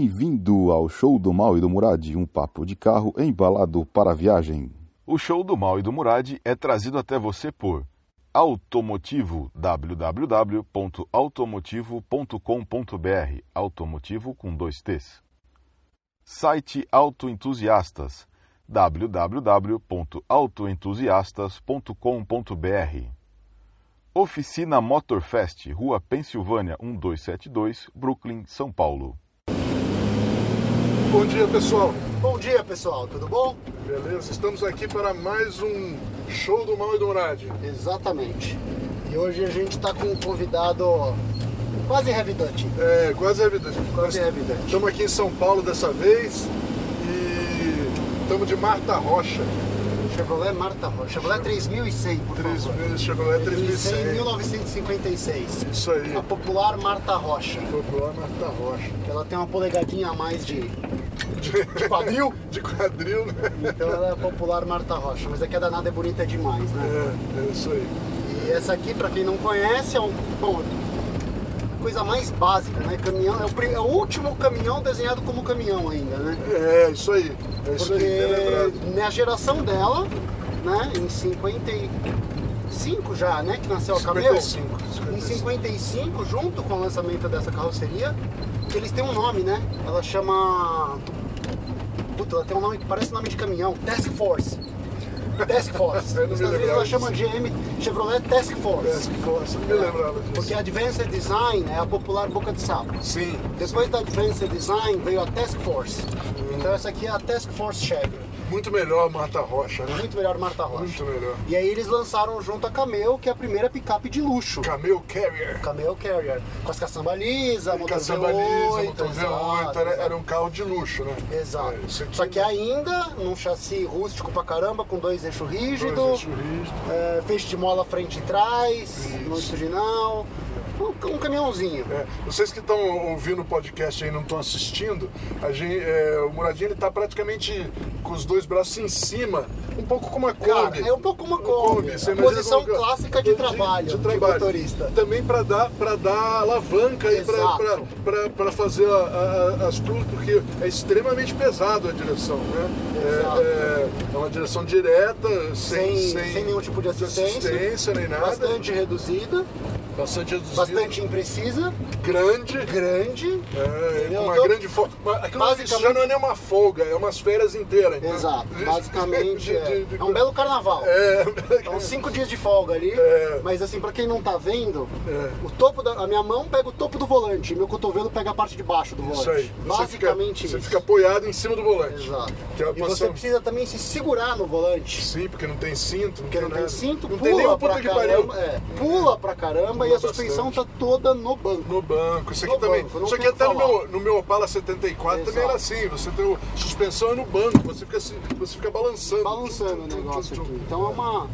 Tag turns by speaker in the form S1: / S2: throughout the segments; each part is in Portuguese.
S1: Bem-vindo ao Show do Mal e do Murad, um papo de carro embalado para a viagem. O Show do Mal e do Murad é trazido até você por Automotivo, www.automotivo.com.br, automotivo com dois T's. Site Autoentusiastas, www.autoentusiastas.com.br. Oficina Motorfest, Rua Pensilvânia 1272, Brooklyn, São Paulo.
S2: Bom dia, pessoal.
S3: Bom dia, pessoal. Tudo bom?
S2: Beleza? Estamos aqui para mais um show do Mal e do Murad.
S3: Exatamente. E hoje a gente está com um convidado quase revidante.
S2: É, quase é evidente.
S3: Quase é evidente.
S2: Estamos aqui em São Paulo dessa vez e estamos de Marta Rocha.
S3: Chevrolet Marta Rocha. Chevrolet 3100, por favor.
S2: 3000, Chevrolet 3100.
S3: 1956.
S2: Isso aí.
S3: A popular Marta Rocha.
S2: Popular Marta Rocha.
S3: Ela tem uma polegadinha a mais de, de quadril.
S2: De quadril, né?
S3: Então ela é a popular Marta Rocha. Mas é que a danada é bonita demais, né?
S2: É, é isso aí.
S3: E essa aqui, pra quem não conhece, é um. Bom, a coisa mais básica, né? Caminhão. É o, prim- é o último caminhão desenhado como caminhão ainda, né?
S2: É, isso aí. É isso aí, bem lembrado.
S3: Porque na geração dela, né, em 55 já, né, que nasceu a Camel,
S2: 55,
S3: em 55, junto com o lançamento dessa carroceria, eles têm um nome, né? Ela chama Puta, ela tem um nome que parece nome de caminhão, Task Force. Task Force.
S2: Eu não me
S3: Nos Estados Unidos
S2: lembrava
S3: ela chama GM Chevrolet Task Force.
S2: Task Force, eu não me lembrava disso.
S3: Porque Advanced Design é a popular boca de sapo.
S2: Sim.
S3: Depois da Advanced Design veio a Task Force. Então essa aqui é a Task Force Chevy.
S2: Muito melhor Marta Rocha, né?
S3: Muito melhor Marta Rocha.
S2: Muito melhor.
S3: E aí eles lançaram junto a Camel, que é a primeira picape de luxo.
S2: Camel Carrier.
S3: Camel Carrier. Com as caçamba lisa, motor
S2: Caçamba
S3: V8,
S2: lisa, motor V8,
S3: exato,
S2: era,
S3: exato.
S2: era um carro de luxo, né?
S3: Exato.
S2: É, isso aqui-
S3: Só que ainda num chassi rústico pra caramba, com dois eixos
S2: Dois
S3: rígidos,
S2: eixos rígidos.
S3: é, feixe de mola frente e trás,
S2: Isso.
S3: no original. Um, um caminhãozinho.
S2: É, vocês que estão ouvindo o podcast aí e não estão assistindo, a gente, é, o Muradinho ele tá praticamente com os dois braços em cima, um pouco como a
S3: Cara,
S2: Kombi.
S3: é um pouco uma
S2: Um
S3: Kombi.
S2: Kombi, você
S3: É
S2: imagina
S3: posição
S2: como que-
S3: clássica de trabalho, de motorista.
S2: Também para dar, pra dar alavanca aí
S3: Exato.
S2: para fazer a- a- a- as curvas, porque é extremamente pesado a direção, né?
S3: Exato.
S2: É, é- é uma direção direta, É, sem,
S3: Sem- sem nenhum tipo de assistência.
S2: assistência, nem nada.
S3: Bastante reduzida,
S2: bastante, reduzida,
S3: bastante imprecisa,
S2: grande.
S3: grande.
S2: É,
S3: Entendeu?
S2: com uma
S3: Então,
S2: grande folga. Basicamente... Isso
S3: basicamente-
S2: já não é nem uma folga, é umas férias inteiras. né?
S3: Exato.
S2: De-
S3: Basicamente
S2: de-
S3: é,
S2: de- de-
S3: é um belo carnaval.
S2: É,
S3: São cinco dias de folga ali,
S2: É.
S3: mas assim, pra quem não tá vendo,
S2: É.
S3: o topo da, a minha mão pega o topo do volante, meu cotovelo pega a parte de baixo do
S2: isso aí.
S3: volante.
S2: Você fica-
S3: é um Basicamente
S2: Você
S3: isso.
S2: fica apoiado em cima do volante.
S3: Exato.
S2: Que é a
S3: e você
S2: posição-
S3: precisa também se segurar no volante.
S2: Sim, porque não tem cinto, não
S3: Porque
S2: tem
S3: não tem
S2: nada.
S3: cinto,
S2: Né? não
S3: pula
S2: tem nem o
S3: pra
S2: puta que pariu.
S3: caramba. é, pula pra caramba e a
S2: Pula
S3: suspensão
S2: bastante.
S3: tá toda no banco.
S2: No banco, isso aqui
S3: No
S2: também.
S3: banco, não
S2: isso aqui
S3: tem o que
S2: até no
S3: falar.
S2: meu, no meu Opala 74 também
S3: Exato.
S2: era assim. Você tem o, suspensão é no banco, você fica, se- você fica balançando.
S3: Balançando o
S2: Tum, tum, tum,
S3: negócio
S2: tum,
S3: aqui.
S2: tum.
S3: Então é uma,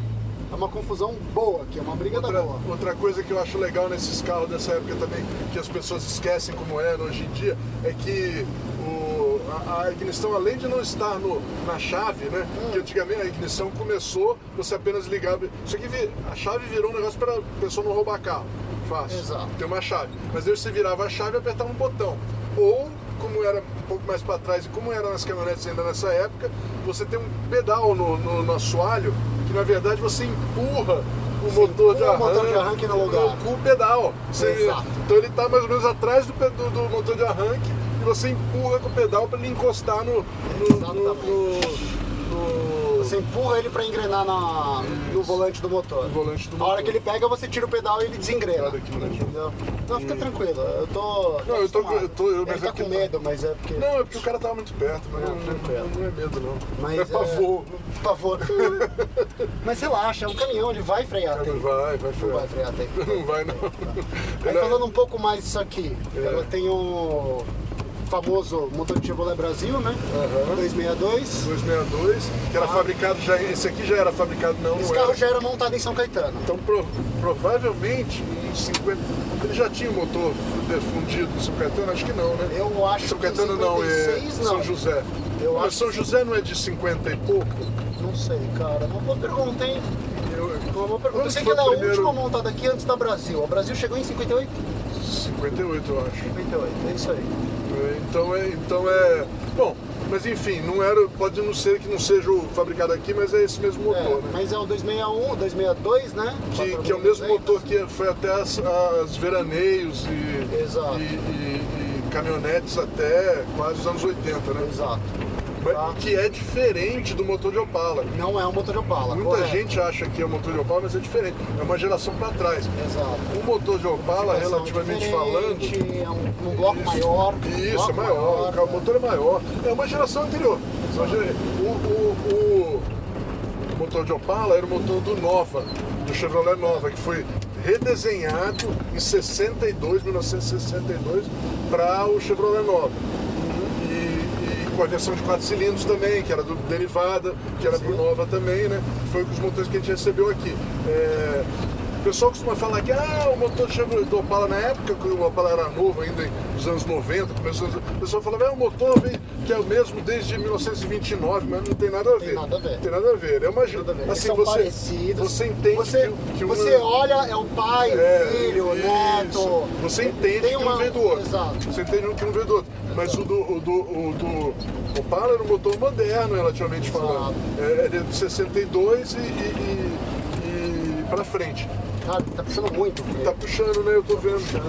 S3: é uma confusão boa aqui, é uma briga
S2: Outra,
S3: da boa.
S2: outra coisa que eu acho legal nesses carros dessa época também, que as pessoas esquecem como era hoje em dia, é que o- a, a ignição, além de não estar no- na chave, né? Que antigamente a ignição começou, você apenas ligava. Isso aqui, vi- a chave virou um negócio para a pessoa não roubar carro. Fácil.
S3: Exato.
S2: Tem uma chave. Mas aí você virava a chave e apertava um botão. Ou, como era um pouco mais para trás e como era nas caminhonetes ainda nessa época, você tem um pedal no, no, no assoalho que na verdade você empurra o
S3: Você
S2: motor de
S3: empurra o
S2: arranque,
S3: motor um de arranque no lugar.
S2: com o pedal. Você-
S3: Exato.
S2: então ele está mais ou menos atrás do, pe- do- do motor de arranque e você empurra com o pedal para ele encostar no. no, no,
S3: Exatamente.
S2: no- no-
S3: Você empurra ele pra engrenar na- no volante do motor.
S2: No volante do
S3: A hora
S2: motor.
S3: que ele pega, você tira o pedal e ele desengrena.
S2: Olha que legal.
S3: Entendeu? Não, fica tranquilo. Eu tô.
S2: Hum. Não, eu tô-
S3: acostumado.
S2: eu tô- eu-
S3: ele
S2: mas
S3: tá
S2: é que
S3: com
S2: tá-
S3: medo, mas é porque.
S2: Não, é porque o cara tava muito perto, mas não,
S3: Não,
S2: não,
S3: tranquilo.
S2: não é medo não.
S3: Mas
S2: é pavor.
S3: Por favor. mas relaxa, é um caminhão, ele vai frear a
S2: Não
S3: tempo.
S2: vai, vai
S3: Não
S2: frear.
S3: vai frear a tempo.
S2: Não vai não.
S3: Aí falando um pouco mais disso aqui,
S2: É.
S3: ela tem o famoso motor de Chevrolet Brasil, né?
S2: Aham.
S3: 262.
S2: 262, que era fabricado já. Esse aqui já era fabricado, não,
S3: Ah. Esse
S2: não era.
S3: carro já era montado em São Caetano.
S2: Então pro- provavelmente em 50. Ele já tinha o motor fundido no São Caetano? Acho que não, né?
S3: Eu acho
S2: São
S3: que em
S2: Caetano não, é
S3: 56 não.
S2: São José.
S3: Eu
S2: Mas
S3: acho
S2: São
S3: que-
S2: José não é de 50 e pouco?
S3: Não sei, cara. Uma boa pergunta, hein?
S2: Eu...
S3: Uma boa pergunta.
S2: Quando
S3: Eu sei que
S2: foi
S3: ela é a
S2: o primeiro?
S3: última montada aqui antes da Brasil. A Brasil chegou em 58?
S2: 58, eu acho.
S3: 58, é isso aí.
S2: Então é, então é. Bom, mas enfim, não era, pode não ser que não seja o fabricado aqui, mas é esse mesmo motor, né?
S3: Mas é o 261, 262, né?
S2: Que, que é o mesmo motor que foi até as, as veraneios e,
S3: Exato.
S2: e- e- e caminhonetes até quase os anos 80, né?
S3: Exato.
S2: Mas-
S3: Tá?
S2: Que é diferente do motor de Opala.
S3: Não é um motor de Opala.
S2: Muita
S3: correto.
S2: gente acha que é o motor de Opala, mas é diferente. É uma geração para trás.
S3: Exato.
S2: O motor de Opala,
S3: Situação
S2: relativamente
S3: diferente,
S2: falando.
S3: É um, um bloco
S2: Isso.
S3: maior. um
S2: Isso,
S3: bloco
S2: é maior. O carro- o motor é maior. É uma geração anterior. Uma gera- O, o- o- o motor de Opala era o motor do Nova, do Chevrolet Nova, que foi redesenhado em 62, 1962, para o Chevrolet Nova. E, e com a versão de quatro cilindros também, que era do derivada, que era pro Nova também, né? Foi os motores que a gente recebeu aqui. É, O pessoal costuma falar que ah, o motor Chevrolet do Opala na época, que o Opala era novo ainda, nos anos 90, começou anos... o pessoal falava, é um motor vem- que é o mesmo desde 1929, mas não tem nada a ver.
S3: Tem nada a ver.
S2: Tem nada a ver. É uma...
S3: Nada a ver. Eles
S2: Assim,
S3: são
S2: você,
S3: parecidos.
S2: você entende
S3: você,
S2: que, que uma-
S3: você olha, é o pai,
S2: é,
S3: filho,
S2: isso.
S3: neto.
S2: Você entende
S3: Tem
S2: que
S3: uma-
S2: um vem do outro.
S3: Exato.
S2: Você entende que um vem do outro. Mas o do, o do, o do Opala era um motor moderno, relativamente falando. É, ele é de 62 e, e, e, e pra frente.
S3: Cara, tá puxando muito. velho.
S2: Tá puxando, né? Eu tô vendo.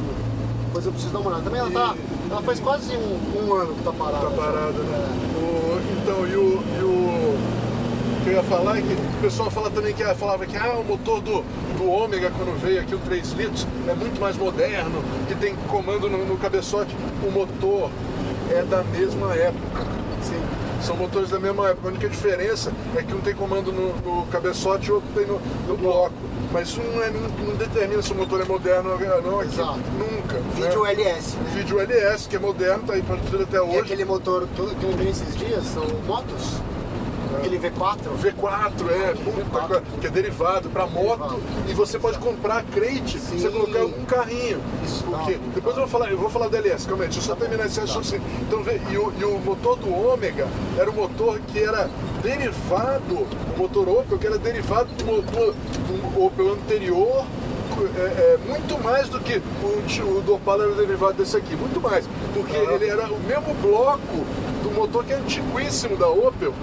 S3: Pois eu preciso dar uma olhada. Também ela tá. Ela faz quase um, um ano que tá parada.
S2: Tá parado, né? O- então, e o, e o- o que eu ia falar é que o pessoal fala também que ah, falava que ah, o motor do, do ômega quando veio aqui, o 3 litros, é muito mais moderno, que tem comando no, no cabeçote. O motor é da mesma época. Sim. São motores da mesma época. A única diferença é que um tem comando no, no cabeçote e o outro tem no, no bloco. Mas isso não, é- não determina se o motor é moderno ou não aqui.
S3: Exato.
S2: Nunca.
S3: Tipo, Vídeo
S2: né?
S3: LS, né?
S2: Vídeo LS, que é moderno, tá aí produzido até
S3: E
S2: hoje.
S3: é aquele motor tudo que eu lembrei esses dias são motos.
S2: É.
S3: Aquele V4.
S2: V4, é, puta,
S3: V4.
S2: que é derivado para moto
S3: Derivado.
S2: e você pode comprar crate,
S3: Sim.
S2: você colocar um carrinho.
S3: Isso,
S2: Porque,
S3: tá.
S2: depois eu vou falar, eu vou falar da LS, calma aí, deixa eu só terminar esse assunto assim. Então, vê, e o, e o motor do ômega era um motor que era derivado, o motor Opel que era derivado do motor do Opel anterior. é, é, muito mais do que o, de- o do Opala era derivado desse aqui, muito mais, porque
S3: Tá.
S2: ele era o mesmo bloco do motor que é antiguíssimo da Opel,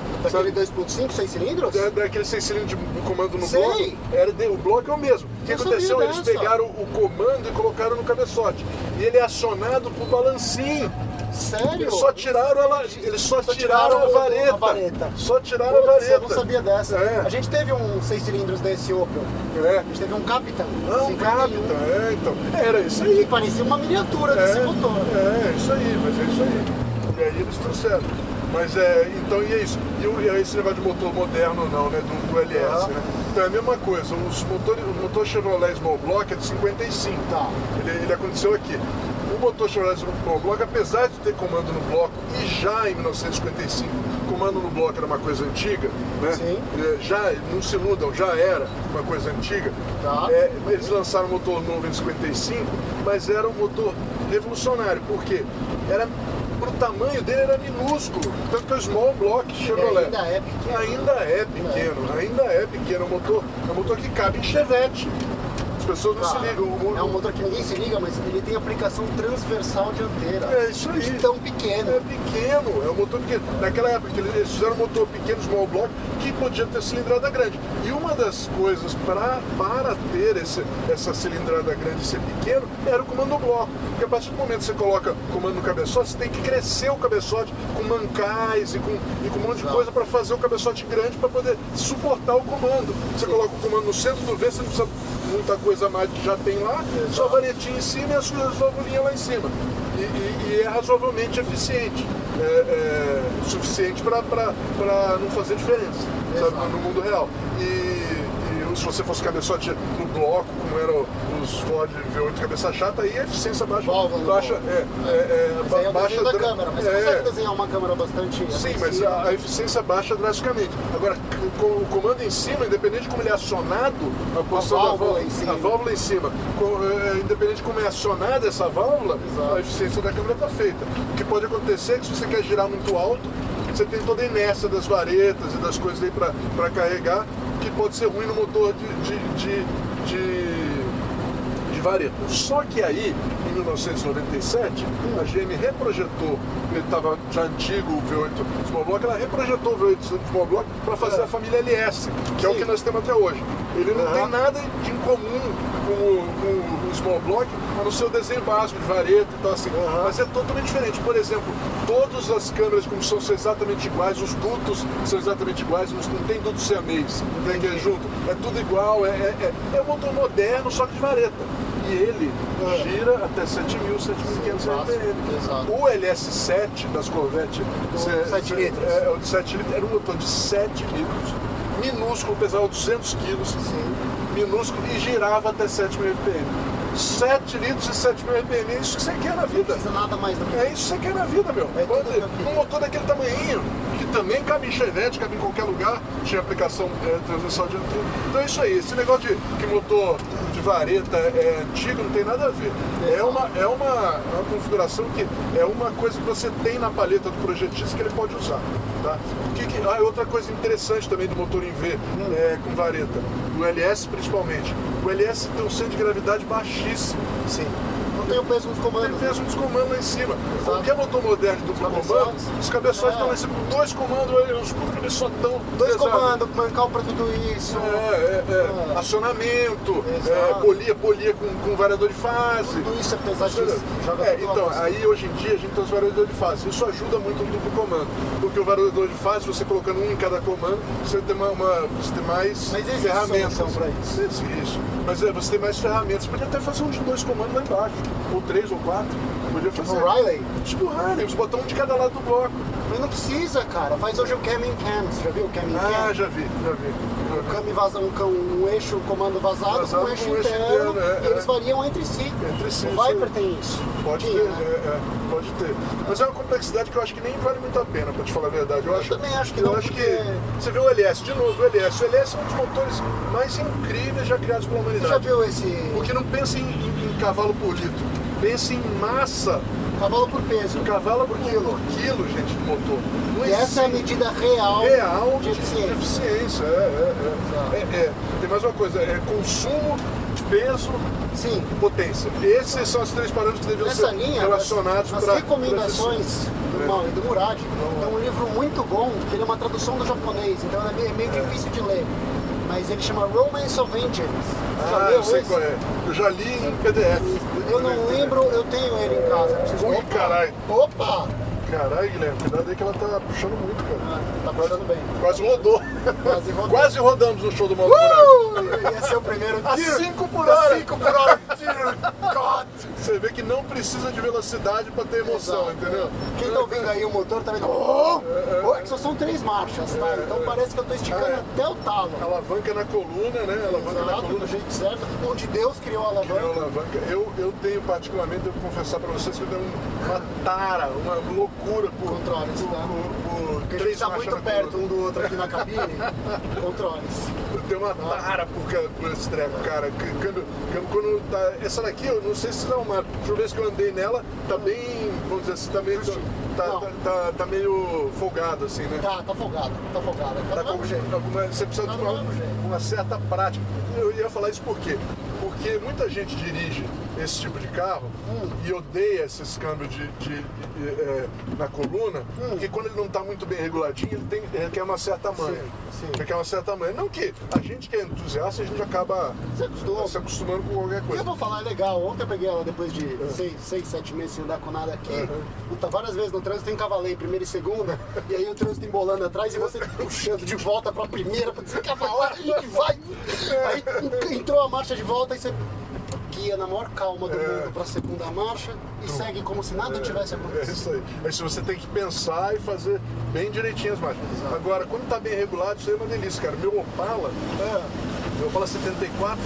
S2: sabe?
S3: Daquele
S2: É.
S3: 2.5, 6 cilindros?
S2: Da- daquele sem cilindro de comando no
S3: Sei.
S2: bloco, era de- o bloco é o mesmo. O que
S3: Eu
S2: aconteceu?
S3: sabia
S2: Eles
S3: dessa.
S2: pegaram o comando e colocaram no cabeçote. E ele é acionado por balancinho.
S3: Sério?
S2: Eles só tiraram ela, eles só,
S3: Só
S2: tiraram,
S3: tiraram
S2: a,
S3: o-
S2: vareta.
S3: a vareta.
S2: Só tiraram a
S3: Putz,
S2: vareta.
S3: eu não sabia dessa.
S2: É.
S3: A gente teve um 6 cilindros desse Opel.
S2: É.
S3: A gente teve um Capitão.
S2: Não,
S3: 51,
S2: capta. É, então. Era isso aí.
S3: Que parecia uma miniatura
S2: É,
S3: desse motor.
S2: É, isso aí, mas é isso aí. E aí eles trouxeram. Mas é, então e é isso. E, o- e esse negócio de motor moderno não, né? Do, do LS,
S3: Tá.
S2: né? Então é a mesma coisa, os motores, o motor Chevrolet Small Block é de 55.
S3: Tá.
S2: Ele, ele aconteceu aqui. O motor Chevrolet Small Block, apesar de ter comando no bloco, e já em 1955, comando no bloco era uma coisa antiga, né?
S3: Sim.
S2: É, já, não se iludam, já era uma coisa antiga.
S3: Tá.
S2: É, eles lançaram um motor novo em 55, mas era um motor revolucionário, porque era pro tamanho dele era minúsculo, tanto que o small block Chevrolet.
S3: ainda é pequeno.
S2: Ainda é pequeno, ainda é pequeno. É um motor, é um motor que cabe em Chevette. As pessoas não se
S3: Cara,
S2: ligam. o-
S3: É um motor que ninguém se liga, mas ele tem aplicação transversal dianteira.
S2: É isso aí.
S3: De tão pequeno.
S2: É pequeno, é um motor pequeno. Naquela época que eles fizeram um motor pequeno, small block, que podia ter cilindrada grande. E uma das coisas pra, para ter esse- essa cilindrada grande e ser pequeno era o comando bloco. Porque a partir do momento que você coloca comando no cabeçote, você tem que crescer o cabeçote com mancais e com, e com um monte de
S3: Exato.
S2: coisa para fazer o cabeçote grande para poder suportar o comando. Você coloca o comando no centro do V, você não precisa muita coisa a mais que já tem lá, só a varetinha em cima e a sua sua bolinha lá em cima. E, e- e é razoavelmente eficiente, é, é, o suficiente para não fazer diferença sabe,
S3: Exato.
S2: no mundo real. E, e se você fosse cabeçote no bloco, como eram os Ford V8 cabeça chata, aí a eficiência baixa.
S3: Válvula no
S2: baixa
S3: bloco.
S2: é, é, é,
S3: Mas aí é o
S2: baixa
S3: desenho da
S2: dra-
S3: câmera, mas você
S2: é.
S3: consegue desenhar uma câmera bastante assim,
S2: Sim, mas
S3: agressiva.
S2: a, a eficiência baixa drasticamente. Agora, c- com o comando em cima, independente de como ele é acionado, a posição
S3: válvula
S2: da
S3: em cima.
S2: a válvula em cima, com- é, independente de como é acionada essa válvula,
S3: Exato.
S2: a eficiência da câmera está feita. O que pode acontecer é que se você quer girar muito alto, você tem toda a inércia das varetas e das coisas aí para carregar, que pode ser ruim no motor de, de, de, de, de varia. Só que aí, em 1997, a GM reprojetou, ele estava já antigo o V8 Small Block, ela reprojetou o V8 Small Block para fazer a família LS, que é o
S3: Sim.
S2: que nós temos até hoje. Ele não
S3: Aham.
S2: tem nada de incomum com o, com o Small Block, a não ser o desenho básico de vareta e tal assim.
S3: Aham.
S2: Mas é totalmente diferente. Por exemplo, todas as câmeras de comissão são exatamente iguais, os dutos são exatamente iguais, não não tem duto siamês, né, que é junto. É tudo igual, é, é, é, é um motor moderno, só que de vareta. E ele
S3: É.
S2: gira até 7.000, 7.500
S3: Exato,
S2: RPM.
S3: exato.
S2: O LS7 das Corvette cê-
S3: sete
S2: cê-
S3: litros.
S2: é, o de 7 litros, era um motor de 7 litros, minúsculo, pesava 200 quilos, minúsculo e girava até 7.000 RPM. 7 litros e 7.000 RPM, é isso que você quer na
S3: Não
S2: vida.
S3: precisa nada mais do que
S2: É isso que você quer na vida, meu.
S3: É
S2: Pode-
S3: tudo que eu queria.
S2: um motor daquele tamanhinho, que também cabe em Chevette, cabe em qualquer lugar, tinha aplicação é, transmissão dianteira. Então é isso aí, esse negócio de que motor de vareta é antigo não tem nada a ver. É uma, é uma, é uma configuração que é uma coisa que você tem na paleta do projetista que ele pode usar. Tá? O que que- ah, outra coisa interessante também do motor em V
S3: Hum.
S2: é, com vareta, o LS principalmente. O LS tem um centro de gravidade baixíssimo.
S3: Sim. Não tem o peso nos
S2: Ele
S3: comandos. né?
S2: fez uns comandos lá em cima. Qualquer motor moderno de duplo
S3: Os
S2: comando,
S3: cabeçotes.
S2: os cabeçotes
S3: É.
S2: estão lá em cima com dois comandos, olha, uns putos cabeçotão.
S3: Dois
S2: pesado.
S3: comandos, mancal pra tudo isso.
S2: É, é, é.
S3: É.
S2: Acionamento,
S3: Exato.
S2: é, polia, polia com, com variador de fase.
S3: Tudo isso é pesadíssimo. Joga
S2: É,
S3: tudo na
S2: então,
S3: mão.
S2: aí hoje em dia a gente tem os variadores de fase. Isso ajuda muito no duplo comando. Porque o variador de fase, você colocando um em cada comando, você tem, uma, uma- você tem mais
S3: Mas existe
S2: ferramentas.
S3: solução pra isso?
S2: Existe. Mas é, você tem mais ferramentas. Você podia até fazer um de dois comandos lá embaixo. Ou três ou quatro. Podia fazer.
S3: o Riley?
S2: Tipo o Riley, eles botam um de cada lado do bloco.
S3: Mas não precisa, cara. Faz hoje o cam in cam. Você já viu o cam in cam?
S2: Ah, já vi, já vi. Já vi.
S3: Cam vaza um, cam, um eixo comando vazado,
S2: Vazado
S3: com um eixo interno.
S2: é,
S3: e
S2: é.
S3: eles variam entre si.
S2: Entre si,
S3: o
S2: isso
S3: Viper
S2: aí.
S3: tem isso.
S2: Pode
S3: Tinha,
S2: ter,
S3: né?
S2: é, é, pode ter. Mas é uma complexidade que eu acho que nem vale muito a pena, pra te falar a verdade. Eu, acho,
S3: também acho que
S2: eu
S3: não,
S2: acho que-
S3: porque-
S2: Você vê o LS, de novo, o LS. O LS é um dos motores mais incríveis já criados pela
S3: Você já
S2: humanidade.
S3: viu esse
S2: Porque não pensa em, em- em cavalo por litro, pensa em massa.
S3: cavalo por peso?
S2: Cavalo por quilo, quilo, gente, de motor. Não
S3: E essa é a
S2: existe
S3: medida real,
S2: real
S3: de
S2: de
S3: eficiência.
S2: eficiência. É, é, é. É, é. Tem mais uma coisa, é consumo, peso
S3: Sim.
S2: e potência. Esses são os três parâmetros que deveriam
S3: Nessa
S2: ser
S3: linha,
S2: relacionados
S3: as,
S2: pra-
S3: as recomendações
S2: É.
S3: do Mal e do Murad é um livro muito bom, que ele é uma tradução do japonês, então é meio, meio difícil de ler. Mas ele chama Romance of Engines. Você já
S2: Ah,
S3: leu
S2: eu sei
S3: esse?
S2: qual é. Eu já li em PDF.
S3: Eu não lembro, eu tenho ele em casa. eu preciso-
S2: Ui, caralho.
S3: Opa!
S2: Caralho, Guilherme, cuidado aí que ela tá puxando muito, cara.
S3: Ah, tá puxando bem.
S2: Quase rodou.
S3: Quase rodou.
S2: Quase rodamos no show do Mauro Moraes.
S3: Uh! Ia ser o primeiro
S2: A
S3: tiro.
S2: cinco por
S3: A
S2: hora.
S3: cinco por hora. Dear Uh! God.
S2: Você vê que não precisa de velocidade pra ter emoção,
S3: Exato.
S2: entendeu?
S3: Quem tá ouvindo aí o motor tá vendo. Oh! Oh, é que só são três marchas, tá? Então parece que eu tô esticando
S2: É.
S3: até o talo.
S2: Alavanca na coluna, né? Alavanca na
S3: Exato,
S2: coluna.
S3: do jeito certo, onde Deus criou a
S2: Eu,
S3: alavanca.
S2: alavanca. Eu, eu tenho particularmente, devo confessar pra vocês que eu tenho uma tara, uma loucura por,
S3: Controles,
S2: por,
S3: tá?
S2: por, por
S3: Porque a gente
S2: três
S3: tá
S2: marchas
S3: muito
S2: na
S3: perto
S2: coluna.
S3: um do outro aqui na cabine. Controles.
S2: Eu tenho uma tara por, ca- por esse treco, cara. Que- Quando, quando, quando tá- essa daqui, eu não sei se não, mas a última vez que eu andei nela, tá bem, vamos dizer assim, tá meio, tá,
S3: Não.
S2: tá, tá- tá meio folgado, assim, né?
S3: Tá, tá folgado, tá folgado. Tá,
S2: Tá
S3: com
S2: com-
S3: jeito.
S2: alguma- você precisa
S3: Tá
S2: de
S3: do
S2: uma,
S3: mesmo jeito.
S2: uma certa prática. Eu ia falar isso por quê? Porque muita gente dirige esse tipo de carro e odeia esses câmbios de, de- de- é, na coluna, porque quando ele não está muito bem reguladinho, ele tem, requer uma certa manha.
S3: sim.
S2: Requer uma certa manha. Não que a gente que é entusiasta, a gente acaba
S3: Você acostuma.
S2: se acostumando com qualquer
S3: E Eu
S2: coisa.
S3: vou falar, é legal. Ontem eu peguei ela depois de 6, 7 meses sem andar com nada aqui. Puta, várias vezes no trânsito encavalei, primeira e segunda. E aí o trânsito embolando atrás e você puxando de volta pra primeira pra desencavalar e vai. Aí en- entrou a marcha de volta e você guia na maior calma do mundo pra segunda marcha e segue como se nada tivesse
S2: É
S3: acontecido.
S2: isso aí. Aí se você tem que pensar e fazer bem direitinho as marchas. Agora, quando tá bem regulado, isso aí é uma delícia, cara. Meu Opala, meu Opala 74,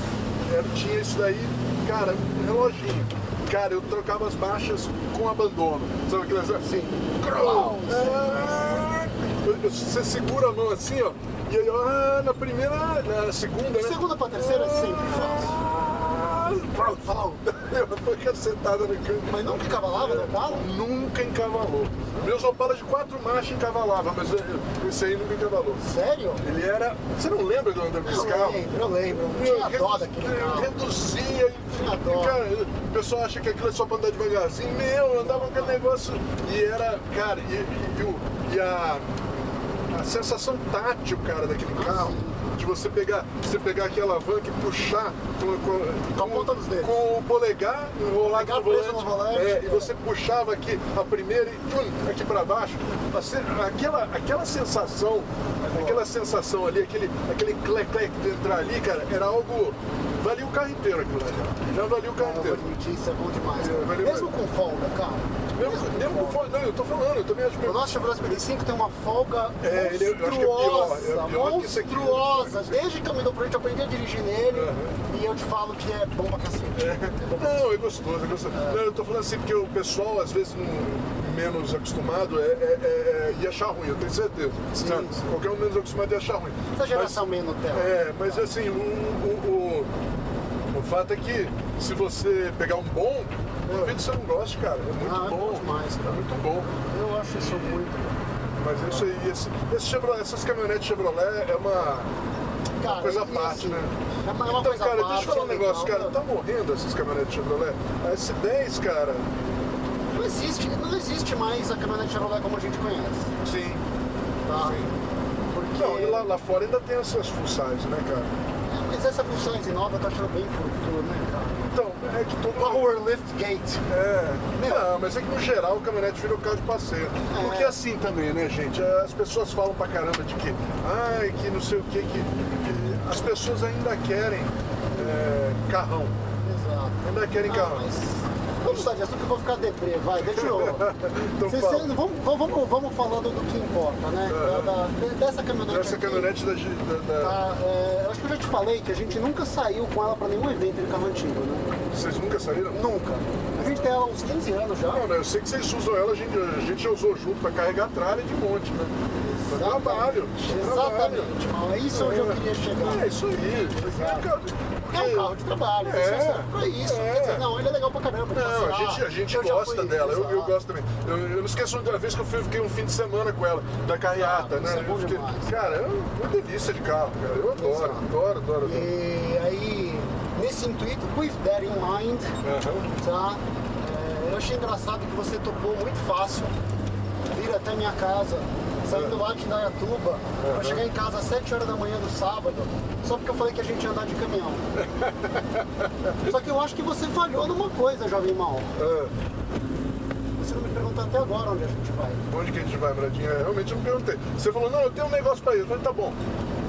S2: era, é, tinha isso daí, cara, um reloginho. Cara, eu trocava as marchas com abandono. Sabe aquelas assim? Crou! Ah, eu- eu- Você segura a mão assim, ó. E aí, ó, ah, na primeira, na segunda, né?
S3: De segunda pra terceira é sempre fácil.
S2: Ah,
S3: Pronto, falou.
S2: Ela foi cacetada no câmbio.
S3: Mas nunca cavalava no Opala?
S2: Nunca encavalou. Meus Opala é de quatro marchas encavalavam, mas eu- eu- esse aí nunca encavalou.
S3: Sério?
S2: Ele era. Você não lembra do andando desse
S3: Eu
S2: carro?
S3: lembro, eu lembro. Eu tinha dó daquele
S2: eu
S3: carro.
S2: Reduzia,
S3: Tinha dó.
S2: Cara, o pessoal acha que aquilo é só pra andar devagarzinho. Meu, eu andava com aquele negócio. E era, cara, e, e- e o- e a, a sensação tátil, cara, daquele
S3: Ah,
S2: carro. De você pegar, você pegar aquela alavanca e puxar com, com,
S3: Com a ponta dos dedos.
S2: com o polegar, enrolar com
S3: Polegar
S2: o volante,
S3: preso no volante,
S2: é,
S3: é.
S2: e você puxava aqui a primeira e tchum, aqui pra baixo. A se- Aquela, aquela sensação, aquela sensação ali, aquele, aquele clec-clec de entrar ali, cara, era algo. Valia o carro inteiro aquilo ali. cara. Já valia o carro
S3: Eu vou
S2: inteiro.
S3: admitir, isso é bom demais.
S2: Eu
S3: Cara.
S2: valeu-
S3: Mesmo com folga, cara.
S2: Mesmo, mesmo com folga, não, eu tô falando, eu também acho
S3: O
S2: que.
S3: nosso Chevrolet SP5 tem uma folga
S2: É, ele- eu acho que é pior,
S3: monstruosa,
S2: é pior que isso aqui.
S3: monstruosa. Desde que eu me dou por gente, eu aprendi a dirigir nele
S2: Aham.
S3: e eu te falo que é bom pra cacete. É bom pra
S2: Não, é gostoso, é gostoso. Não, eu tô falando assim porque o pessoal, às vezes, não- menos acostumado é, é, é- é- ia achar ruim, eu tenho certeza.
S3: Sim,
S2: sabe?
S3: sim.
S2: Qualquer um menos acostumado ia achar ruim.
S3: Essa geração meio Nutella.
S2: É, mas assim, o, o, o, o fato é que se você pegar um bom, talvez você não goste, cara. É muito
S3: Ah, é
S2: bom.
S3: bom demais, cara.
S2: É muito bom.
S3: Eu acho isso muito.
S2: Mas é isso aí, esse, esse Chevrolet, essas caminhonetes Chevrolet é uma.
S3: Cara,
S2: coisa à
S3: e
S2: parte,
S3: assim,
S2: né?
S3: É uma, é uma
S2: Então,
S3: coisa à
S2: cara,
S3: parte,
S2: deixa eu falar um
S3: é
S2: negócio,
S3: legal.
S2: cara. Tá morrendo essas caminhonetes Chevrolet. A S10, cara,
S3: Não existe, não existe mais a caminhonete Chevrolet como a gente conhece.
S2: sim.
S3: Tá? Porque.
S2: Não, e lá, lá fora ainda tem essas full size, né, cara?
S3: É, Mas essa função nova eu tô achando bem fofura, né, cara?
S2: Então, é que todo
S3: Power Lift Gate.
S2: É, não, mas é que no geral o caminhonete virou carro de passeio.
S3: É.
S2: Porque assim também, né, gente? As pessoas falam pra caramba de que, ai, que não sei o que, que, que as pessoas ainda querem é, carrão.
S3: Exato.
S2: Ainda querem
S3: Ah,
S2: carrão.
S3: mas vamos mudar de assunto que eu vou ficar deprê, vai, deixa eu.
S2: Então
S3: Cê-
S2: fala.
S3: cê- vamos, vamos, vamos falando do que importa, né? Da- da- dessa caminhonete.
S2: Essa
S3: aqui,
S2: É. caminhonete da. G- da- da-
S3: tá? É, eu acho que eu já te falei que a gente nunca saiu com ela pra nenhum evento de carro antigo, né?
S2: Vocês nunca saíram?
S3: Nunca. A gente tem ela há uns 15 anos já.
S2: Não, né? Eu sei que vocês usam ela, a gente, a gente já usou junto pra carregar tralha de monte, né? Pra Trabalho. trabalho.
S3: Exatamente, mal. É isso onde eu queria chegar.
S2: É isso aí.
S3: Exato.
S2: cara,
S3: É um carro de trabalho,
S2: É.
S3: você serve pra isso.
S2: É.
S3: Quer dizer, não, ele é legal pra caramba. pra
S2: Não, a
S3: passear.
S2: gente, a gente
S3: ah, Eu já
S2: gosta
S3: fui- ah.
S2: dela, eu, eu
S3: exato.
S2: gosto também. Eu, eu não esqueço da vez que eu fui- fiquei um fim de semana com ela, da carreata,
S3: Ah, isso
S2: né?
S3: é bom
S2: Eu fiquei-
S3: demais.
S2: cara, é uma delícia de carro, cara. Eu adoro,
S3: Exato.
S2: adoro, adoro, adoro.
S3: E aí, nesse intuito, with that in mind,
S2: Aham.
S3: tá? É, eu achei engraçado que você topou muito fácil vir até minha casa,
S2: É.
S3: saindo lá de Indaiatuba, pra chegar em casa às 7 horas da manhã do sábado, só porque eu falei que a gente ia andar de caminhão. só que eu acho que você falhou numa coisa, jovem mal.
S2: Ah,
S3: Você não me perguntou até agora onde a gente vai.
S2: onde que a gente vai, Bradinha? É, Realmente eu não perguntei. Você falou, não, eu tenho um negócio pra ir. Eu falei, tá bom.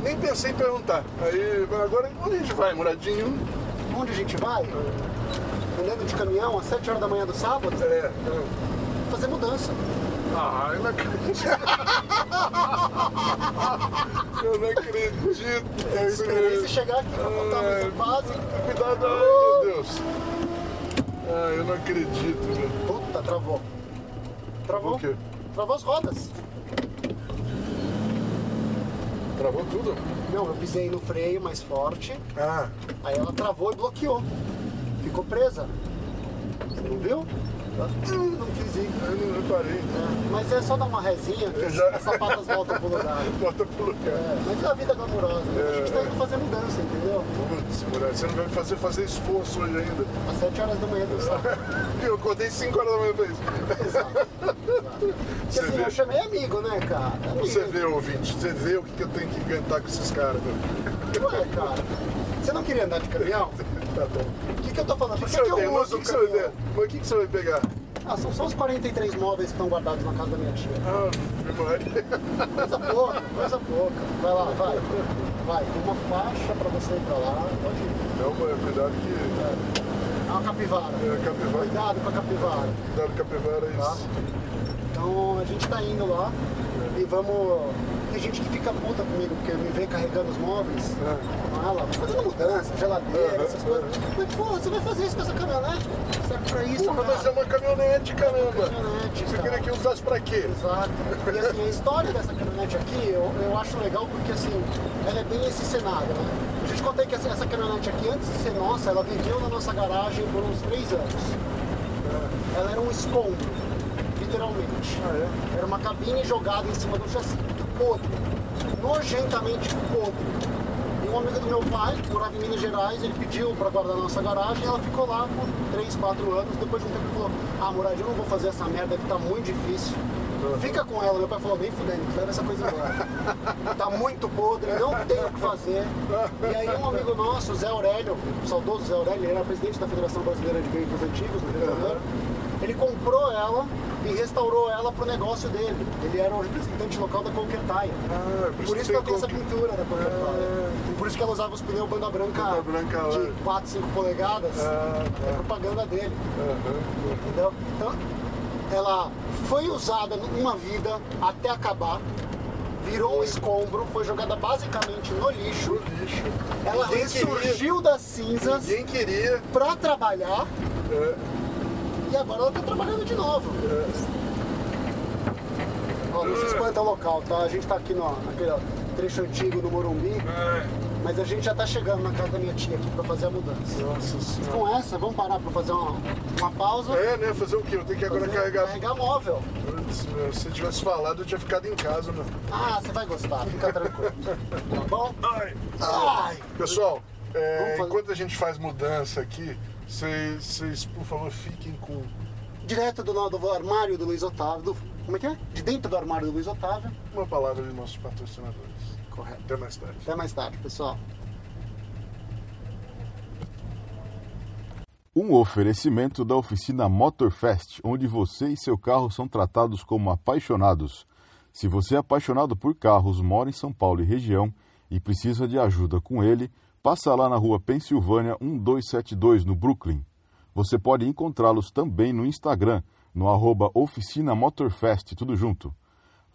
S2: Nem pensei em perguntar. Aí, agora, onde a gente vai, Muradinho?
S3: Onde a gente vai? Andando de caminhão às 7 horas da manhã do sábado,
S2: É.
S3: fazer mudança.
S2: Ah, eu não acredito. eu não acredito. é
S3: Eu esperei você chegar aqui pra contar a mesa básica.
S2: Cuidado, ai, meu Deus. Ah, eu não acredito, velho.
S3: Puta, travou. Travou?
S2: O quê?
S3: Travou as rodas.
S2: Travou tudo?
S3: Não, eu pisei no freio mais forte,
S2: Ah,
S3: aí ela travou e bloqueou. Ficou presa. Você não viu? Ela, "Hum, Não quis ir.
S2: eu não reparei.
S3: É, Mas é só dar uma rezinha que
S2: Eu já-
S3: as sapatas voltam pro lugar.
S2: Bota pro lugar.
S3: É, mas é a vida glamurosa. né? A gente tá indo fazer mudança, entendeu?
S2: Putz, moleque, você não vai me fazer fazer esforço hoje ainda.
S3: Às 7 horas da manhã do sábado.
S2: Eu acordei 5 horas da manhã pra isso.
S3: Exato. Porque
S2: Você
S3: assim,
S2: vê.
S3: eu chamei amigo, né, cara? Amigo.
S2: Você vê, ouvinte, você vê o que que eu tenho que inventar com esses caras, velho.
S3: Ué, cara. Você não queria andar de caminhão?
S2: Tá bom.
S3: O que, que eu tô falando? Por
S2: O que
S3: que,
S2: você
S3: que
S2: vai ter?
S3: eu
S2: Mas
S3: uso
S2: o
S3: o
S2: que você vai
S3: caminhão?
S2: ter? Mas o que que você vai pegar?
S3: Ah, são só os 43 móveis que estão guardados na casa da minha tia.
S2: Ah, memória.
S3: Coisa pouca, coisa pouca. Vai lá, vai. Vai, tem uma faixa pra você ir pra lá. Pode ir.
S2: Não, mas cuidado que
S3: É uma capivara.
S2: é, capivara,
S3: Cuidado com a capivara.
S2: Tá. cuidado com capivara é isso.
S3: Então a gente tá indo lá. E e vamos. Tem gente que fica puta comigo, porque me vê carregando os móveis,
S2: Ah.
S3: mala, fazendo mudança, geladeira,
S2: Ah,
S3: essas coisas. Mas, pô, você vai fazer isso com essa caminhonete? Serve pra isso,
S2: Porra,
S3: cara.
S2: mas é uma caminhonete, caramba.
S3: Caminhonete,
S2: Você
S3: cara.
S2: queria é que eu usasse pra quê?
S3: Exato. E assim, a história dessa caminhonete aqui, eu, eu acho legal porque assim, ela é bem esse cenário, né? Eu já te contei que essa, essa caminhonete aqui, antes de ser nossa, ela viveu na nossa garagem por uns três anos. É, Ela era um escombro, literalmente.
S2: Ah,
S3: Era uma cabine jogada em cima do chassi, tudo podre, nojentamente podre. E um amigo do meu pai, que morava em Minas Gerais, ele pediu para guardar a nossa garagem e ela ficou lá por 3, 4 anos. Depois de um tempo ele falou, ah, Murad, eu não vou fazer essa merda que tá muito difícil. Fica com ela. Meu pai falou, nem fudendo, leva essa coisa embora. tá muito podre, não tem o que fazer. E aí um amigo nosso, Zé Aurélio, o saudoso Zé Aurélio, ele era presidente da Federação Brasileira de Veículos Antigos, no Rio de Janeiro. Ele comprou ela e restaurou ela pro negócio dele. Ele era o representante local da Coquetaia.
S2: Ah,
S3: Por isso que
S2: tem
S3: ela tem essa
S2: como-
S3: pintura da Coca-Cola.
S2: Ah.
S3: E por isso que ela usava os pneus banda branca,
S2: Banda branca,
S3: de
S2: né?
S3: 4, 5 polegadas.
S2: Ah,
S3: É propaganda dele,
S2: Aham.
S3: entendeu? Então, ela foi usada uma vida até acabar, virou um escombro, foi jogada basicamente no lixo.
S2: Pro lixo.
S3: Ela
S2: Ninguém
S3: ressurgiu das cinzas
S2: Queria, ninguém queria.
S3: pra trabalhar
S2: É,
S3: e agora ela tá trabalhando de novo. Ó, não se espanta o local, tá? A gente tá aqui no, naquele trecho antigo do Morumbi.
S2: é.
S3: Mas a gente já tá chegando na casa da minha tia aqui pra fazer a mudança.
S2: Nossa senhora.
S3: Com essa, vamos parar pra fazer uma, uma pausa.
S2: É, né? Fazer o quê? Eu tenho que agora
S3: fazer- um
S2: carregar.
S3: móvel.
S2: Putz, meu, se eu tivesse falado, eu tinha ficado em casa, meu.
S3: Ah, você vai gostar, fica tranquilo. tá bom?
S2: Ai.
S3: Ai!
S2: Pessoal, é,
S3: Vamos fazer-
S2: enquanto a gente faz mudança aqui, vocês, vocês, por favor, fiquem com.
S3: Direto do, lado do armário do Luiz Otávio. do- como é que é? De dentro do armário do Luiz Otávio.
S2: Uma palavra dos nossos patrocinadores.
S3: Correto.
S2: Até mais tarde.
S3: Até mais tarde, pessoal.
S1: Um oferecimento da oficina Motorfest, onde você e seu carro são tratados como apaixonados. Se você é apaixonado por carros, mora em São Paulo e região e precisa de ajuda com ele, passa lá na rua Pensilvânia 1272, no Brooklyn. Você pode encontrá-los também no Instagram, no arroba oficina Motorfest, tudo junto.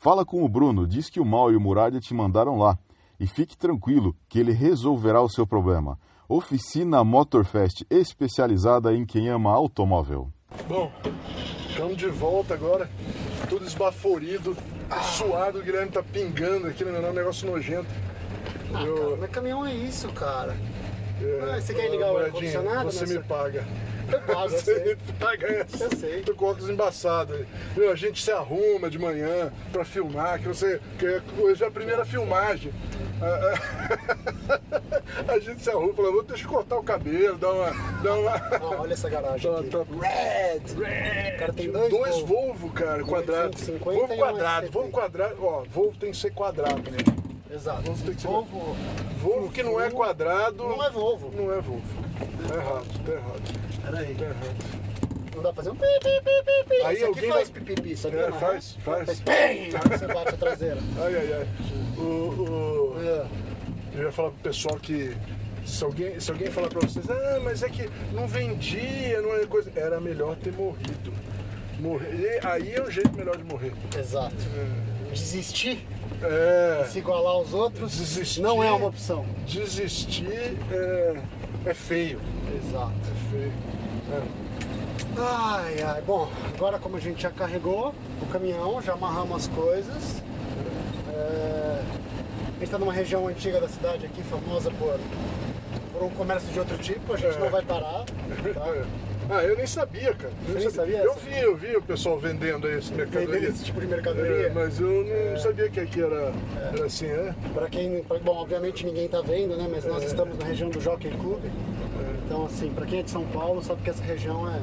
S1: Fala com o Bruno, diz que o Mal e o Muralha te mandaram lá. E fique tranquilo que ele resolverá o seu problema. Oficina Motorfest, especializada em quem ama automóvel.
S2: Bom, estamos de volta agora, tudo esbaforido, suado, o Guilherme tá pingando aqui, né? É um negócio nojento.
S3: Ah,
S2: Eu-
S3: cara, mas caminhão é isso, cara.
S2: É,
S3: Ah, você quer ligar o
S2: Moradinha,
S3: ar-condicionado,
S2: Você
S3: né,
S2: me
S3: senhor?
S2: paga.
S3: Eu pago, eu
S2: Você
S3: sei.
S2: me paga essa.
S3: Eu sei.
S2: Tô com óculos embaçado. aí. Meu, a gente se arruma de manhã pra filmar, que você. Que é- hoje é a primeira filmagem. Ah, A- A, a gente se arruma, fala, "Vou- deixa eu cortar o cabelo, dar uma. Dar uma...
S3: Ó, olha essa garagem
S2: Tá,
S3: aqui.
S2: tá.
S3: Red! O cara tem dois,
S2: Dois, Volvo, cara, quadrado.
S3: 150
S2: Volvo
S3: e um
S2: quadrado,
S3: 170.
S2: Volvo quadrado. Ó, Volvo tem que ser quadrado, né?
S3: Exato.
S2: Volvo tem que ser-
S3: Volvo.
S2: Volvo que não é quadrado.
S3: Não é Volvo.
S2: Não é Volvo. Tá errado, tá errado.
S3: Peraí.
S2: Tá errado.
S3: É, Não dá pra fazer um pi, pi, pi, pi, pi.
S2: Aí
S3: isso aqui
S2: alguém
S3: faz
S2: vai-
S3: pipipi, isso aqui
S2: É,
S3: não
S2: faz, faz.
S3: pim, você bate a traseira.
S2: Ai, ai, ai. O, o-
S3: É.
S2: Eu ia falar pro pessoal que se alguém, se alguém falar pra vocês, ah, mas é que não vendia, não é coisa. Era melhor ter morrido. Morrer. e Aí é o jeito melhor de morrer.
S3: Exato. Desistir,
S2: É.
S3: se igualar aos outros,
S2: Desistir.
S3: não é uma opção.
S2: Desistir é, é feio.
S3: Exato.
S2: É feio.
S3: Ai, ai. Bbom, agora como a gente já carregou o caminhão, já amarramos as coisas. É, A gente está numa região antiga da cidade aqui, famosa por, por um comércio de outro tipo, a gente
S2: É.
S3: não vai parar. tá?
S2: Ah, eu nem sabia, cara. Eu
S3: nem
S2: nem
S3: sabia
S2: Eu
S3: essa?
S2: vi, eu vi o pessoal vendendo aí esse mercadoria.
S3: Vendendo esse tipo de mercadoria.
S2: É, mas eu não sabia que aqui era, era assim, né?
S3: Para quem, pra- bom, obviamente ninguém tá vendo, né? Mas
S2: É.
S3: nós estamos na região do Jockey Club. Então, assim, para quem é de São Paulo, sabe que essa região é.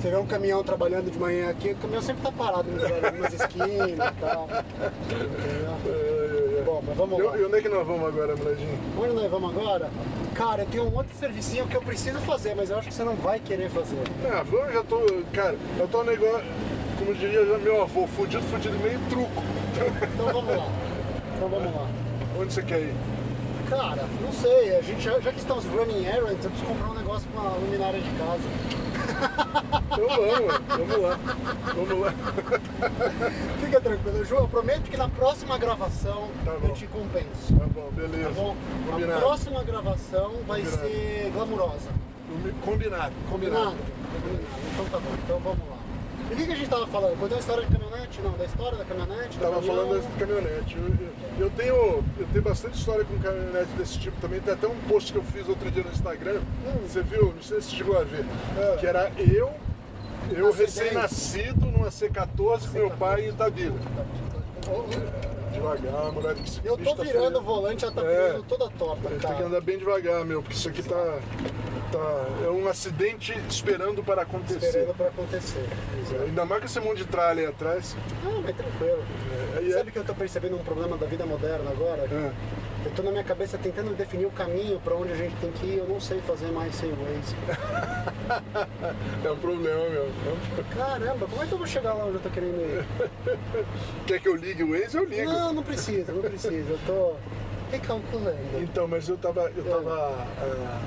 S3: Você vê um caminhão trabalhando de manhã aqui, o caminhão sempre tá parado nos lugares, algumas esquinas e tal.
S2: É,
S3: Entendeu?
S2: é, é.
S3: Bom, mas vamos lá.
S2: E onde é que nós vamos agora, Bradinho?
S3: Onde nós vamos agora? Cara, eu tenho um outro servicinho que eu preciso fazer, mas eu acho que você não vai querer fazer.
S2: Ah, eu já tô. Cara, eu tô um negócio. Como diria já meu avô, fudido, fudido, meio truco.
S3: Então vamos lá. Então vamos lá.
S2: Onde você quer ir?
S3: Cara, não sei, a gente já, já que estamos running errands, eu preciso comprar um negócio pra uma luminária de casa.
S2: Então vamos, ué, vamos lá. Vamos lá.
S3: Fica tranquilo. Pelo Ju, eu prometo que na próxima gravação
S2: Tá
S3: eu
S2: bom.
S3: te compenso.
S2: Tá bom, beleza.
S3: Tá bom? A
S2: Combinado.
S3: próxima gravação vai
S2: Combinado.
S3: ser glamurosa.
S2: Combi- Combinado.
S3: Combinado?
S2: Combinado.
S3: Combinado. Então tá bom, então vamos lá. E o que que a gente tava falando? Contei a história da caminhonete? Não, da história da caminhonete? do
S2: Tava
S3: caminhão?
S2: falando da caminhonete. Eu, eu- eu tenho, eu tenho bastante história com caminhonete desse tipo também. Tem até um post que eu fiz outro dia no Instagram. Você viu? Não sei se você chegou a ver.
S3: É.
S2: Que era eu, eu
S3: Acidente.
S2: recém-nascido numa C14 com meu pai em Itabira. Devagar, moleque. esse
S3: Eu
S2: bicho
S3: tô
S2: tá
S3: virando
S2: feio.
S3: o volante, ela tá
S2: É.
S3: virando toda torta,
S2: Tem que
S3: cara.
S2: andar bem devagar, meu, porque isso aqui tá. tá é um acidente esperando para acontecer.
S3: Esperando pra acontecer.
S2: Ainda mais com esse monte de tralha aí atrás.
S3: Ah, mas tranquilo.
S2: É, Ah, e é-
S3: Sabe que eu tô percebendo um problema da vida moderna agora? Eu tô na minha cabeça tentando definir o caminho pra onde a gente tem que ir, eu não sei fazer mais sem Waze.
S2: É um problema, meu. É um problema.
S3: Caramba, como é que eu vou chegar lá onde eu tô querendo ir?
S2: Quer É que eu ligue o Waze? Eu ligo.
S3: Não, não precisa, não precisa. Eu tô recalculando.
S2: Então, mas eu tava. Eu tava.
S3: É.
S2: ah,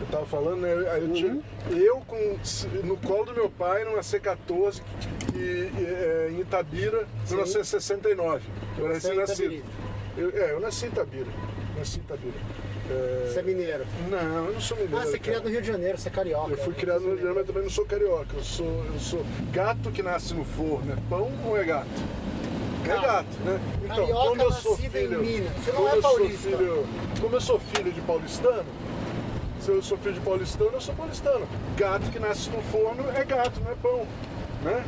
S2: eu tava falando, né? Aí
S3: Uhum.
S2: eu, tinha, eu com, no colo do meu pai, numa C14, que- que, é, em Itabira, em
S3: Sim.
S2: 1969. Eu
S3: Você
S2: nasci
S3: é
S2: nascido.
S3: itabirita.
S2: Eu, é, eu nasci em Itabira. Nasci em Itabira. É,
S3: Você é mineiro.
S2: Não, eu não sou mineiro.
S3: Ah, você é
S2: cara.
S3: criado no Rio de Janeiro, você é carioca.
S2: Eu fui criado no Rio de Janeiro, mas também não sou carioca. Eu sou, eu sou gato que nasce no forno. É pão ou é gato? É
S3: Calma.
S2: gato, né?
S3: Carioca nascido em Minas. Você não
S2: como
S3: é
S2: eu sou
S3: paulista.
S2: filho- como eu sou filho de paulistano, se eu sou filho de paulistano, eu sou paulistano. Gato que nasce no forno é gato, não é pão. Né?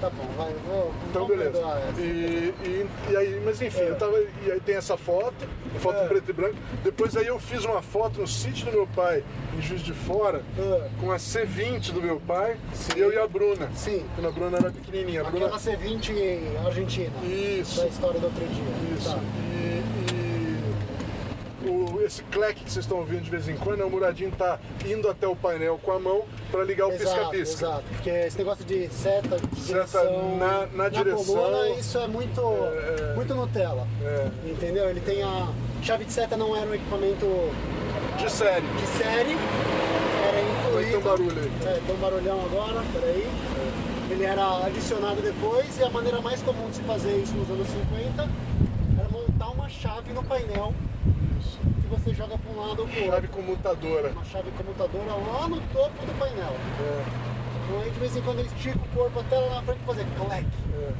S3: Tá bom, vai, eu vou.
S2: Então,
S3: vamos é.
S2: beleza.
S3: perdoar essa.
S2: E, e, e aí, mas enfim,
S3: É.
S2: eu tava. E aí tem essa foto, foto em preto e branco. Depois aí eu fiz uma foto no sítio do meu pai, em Juiz de Fora,
S3: É.
S2: com a C20 do meu pai,
S3: Sim.
S2: eu e a Bruna.
S3: Sim. é
S2: Quando a Bruna era pequenininha. A Bruna...
S3: Aquela C20 argentina.
S2: Isso.
S3: Da história do outro dia.
S2: Isso.
S3: Tá.
S2: E, e o- esse cleque que vocês estão ouvindo de vez em quando é o Muradinho tá indo até o painel com a mão para ligar É o
S3: Exato,
S2: pisca-pisca.
S3: exato. Porque esse negócio de seta, de direção,
S2: na- na direção.
S3: coluna, isso é muito,
S2: É.
S3: muito Nutella.
S2: É.
S3: Entendeu? Ele tem a chave de seta não era um equipamento
S2: De série.
S3: de série, era
S2: Vai
S3: incluído.
S2: ter um barulho aí. É.
S3: É, tem um barulhão agora, peraí. Ele era adicionado depois e a maneira mais comum de se fazer isso nos anos 50 era montar uma chave no painel que você joga para um lado ou para outro.
S2: Chave comutadora.
S3: Uma chave comutadora lá no topo do painel.
S2: É,
S3: Então, aí, de vez em quando eu estico o corpo até lá na frente e fazer clack.
S2: é.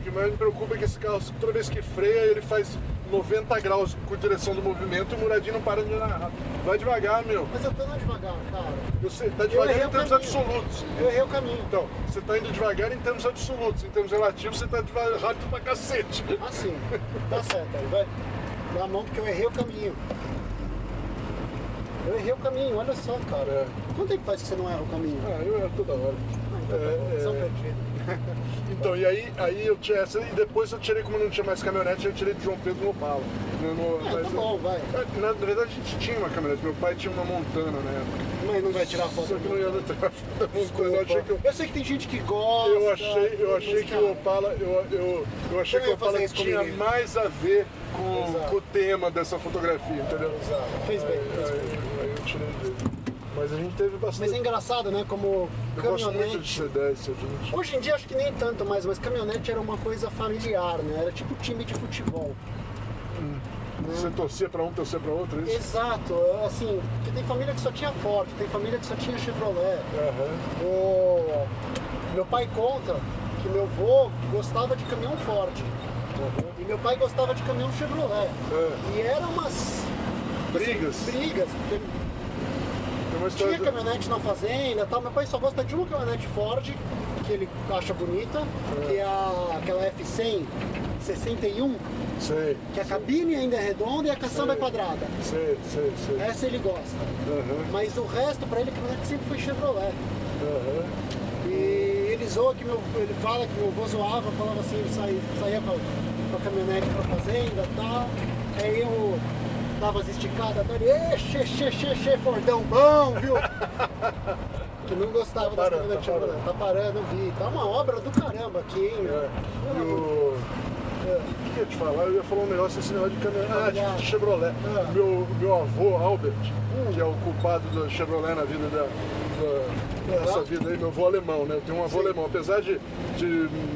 S2: O que mais me preocupa é que esse carro, toda vez que freia, ele faz 90 graus com direção do movimento e o Muradinho não para de andar. Vai devagar, meu.
S3: Mas eu tô andando devagar, cara.
S2: Eu sei, tá devagar
S3: errei
S2: em
S3: o
S2: termos
S3: caminho.
S2: absolutos.
S3: Eu errei o caminho.
S2: Então, você tá indo devagar em termos absolutos. Em termos relativos, você tá deva- rápido pra cacete.
S3: Assim, tá certo, aí vai. Dá a mão porque eu errei o caminho. Eu errei o caminho, olha só, cara.
S2: É.
S3: Quanto tempo faz que você não erra o caminho?
S2: Ah, eu era toda hora.
S3: Ah, então tá bom,
S2: É,
S3: são
S2: é.
S3: perdidos.
S2: Então, e aí, aí eu tinha essa, e depois eu tirei, como não tinha mais caminhonete, eu tirei de João Pedro no Opala. Né, no-
S3: É, tá bom, vai.
S2: Na, na verdade, a gente tinha uma caminhonete, meu pai tinha uma Montana na época.
S3: Mas não vai tirar foto.
S2: Só que não ia dar foto da Montana, eu achei que eu...
S3: Desculpa. Eu sei que tem gente que gosta.
S2: Eu achei, eu achei
S3: mas,
S2: que
S3: cara,
S2: o Opala, eu, eu, eu achei
S3: Eu
S2: que o
S3: ia fazer
S2: Opala
S3: isso com
S2: tinha
S3: ninguém.
S2: mais a ver com,
S3: Exato.
S2: com o tema dessa fotografia, entendeu?
S3: Fez bem, fez
S2: Aí,
S3: bem.
S2: aí eu tirei dele. Mas a gente teve bastante.
S3: Mas é engraçado, né? Como
S2: eu gosto muito de
S3: caminhonete.
S2: C10, C20.
S3: Hoje em dia acho que nem tanto mais, mas caminhonete era uma coisa familiar, né? Era tipo time de futebol. Hum.
S2: Você torcia pra um, torcia pra outro, é isso?
S3: Exato, é assim, porque tem família que só tinha Ford, tem família que só tinha Chevrolet.
S2: Aham.
S3: O... Meu pai conta que meu avô gostava de caminhão Ford. E meu pai gostava de caminhão Chevrolet.
S2: É.
S3: E eram umas Assim,
S2: Brigas. Uhum.
S3: brigas, porque
S2: Tem uma história
S3: tinha
S2: do-
S3: caminhonete na fazenda e tal. Meu pai só gosta de uma caminhonete Ford, que ele acha bonita, que é a- aquela F100 61,
S2: Sei,
S3: que a cabine ainda é redonda e a caçamba é quadrada.
S2: sei, sei, sei.
S3: Essa ele gosta.
S2: Aham,
S3: Mas o resto pra ele, caminhonete sempre foi Chevrolet.
S2: aham.
S3: E ele zoa que meu, ele fala que meu avô zoava, falava assim, ele saía, saía com, a, com a caminhonete pra fazenda e tal. Aí eu dava as esticadas dele, ê, xê, xê, xê, xê, fordão bom, viu? que não gostava
S2: Tá
S3: das
S2: parando, tá parando.
S3: caminhonetes Chevrolet. Tá parando, eu vi. Tá uma obra do caramba aqui, hein? meu?
S2: É. E o. O que que eu ia te falar? Eu ia falar um negócio esse negócio de caminhonete. Ah, de, de Chevrolet.
S3: É.
S2: Meu, meu avô, Albert, que é o culpado da Chevrolet na vida da, da- dessa vida aí, meu avô alemão, né? Eu tenho um avô alemão, apesar de, de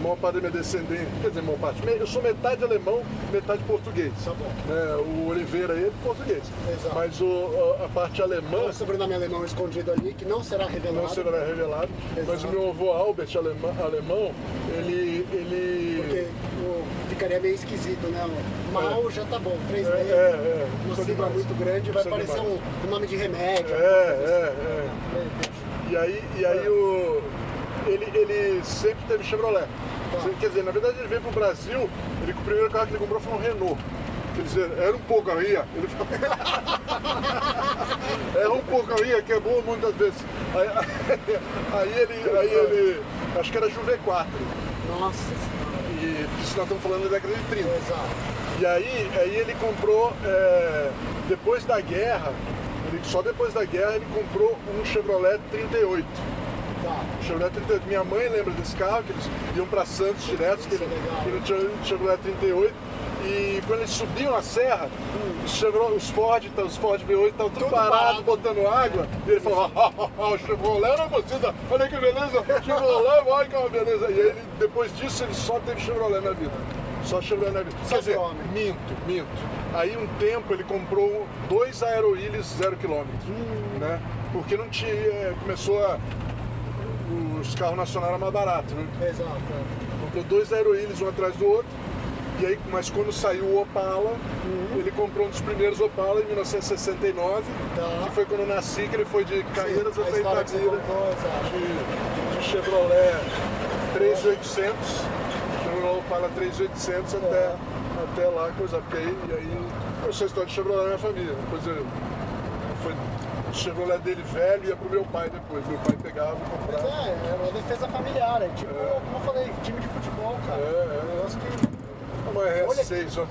S2: maior parte da minha descendência, quer dizer, maior parte, eu sou metade alemão, metade português.
S3: Tá bom.
S2: Né? O Oliveira aí é português.
S3: Exato.
S2: Mas o, a, a parte alemã.
S3: Tem um sobrenome alemão escondido ali que não será revelado.
S2: não será revelado, mas o meu avô Albert alemão, alemão ele, ele
S3: Porque o- ficaria meio esquisito, né? O Mal já tá bom, três
S2: É,
S3: meses.
S2: é, é.
S3: Uma
S2: Isso é
S3: sigla
S2: demais.
S3: muito grande, vai
S2: Isso é
S3: parecer um,
S2: demais.
S3: um nome de remédio.
S2: É, é, é. E aí, e aí o, ele, ele sempre teve Chevrolet.
S3: Tá.
S2: Sempre- Quer dizer, na verdade ele veio pro Brasil, ele, o primeiro carro que ele comprou foi um Renault. Quer dizer, era um porcaria. Ele falou, era um porcaria, quebrou muitas vezes. Aí, aí ele, aí ele, acho que era Juve 4.
S3: Nossa senhora.
S2: E isso nós estamos falando da década de 30.
S3: Exato.
S2: E aí, aí ele comprou, é, depois da guerra, ele- só depois da guerra ele comprou um Chevrolet 38.
S3: Tá.
S2: Um Chevrolet 38. Minha mãe lembra desse carro, que eles iam para Santos direto, que ele, que ele tinha um Chevrolet 38. E quando eles subiam a serra, os, Chevrolet, os Ford, tá- os Ford V8 estavam tudo,
S3: Tudo
S2: parado,
S3: parado.
S2: botando água. E ele falou, ah, ah, ah, o Chevrolet não precisa, olha que beleza, Chevrolet, olha que é uma beleza. E aí, ele, depois disso ele só teve Chevrolet na vida. Só Chevrolet na vida.
S3: Só
S2: Quer dizer,
S3: homem.
S2: Minto, minto. Aí um tempo ele comprou dois aeroilhas zero quilômetro,
S3: Hum.
S2: né? Porque não tinha. eh, Começou a. Os carros nacionais eram mais baratos, né?
S3: Exato. é.
S2: Comprou dois aeroilhas um atrás do outro. E aí, mas quando saiu o Opala,
S3: Uhum.
S2: ele comprou um dos primeiros Opala em 1969,
S3: Tá.
S2: que foi quando eu nasci, que ele foi de Carreiras
S3: Sim, a
S2: até
S3: história que você
S2: Itabira
S3: contou, exato.
S2: de, de Chevrolet 3800, Chevrolet Opala 3800 até,
S3: É.
S2: até lá, coisa, porque aí, e aí eu sei a história de Chevrolet na minha família, depois eu, foi, o Chevrolet dele velho ia pro meu pai depois, meu pai pegava e
S3: Mas
S2: comprava.
S3: é, é uma defesa familiar, é tipo, como eu falei, time de futebol, cara.
S2: É, é.
S3: um negócio que.
S2: Uma RS6, ó.
S3: Isso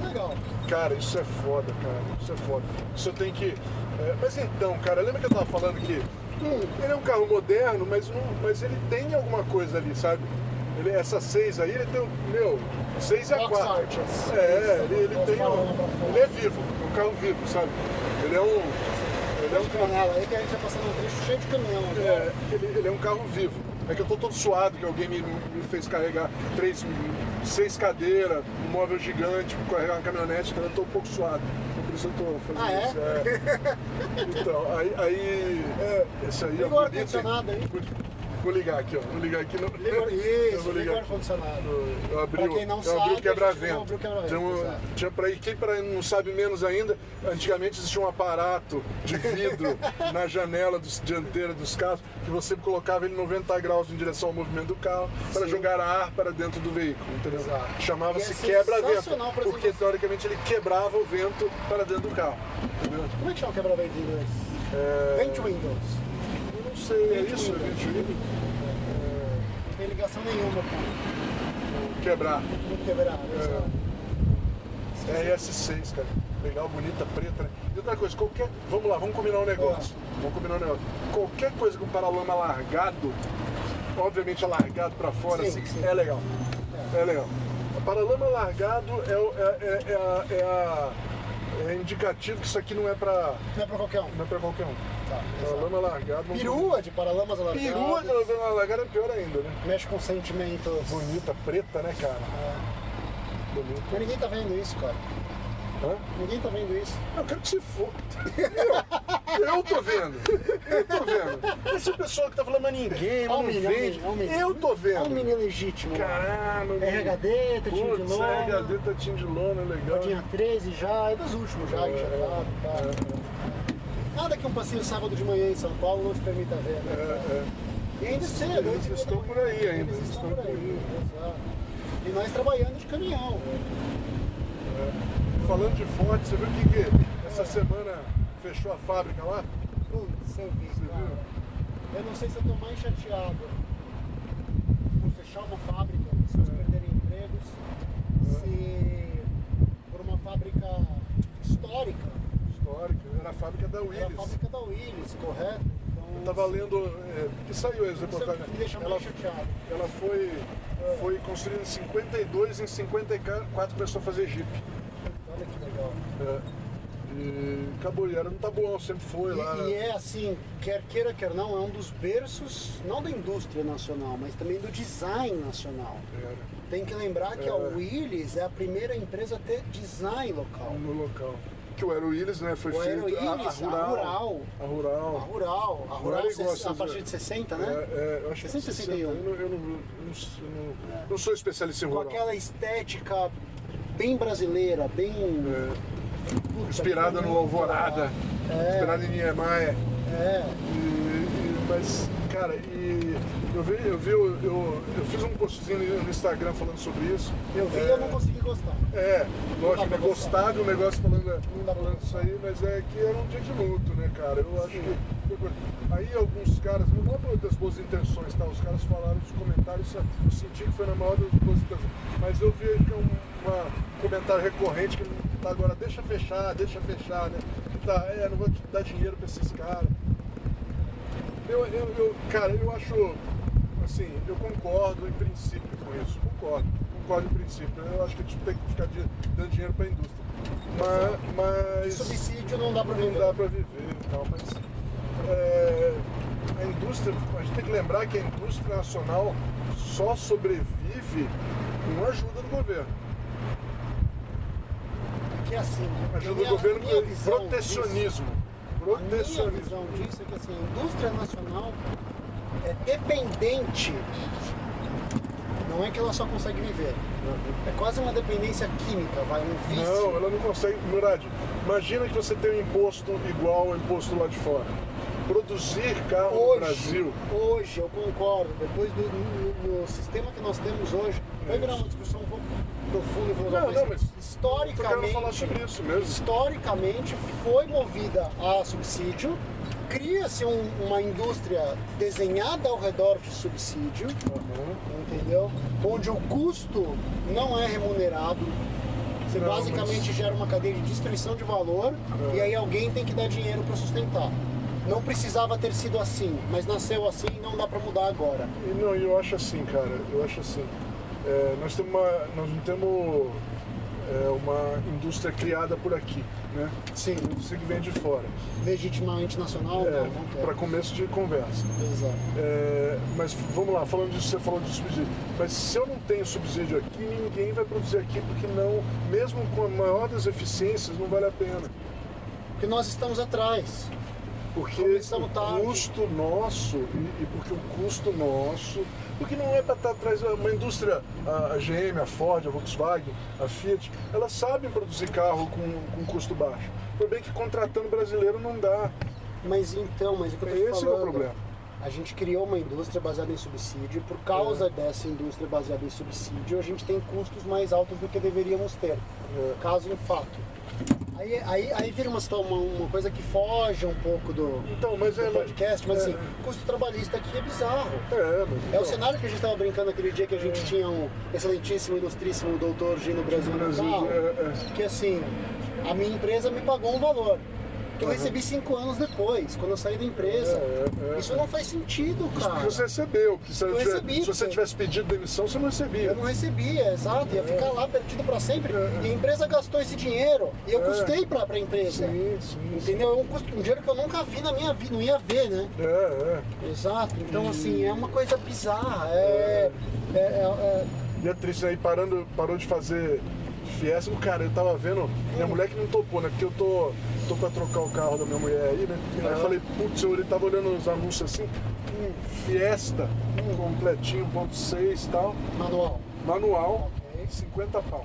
S3: é legal.
S2: Cara, isso é foda, cara. Isso é foda. Isso eu tenho que. é, mas então, cara, lembra que eu tava falando que hum, ele é um carro moderno, mas, não, mas ele tem alguma coisa ali, sabe? Ele, essa 6 aí, ele tem o. Meu, 6 e a
S3: Box
S2: 4.
S3: arches.
S2: É, ele, ele
S3: Box
S2: tem
S3: arches.
S2: um. Ele é vivo, um carro vivo, sabe? Ele é um. Ele é um
S3: De panela aí que a gente vai passando um trecho cheio de caminhão.
S2: é, ele, ele é um carro vivo. É que eu tô todo suado, que alguém me, me fez carregar três, seis cadeiras, um móvel gigante, carregar uma caminhonete, então eu tô um pouco suado. Então por isso eu tô fazendo
S3: Ah, é?
S2: isso. É. Então, aí. aí é, esse aí é
S3: Liga o ar-condicionado aí.
S2: Vou, vou ligar aqui, ó. Vou ligar aqui no.
S3: Liga o-
S2: eu
S3: Isso,
S2: vou
S3: liga o
S2: ligar aqui.
S3: ar-condicionado.
S2: Eu abri,
S3: Pra
S2: o-
S3: quem não
S2: eu
S3: sabe,
S2: abri
S3: a
S2: o
S3: gente não abriu
S2: quebra-vento.
S3: o quebra-vento,
S2: Tinha um-
S3: exato.
S2: tinha pra ir, quem pra, não sabe menos ainda, antigamente existia um aparato de vidro na janela dos, dianteira dos carros que você colocava ele 90 graus em direção ao movimento do carro para
S3: Sim.
S2: jogar ar para dentro do veículo. entendeu?
S3: Exato.
S2: Chamava-se
S3: E é
S2: quebra-vento,
S3: sensacional pra
S2: porque
S3: apresentação.
S2: teoricamente ele quebrava o vento para dentro do carro. Entendeu?
S3: Como é que chama o quebra-vento em inglês? Vent Windows.
S2: Eu não sei, é isso?
S3: Vent
S2: gente?
S3: Não tem ligação nenhuma com
S2: Quebrar.
S3: o quebrado. exato.
S2: É RS6, cara. Legal, bonita, preta, né? E outra coisa, qualquer. Vamos lá, vamos combinar um negócio. Vamos combinar um negócio. Qualquer coisa com paralama largado, obviamente alargado pra fora,
S3: Sim,
S2: assim,
S3: sim.
S2: é legal. É legal. Paralama largado é, o- é, é, é, a- é a- é indicativo que isso aqui não é pra,
S3: Não é pra qualquer um.
S2: não é pra qualquer um.
S3: Tá,
S2: Paralama largado. vamos-
S3: Perua de paralamas alargadas.
S2: Perua de paralama largado é pior ainda, né?
S3: Mexe com sentimentos.
S2: Bonita, preta, né, cara? Bonita.
S3: Mas ninguém tá vendo isso, cara.
S2: Hã?
S3: Ninguém tá vendo isso.
S2: Eu quero que se foda. Eu, eu tô vendo. Eu tô vendo. Esse pessoal que tá falando, mas ninguém, mas não
S3: Homem,
S2: vende.
S3: homem, homem.
S2: Eu tô
S3: É um
S2: vendo.
S3: menino É legítimo.
S2: Caralho. meu.
S3: RHD, Tatinho de
S2: Putz, é
S3: Lona.
S2: RHD, Tatinho tá de Lona, legal.
S3: Eu tinha 13 já, é dos últimos já, que já tá, tá. Nada que um passeio sábado de manhã em São Paulo não te permita ver,
S2: É,
S3: né?
S2: é.
S3: E ainda cedo,
S2: Eles
S3: ainda
S2: estão por aí ainda,
S3: Eles
S2: eles
S3: estão
S2: estão
S3: por aí,
S2: por aí.
S3: exato. E nós trabalhando de caminhão.
S2: né? Falando de Ford, você viu que, que essa semana fechou a fábrica lá?
S3: Putz, eu vi, cara. Eu não sei se eu tô mais chateado por fechar uma fábrica, se eles
S2: É.
S3: perderem empregos, se por uma fábrica histórica,
S2: Histórica. Era a fábrica da
S3: era a
S2: Willis.
S3: fábrica da Willis, correto? Então,
S2: Eu tava lendo, é, que saiu esse
S3: Isso é o
S2: reportagem.
S3: que me deixa
S2: Ela-
S3: mais chateado.
S2: Ela foi, foi construída em 52, em 54 começou a fazer Jeep.
S3: Olha que legal.
S2: É. E acabou, e era no Tabuão, sempre foi lá. né?
S3: E, e é assim, quer queira, quer não, é um dos berços, não da indústria nacional, mas também do design nacional.
S2: Era,
S3: Tem que lembrar que
S2: É.
S3: a Willys é a primeira empresa a ter design local.
S2: no local. é um Que o Aero Willis, né? Foi
S3: O Aero
S2: feito a, a
S3: Willis, a
S2: rural.
S3: Rural.
S2: A rural.
S3: A rural, a rural
S2: Rural é gosta
S3: a
S2: de-
S3: partir de 60, né?
S2: É, é, eu acho que
S3: 60, 61.
S2: Eu, não, eu não- eu não- eu não- não sou especialista em
S3: Com
S2: rural.
S3: aquela estética bem brasileira, bem.
S2: É,
S3: puta,
S2: inspirada
S3: bem-
S2: no Alvorada, inspirada em Niemeyer.
S3: É,
S2: E- e- mas, cara, e eu vi, eu, vi eu, eu, eu fiz um postzinho no Instagram falando sobre isso.
S3: eu vi e
S2: é,
S3: eu não consegui gostar.
S2: É, lógico,
S3: Não dá pra
S2: né? Gostar de um negócio falando, não
S3: dá pra
S2: falando isso aí, mas é que era um dia de luto, né, cara? Eu acho que. foi coisa- Aí alguns caras, não vou falar das boas intenções, tá? Os caras falaram nos comentários, é, eu senti que foi na maior das boas intenções. Mas eu vi que é um uma- um comentário recorrente que tá agora, deixa fechar, deixa fechar, né? Que tá, é, não vou te dar dinheiro pra esses caras. Eu, eu, eu- cara, eu acho, assim, eu concordo em princípio com isso, concordo, concordo em princípio. Eu acho que a gente tem que ficar di- dando dinheiro para a indústria. Mas, mas
S3: Subsídio não dá pra é
S2: não
S3: viver.
S2: dá para viver e tal, mas é, a indústria, a gente tem que lembrar que a indústria nacional só sobrevive com a ajuda do governo.
S3: Que é assim.
S2: A ajuda
S3: minha-
S2: do governo
S3: minha
S2: com
S3: visão
S2: protecionismo.
S3: disso- a minha
S2: Protecionismo.
S3: visão disso é que assim, a indústria nacional é dependente. Não é que ela só consegue viver. É quase uma dependência química, vai, um vício.
S2: Não, ela não consegue. Murad, imagina que você tem um imposto igual ao imposto lá de fora. Produzir carro no Brasil.
S3: Hoje, eu concordo, depois do no- no sistema que nós temos hoje, vai virar uma discussão um pouco profunda e
S2: Não,
S3: filosófica.
S2: não, mas Eu quero
S3: historicamente,
S2: falar sobre isso mesmo.
S3: historicamente foi movida a subsídio, cria-se um- uma indústria desenhada ao redor de subsídio,
S2: Uhum.
S3: entendeu? Onde o custo não é remunerado. Você
S2: Não,
S3: basicamente gera uma cadeia de destruição de valor
S2: É.
S3: e aí alguém tem que dar dinheiro para sustentar. Não precisava ter sido assim, mas nasceu assim e não dá para mudar agora.
S2: E não, e eu acho assim, cara, eu acho assim. É, nós temos uma. Nós não temos é, uma indústria criada por aqui, né?
S3: Sim,
S2: Uma indústria que vem de fora.
S3: legitimamente nacional, não, não
S2: É,
S3: quero.
S2: para começo de conversa.
S3: Exato.
S2: É, mas vamos lá, falando disso, você falou de subsídio. Mas se eu não tenho subsídio aqui, ninguém vai produzir aqui, porque não, mesmo com a maior das eficiências, não vale a pena.
S3: Porque nós estamos atrás.
S2: Porque
S3: Começamos tarde.
S2: o custo nosso, e, e porque o custo nosso, porque não é para estar atrás, uma indústria, a, a GM, a Ford, a Volkswagen, a Fiat, elas sabem produzir carro com, com custo baixo. Foi bem que contratando brasileiro não dá.
S3: Mas então, mas o que eu tô te
S2: Esse que é o
S3: falando,
S2: problema.
S3: A gente criou uma indústria baseada em subsídio e por
S2: É.
S3: causa dessa indústria baseada em subsídio, a gente tem custos mais altos do que deveríamos ter.
S2: É.
S3: Caso em fato. Aí, aí, aí vira uma, situa- uma, uma coisa que foge um pouco do,
S2: Então, mas é.
S3: do podcast, mas
S2: é,
S3: assim, custo trabalhista aqui é bizarro.
S2: É, mas,
S3: É
S2: então,
S3: o cenário que a gente estava brincando aquele dia que a gente tinha um excelentíssimo, ilustríssimo doutor Gino Brasil no
S2: Brasil,
S3: carro,
S2: é,
S3: que assim, a minha empresa me pagou um valor que eu recebi cinco anos depois, quando eu saí da empresa.
S2: É, é, é.
S3: Isso não faz sentido, cara.
S2: Você recebeu, porque se,
S3: Ah. Eu
S2: tiver-
S3: recebi,
S2: se você
S3: porque-
S2: tivesse pedido demissão, você não recebia.
S3: Eu não recebia, exato, ia ficar lá perdido para sempre.
S2: É.
S3: E a empresa gastou esse dinheiro e eu
S2: É.
S3: custei para a empresa.
S2: Sim, sim. sim.
S3: Entendeu? É um, custo, um dinheiro que eu nunca vi na minha vida, não ia ver, né?
S2: É, é.
S3: Exato. Então, assim, é uma coisa bizarra. É, é, é-
S2: E é triste, né? E parando, parou de fazer Fiesta. O Cara, eu tava vendo,
S3: Hum.
S2: minha mulher que não topou, né? Porque eu tô, tô pra trocar o carro da minha mulher aí, né? Aí eu falei, putz, eu- ele tava olhando os anúncios assim, hum, Fiesta, um
S3: Hum.
S2: completinho, ponto 6 e tal,
S3: é manual.
S2: manual,
S3: Ok.
S2: 50 pau.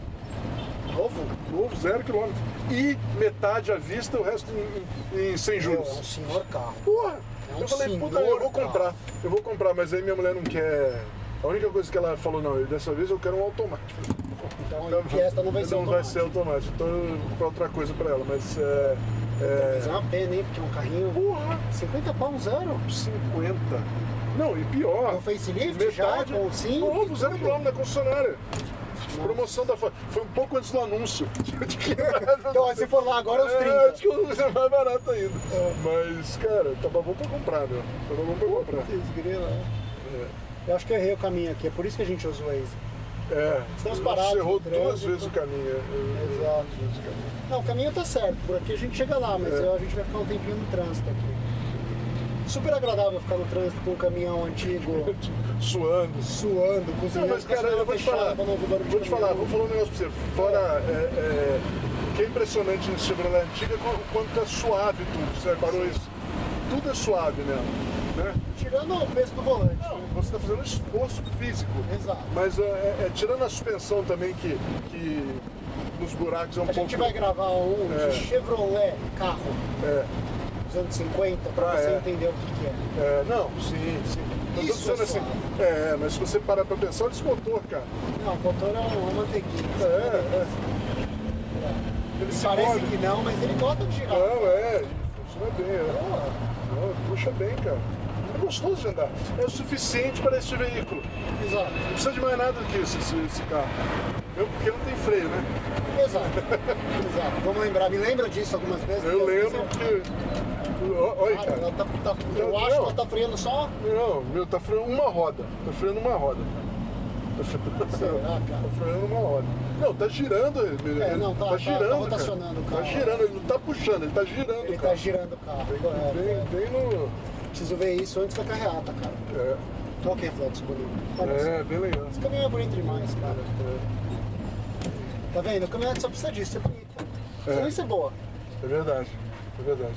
S3: Novo?
S2: Novo, zero quilômetro. E metade à vista, o resto em, em- em- sem
S3: Meu,
S2: juros.
S3: é um senhor carro.
S2: Porra!
S3: É um
S2: eu falei, puta,
S3: senhor,
S2: eu vou
S3: cara.
S2: comprar. Eu vou comprar, mas aí minha mulher não quer. A única coisa que ela falou, não, dessa vez eu quero um automático.
S3: Então, a Fiesta não vai ser
S2: Não vai
S3: automático.
S2: ser automático. Então eu vou comprar outra coisa pra ela, mas é. é...
S3: Mas é uma pena, hein? Porque é um carrinho.
S2: Porra!
S3: 50 pau, um zero.
S2: 50. Não, e pior.
S3: No facelift já,
S2: metade-
S3: com um sim.
S2: Novo, zero quilômetro na concessionária. Promoção da. Fa- Foi um pouco antes do anúncio.
S3: Então, ó, se for lá agora, é uns
S2: É,
S3: 30.
S2: acho que é mais barato ainda. Mas, cara, tava bom pra comprar, meu. Tava bom pra comprar. né?
S3: Desgrila, é. Eu acho que eu errei o caminho aqui, é por isso que a gente usa o Waze.
S2: É,
S3: Estamos parados no
S2: Cerrou duas
S3: trânsito.
S2: vezes o caminho. é, é,
S3: Exato.
S2: duas vezes o caminho.
S3: Não, o caminho tá certo, por aqui a gente chega lá, mas
S2: É.
S3: a gente vai ficar um tempinho no trânsito aqui. Super agradável ficar no trânsito com o caminhão antigo
S2: Suando.
S3: suando, com os
S2: Não, mas cara, eu vou te falar, vou te falar, vou falar um negócio pra você. Fora, é, é, o que é impressionante nesse Chevrolet antiga é o quanto tá suave tudo, você reparou isso? Tudo é suave nela, né?
S3: Tirando o peso do volante.
S2: Não, você tá fazendo esforço físico.
S3: Exato.
S2: Mas é, é, é, tirando a suspensão também que, que nos buracos é um
S3: A
S2: pouco...
S3: gente vai gravar um
S2: É.
S3: de Chevrolet carro
S2: É,
S3: dos anos 50 pra
S2: Ah,
S3: você
S2: é.
S3: entender o que, que é.
S2: é, não, sim, sim. Mas eu tô
S3: Isso é
S2: dizendo assim,
S3: suave.
S2: é, mas se você parar pra pensar, olha esse motor, cara.
S3: Não, o motor é uma manteiguinha.
S2: É, é. Ele se
S3: Parece
S2: move.
S3: que tá. não, mas ele um gosta de girar.
S2: Não, é, funciona bem. É.
S3: Boa.
S2: Não, puxa bem, cara. É gostoso de andar. É o suficiente para esse veículo. Não
S3: Exato.
S2: precisa de mais nada do que esse, esse, esse carro. Eu, porque não tem freio, né?
S3: Exato. Exato. Vamos lembrar, me lembra disso algumas vezes.
S2: Eu
S3: porque às vezes
S2: lembro que. Ó, Olha,
S3: Cara, ela
S2: cara.
S3: tá, tá-
S2: Não,
S3: eu acho que
S2: não.
S3: ela tá freando só.
S2: Não, meu, tá freando uma roda. Tá freando uma roda. Tá freando,
S3: Será, cara?
S2: Tá freando uma roda. Não, tá girando. Ele,
S3: É, não, tá-
S2: tá,
S3: tá-
S2: girando.
S3: tá
S2: cara.
S3: rotacionando o
S2: Tá
S3: carro.
S2: girando, ele não tá puxando, ele tá girando.
S3: Ele
S2: cara.
S3: tá girando é, o carro.
S2: Bem,
S3: correto.
S2: bem, bem no.
S3: Preciso ver isso antes da carreata, cara.
S2: É,
S3: Olha que reflexo bonito. Olha isso.
S2: é bem legal.
S3: Esse caminhão é bonito demais, cara.
S2: É,
S3: Tá vendo? O caminhão só precisa disso, é bonito. Senão isso é boa.
S2: É verdade, é verdade.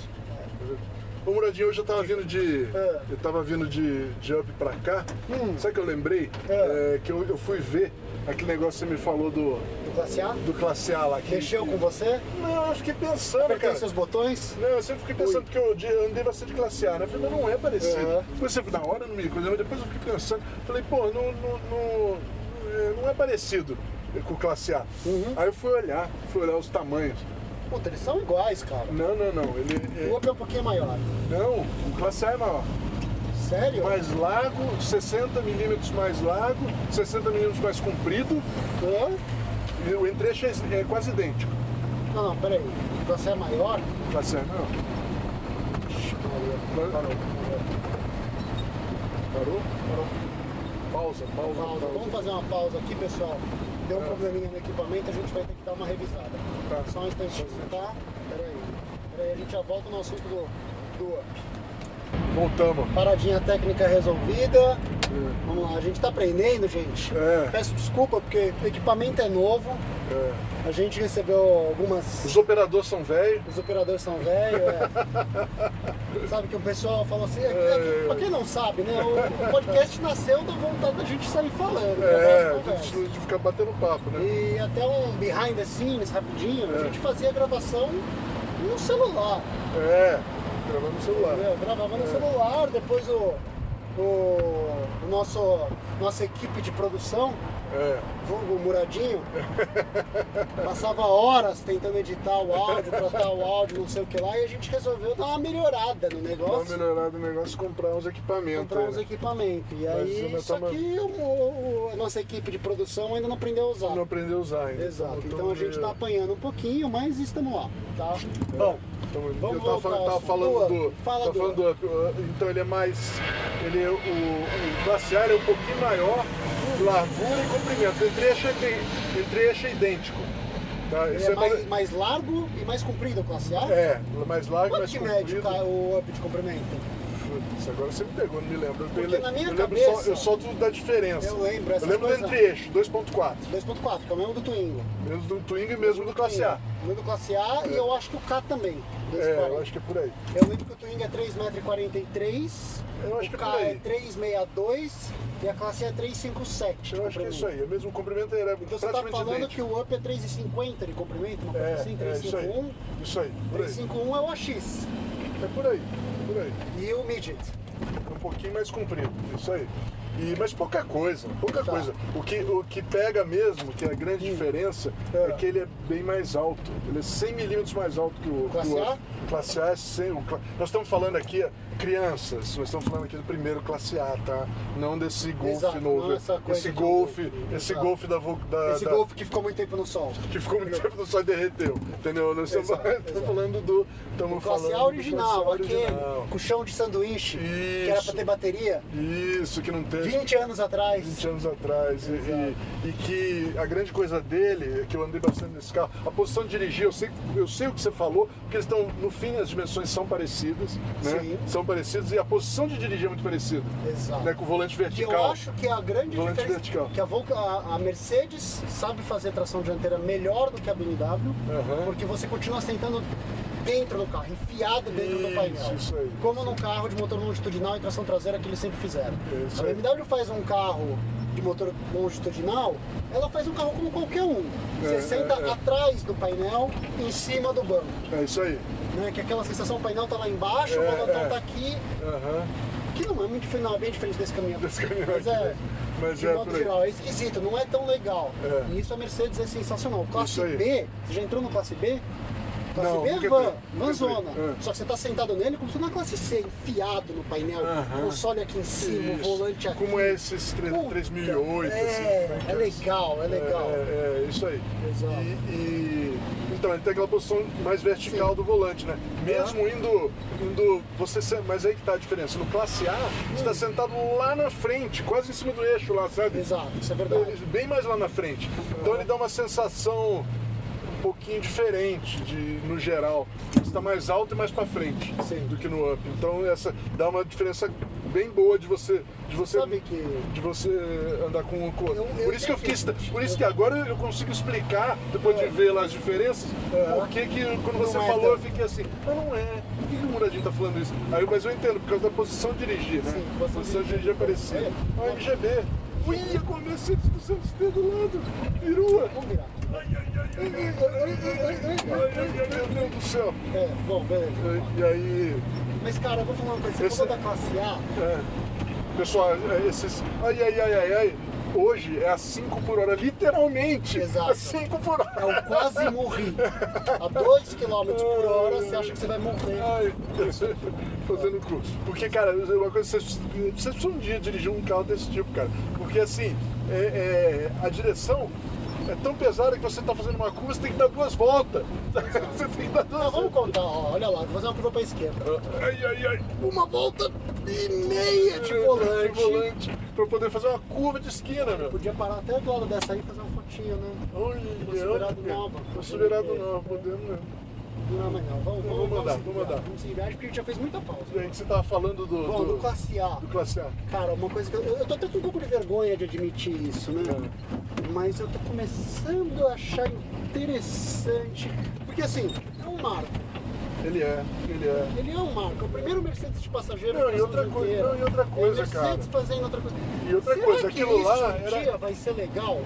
S2: Ô Muradinho, hoje eu tava vindo de.
S3: É.
S2: Eu tava vindo de, de up pra cá.
S3: Hum.
S2: Sabe o que eu lembrei?
S3: É.
S2: É, que eu, eu fui ver aquele negócio que você me falou do,
S3: do classe A?
S2: do classe A lá. Que,
S3: Mexeu assim, ah, com você?
S2: Não, eu fiquei pensando,
S3: Apertei
S2: cara.
S3: seus botões?
S2: Não, eu sempre fiquei pensando, porque eu, de- eu andei bastante classe A, né? Eu falei, mas não é parecido.
S3: É.
S2: Depois você, na hora eu não me coisa, mas depois eu fiquei pensando, falei, pô, não, não, não, é, não é parecido com o classe A. Aí eu fui olhar, fui olhar os tamanhos.
S3: Puta, eles são iguais, cara.
S2: Não, não, não. Ele,
S3: O
S2: é,
S3: outro é um pouquinho maior.
S2: não, o classe A é maior.
S3: Sério?
S2: mais largo, 60 milímetros mais largo, 60 milímetros mais comprido,
S3: Hã?
S2: e o entrecho é, é quase idêntico.
S3: Não, não, peraí. Você é maior?
S2: Tá certo? Não.
S3: Ixi, Maria.
S2: Parou.
S3: Parou.
S2: Parou? Parou. Pausa, pausa,
S3: Pausa. Vamos
S2: pausa.
S3: fazer uma pausa aqui, pessoal. Deu um probleminha no equipamento, a gente vai ter que dar uma revisada.
S2: Tá.
S3: Só um instantinho, tá? Peraí. Peraí, a gente já volta no assunto do, do up.
S2: Voltamos.
S3: Paradinha técnica resolvida. Vamos lá, a gente tá aprendendo, gente.
S2: É.
S3: Peço desculpa porque o equipamento é novo.
S2: É.
S3: A gente recebeu algumas.
S2: Os operadores são velhos.
S3: Os operadores são velhos. é. Sabe que o pessoal falou assim. É, é, pra quem não sabe, né? O o podcast nasceu da vontade da gente sair falando. da
S2: É,
S3: nossa
S2: a
S3: conversa.
S2: gente fica batendo papo, né?
S3: E até um behind the scenes rapidinho, a gente fazia a gravação no celular.
S2: É, gravando no celular.
S3: entendeu? Gravava
S2: É.
S3: no celular, depois o, o, o nosso, nossa equipe de produção
S2: É.
S3: vulgo Muradinho, passava horas tentando editar o áudio, tratar o áudio, não sei o que lá, e a gente resolveu dar uma melhorada
S2: Dá
S3: no
S2: uma
S3: negócio.
S2: melhorada no negócio comprar uns equipamentos.
S3: Comprar uns
S2: né?
S3: equipamentos. E
S2: Mas,
S3: aí,
S2: mas
S3: só
S2: tá-
S3: que o- o- a nossa equipe de produção ainda não aprendeu a usar.
S2: Não aprendeu é- a usar ainda.
S3: Exato.
S2: Tamo-
S3: Então
S2: tamo
S3: a gente
S2: meio-
S3: tá apanhando um pouquinho, mas estamos lá, tá?
S2: É.
S3: Bom,
S2: Então,
S3: vamos
S2: eu tava
S3: voltar
S2: falando, tava
S3: ao
S2: falando
S3: assunto.
S2: do.
S3: Fala
S2: tava
S3: do-
S2: falando do up. Uh, Então ele é mais. Ele é o, o classe A ele é um pouquinho maior, largura e comprimento. Entre eixo é, ide- entre eixo é idêntico. Tá?
S3: ele
S2: Isso
S3: é mais, mais largo e mais comprido o classe A.
S2: é, mais largo,
S3: Quanto
S2: mais
S3: que
S2: comprido.
S3: mede o ca- o up de comprimento?
S2: Putz, agora você me pegou, não me lembro. Eu,
S3: Porque
S2: lembro-
S3: na minha
S2: eu lembro
S3: cabeça-
S2: só, eu só do- da diferença.
S3: Eu lembro
S2: Eu
S3: essas
S2: lembro do
S3: coisas.
S2: entre eixo, 2.4.
S3: 2.4, que é o mesmo do Twingo.
S2: Mesmo do Twingo e mesmo do classe A.
S3: O mesmo do classe A e eu acho que o K também.
S2: É,
S3: 240.
S2: eu acho que é por aí.
S3: Eu lembro que o Twingo é 3,43m,
S2: Eu acho
S3: o
S2: que é
S3: K
S2: por aí.
S3: é 3,62 e a classe é 3,57.
S2: Eu acho que é isso aí. É mesmo o comprimento era
S3: Então você tá
S2: praticamente
S3: falando
S2: idêntico.
S3: que o up é 3,50 de comprimento, uma coisa
S2: É,
S3: assim,
S2: é isso aí.
S3: 3,51.
S2: Isso aí, por aí.
S3: 3,51 é o AX
S2: É por aí, é por aí.
S3: e o midget.
S2: Um pouquinho mais comprido, isso aí. E, mas pouca coisa, pouca
S3: Tá. Hum.
S2: coisa. O que, o que pega mesmo, que é a grande diferença, é.
S3: É.
S2: que ele é bem mais alto. Ele é 100 milímetros mais alto que o
S3: Classe
S2: que o
S3: A?
S2: outro. O classe A é 100. o cla- Nós estamos falando aqui, ó, crianças, nós estamos falando aqui do primeiro classe A, tá? Não desse Golf
S3: Exato,
S2: novo.
S3: não essa coisa
S2: esse
S3: de-
S2: Golf, esse
S3: Exato.
S2: Golf da, Vol- da,
S3: Esse
S2: da-
S3: Golf que ficou muito tempo no sol.
S2: que ficou muito tempo no sol e derreteu, entendeu? Nós estamos
S3: Exato,
S2: estamos
S3: exato.
S2: falando do. Estamos
S3: Classe
S2: falando
S3: A
S2: do
S3: original,
S2: classe A
S3: aquele,
S2: original.
S3: com chão de sanduíche,
S2: Isso.
S3: que era pra ter bateria.
S2: Isso, que não tem.
S3: 20 anos atrás.
S2: 20 anos atrás. E, e- e que a grande coisa dele, é que eu andei bastante nesse carro, a posição de dirigir, eu sei, eu sei o que você falou, porque eles estão, no fim, as dimensões são parecidas, né?
S3: Sim.
S2: São parecidas e a posição de dirigir é muito parecida.
S3: Exato.
S2: Né? Com o volante
S3: Que
S2: vertical.
S3: eu acho que é a grande
S2: Volante
S3: diferença
S2: vertical.
S3: que a, Volca- a- a Mercedes sabe fazer tração dianteira melhor do que a BMW,
S2: Aham.
S3: porque você continua sentando dentro do carro, enfiado dentro do
S2: Isso,
S3: painel.
S2: isso aí.
S3: Como no carro de motor longitudinal e tração traseira que eles sempre fizeram.
S2: Isso
S3: a
S2: aí.
S3: BMW faz um carro de motor longitudinal, ela faz um carro como qualquer um. Você
S2: É,
S3: senta
S2: é, é.
S3: atrás do painel, em cima do banco.
S2: É isso aí.
S3: Né? Que aquela sensação, o painel tá lá embaixo,
S2: É,
S3: o volantão
S2: é.
S3: tá aqui,
S2: Aham.
S3: que não é muito diferente, não, é bem diferente desse caminhão.
S2: Desse caminhão
S3: Mas
S2: aqui,
S3: é,
S2: né? Mas
S3: de
S2: é por
S3: modo
S2: aí.
S3: geral, é esquisito, não é tão legal.
S2: É.
S3: E isso a Mercedes é sensacional. O Classe
S2: Isso aí.
S3: B, você já entrou no Classe B? Classe
S2: Não,
S3: B
S2: nunca
S3: é van,
S2: entrei, nunca
S3: vanzona.
S2: entrei. É.
S3: Só que você tá sentado nele como se fosse na Classe C, enfiado no painel,
S2: Aham.
S3: console aqui em cima, o
S2: Isso.
S3: volante aqui.
S2: Como é esses tre-
S3: Puta,
S2: 3008, assim,
S3: É,
S2: como é que
S3: é
S2: é?
S3: legal, é legal.
S2: É, é, isso aí.
S3: Exato.
S2: E, e- então ele tem aquela posição mais vertical do volante, né? Mesmo indo, indo você, se- mas aí que tá a diferença. No classe A, você está sentado lá na frente, quase em cima do eixo lá, sabe?
S3: Hum. Exato, isso é verdade.
S2: Bem mais lá na frente. Então ele dá uma sensação um pouquinho diferente de no geral. Está mais alto e mais para frente
S3: Sim.
S2: do que no up. Então essa dá uma diferença bem boa de você de você
S3: Sabe que-
S2: de você andar com o
S3: Eu- eu
S2: Por isso que eu fiquei
S3: entendi.
S2: por isso que agora eu consigo explicar depois de ver lá as diferenças por que que quando você
S3: É. Não é
S2: falou
S3: tão-
S2: eu fiquei assim, mas não é. Por que que o Muradinho tá falando isso? Aí, mas eu entendo, por causa da posição de dirigir, né?
S3: Sim,
S2: a
S3: posição
S2: posição
S3: de
S2: de dirigir é
S3: dirigir.
S2: parecida. A MGB. Ui, a Mercedes 200 do lado. Virou.
S3: Vamos virar.
S2: Ai, ai, ai, ai, ai, ai, ai, Meu Deus do céu.
S3: É, bom, beleza. vamos lá.
S2: E aí,
S3: Mas cara, eu vou falar uma coisa, você
S2: Esse-
S3: falou da Classe A,
S2: é, pessoal, é, esses. Ai, ai, ai, ai, ai. Hoje é a 5 por hora, literalmente.
S3: Exato.
S2: A 5 por hora.
S3: É o quase morri. A 2 km por hora você acha que você vai morrer.
S2: Ai, fazendo curso. Porque, cara, uma coisa, você você precisa um dia dirigir um carro desse tipo, cara. Porque, assim, é- é, a direção é tão pesada que você tá fazendo uma curva, você tem que dar duas voltas. Você tem que dar duas
S3: Não, Ah, vamos
S2: voltas.
S3: contar, ó, olha lá, vou fazer uma curva pra esquerda.
S2: Ai, ai, ai.
S3: Uma volta e meia de
S2: De
S3: volante.
S2: volante. Pra poder fazer uma curva de esquina, meu.
S3: Podia parar até do lado dessa aí e fazer uma fotinha, né? Considerado nova.
S2: Considerado nova, né? podemos mesmo.
S3: Não, mas não, vamos,
S2: Vou
S3: vamos,
S2: mandar,
S3: vamos,
S2: vou
S3: seguir,
S2: mandar.
S3: vamos seguir viagem porque a gente já fez muita pausa.
S2: Bem, que você tava falando do,
S3: Bom,
S2: do,
S3: do classe A.
S2: do classe A.
S3: Cara, uma coisa que eu, eu tô até com um pouco de vergonha de admitir isso, né? Mas eu tô começando a achar interessante. Porque assim, é um marco.
S2: Ele é, ele é.
S3: Ele é um marco, é o primeiro Mercedes de passageiro
S2: Não,
S3: da
S2: e outra
S3: nação
S2: coisa-
S3: inteira.
S2: não, e outra
S3: É o
S2: coisa,
S3: Mercedes fazendo outra coisa.
S2: E outra
S3: Será
S2: coisa,
S3: que
S2: aquilo
S3: isso
S2: lá
S3: um
S2: era-
S3: dia vai ser legal?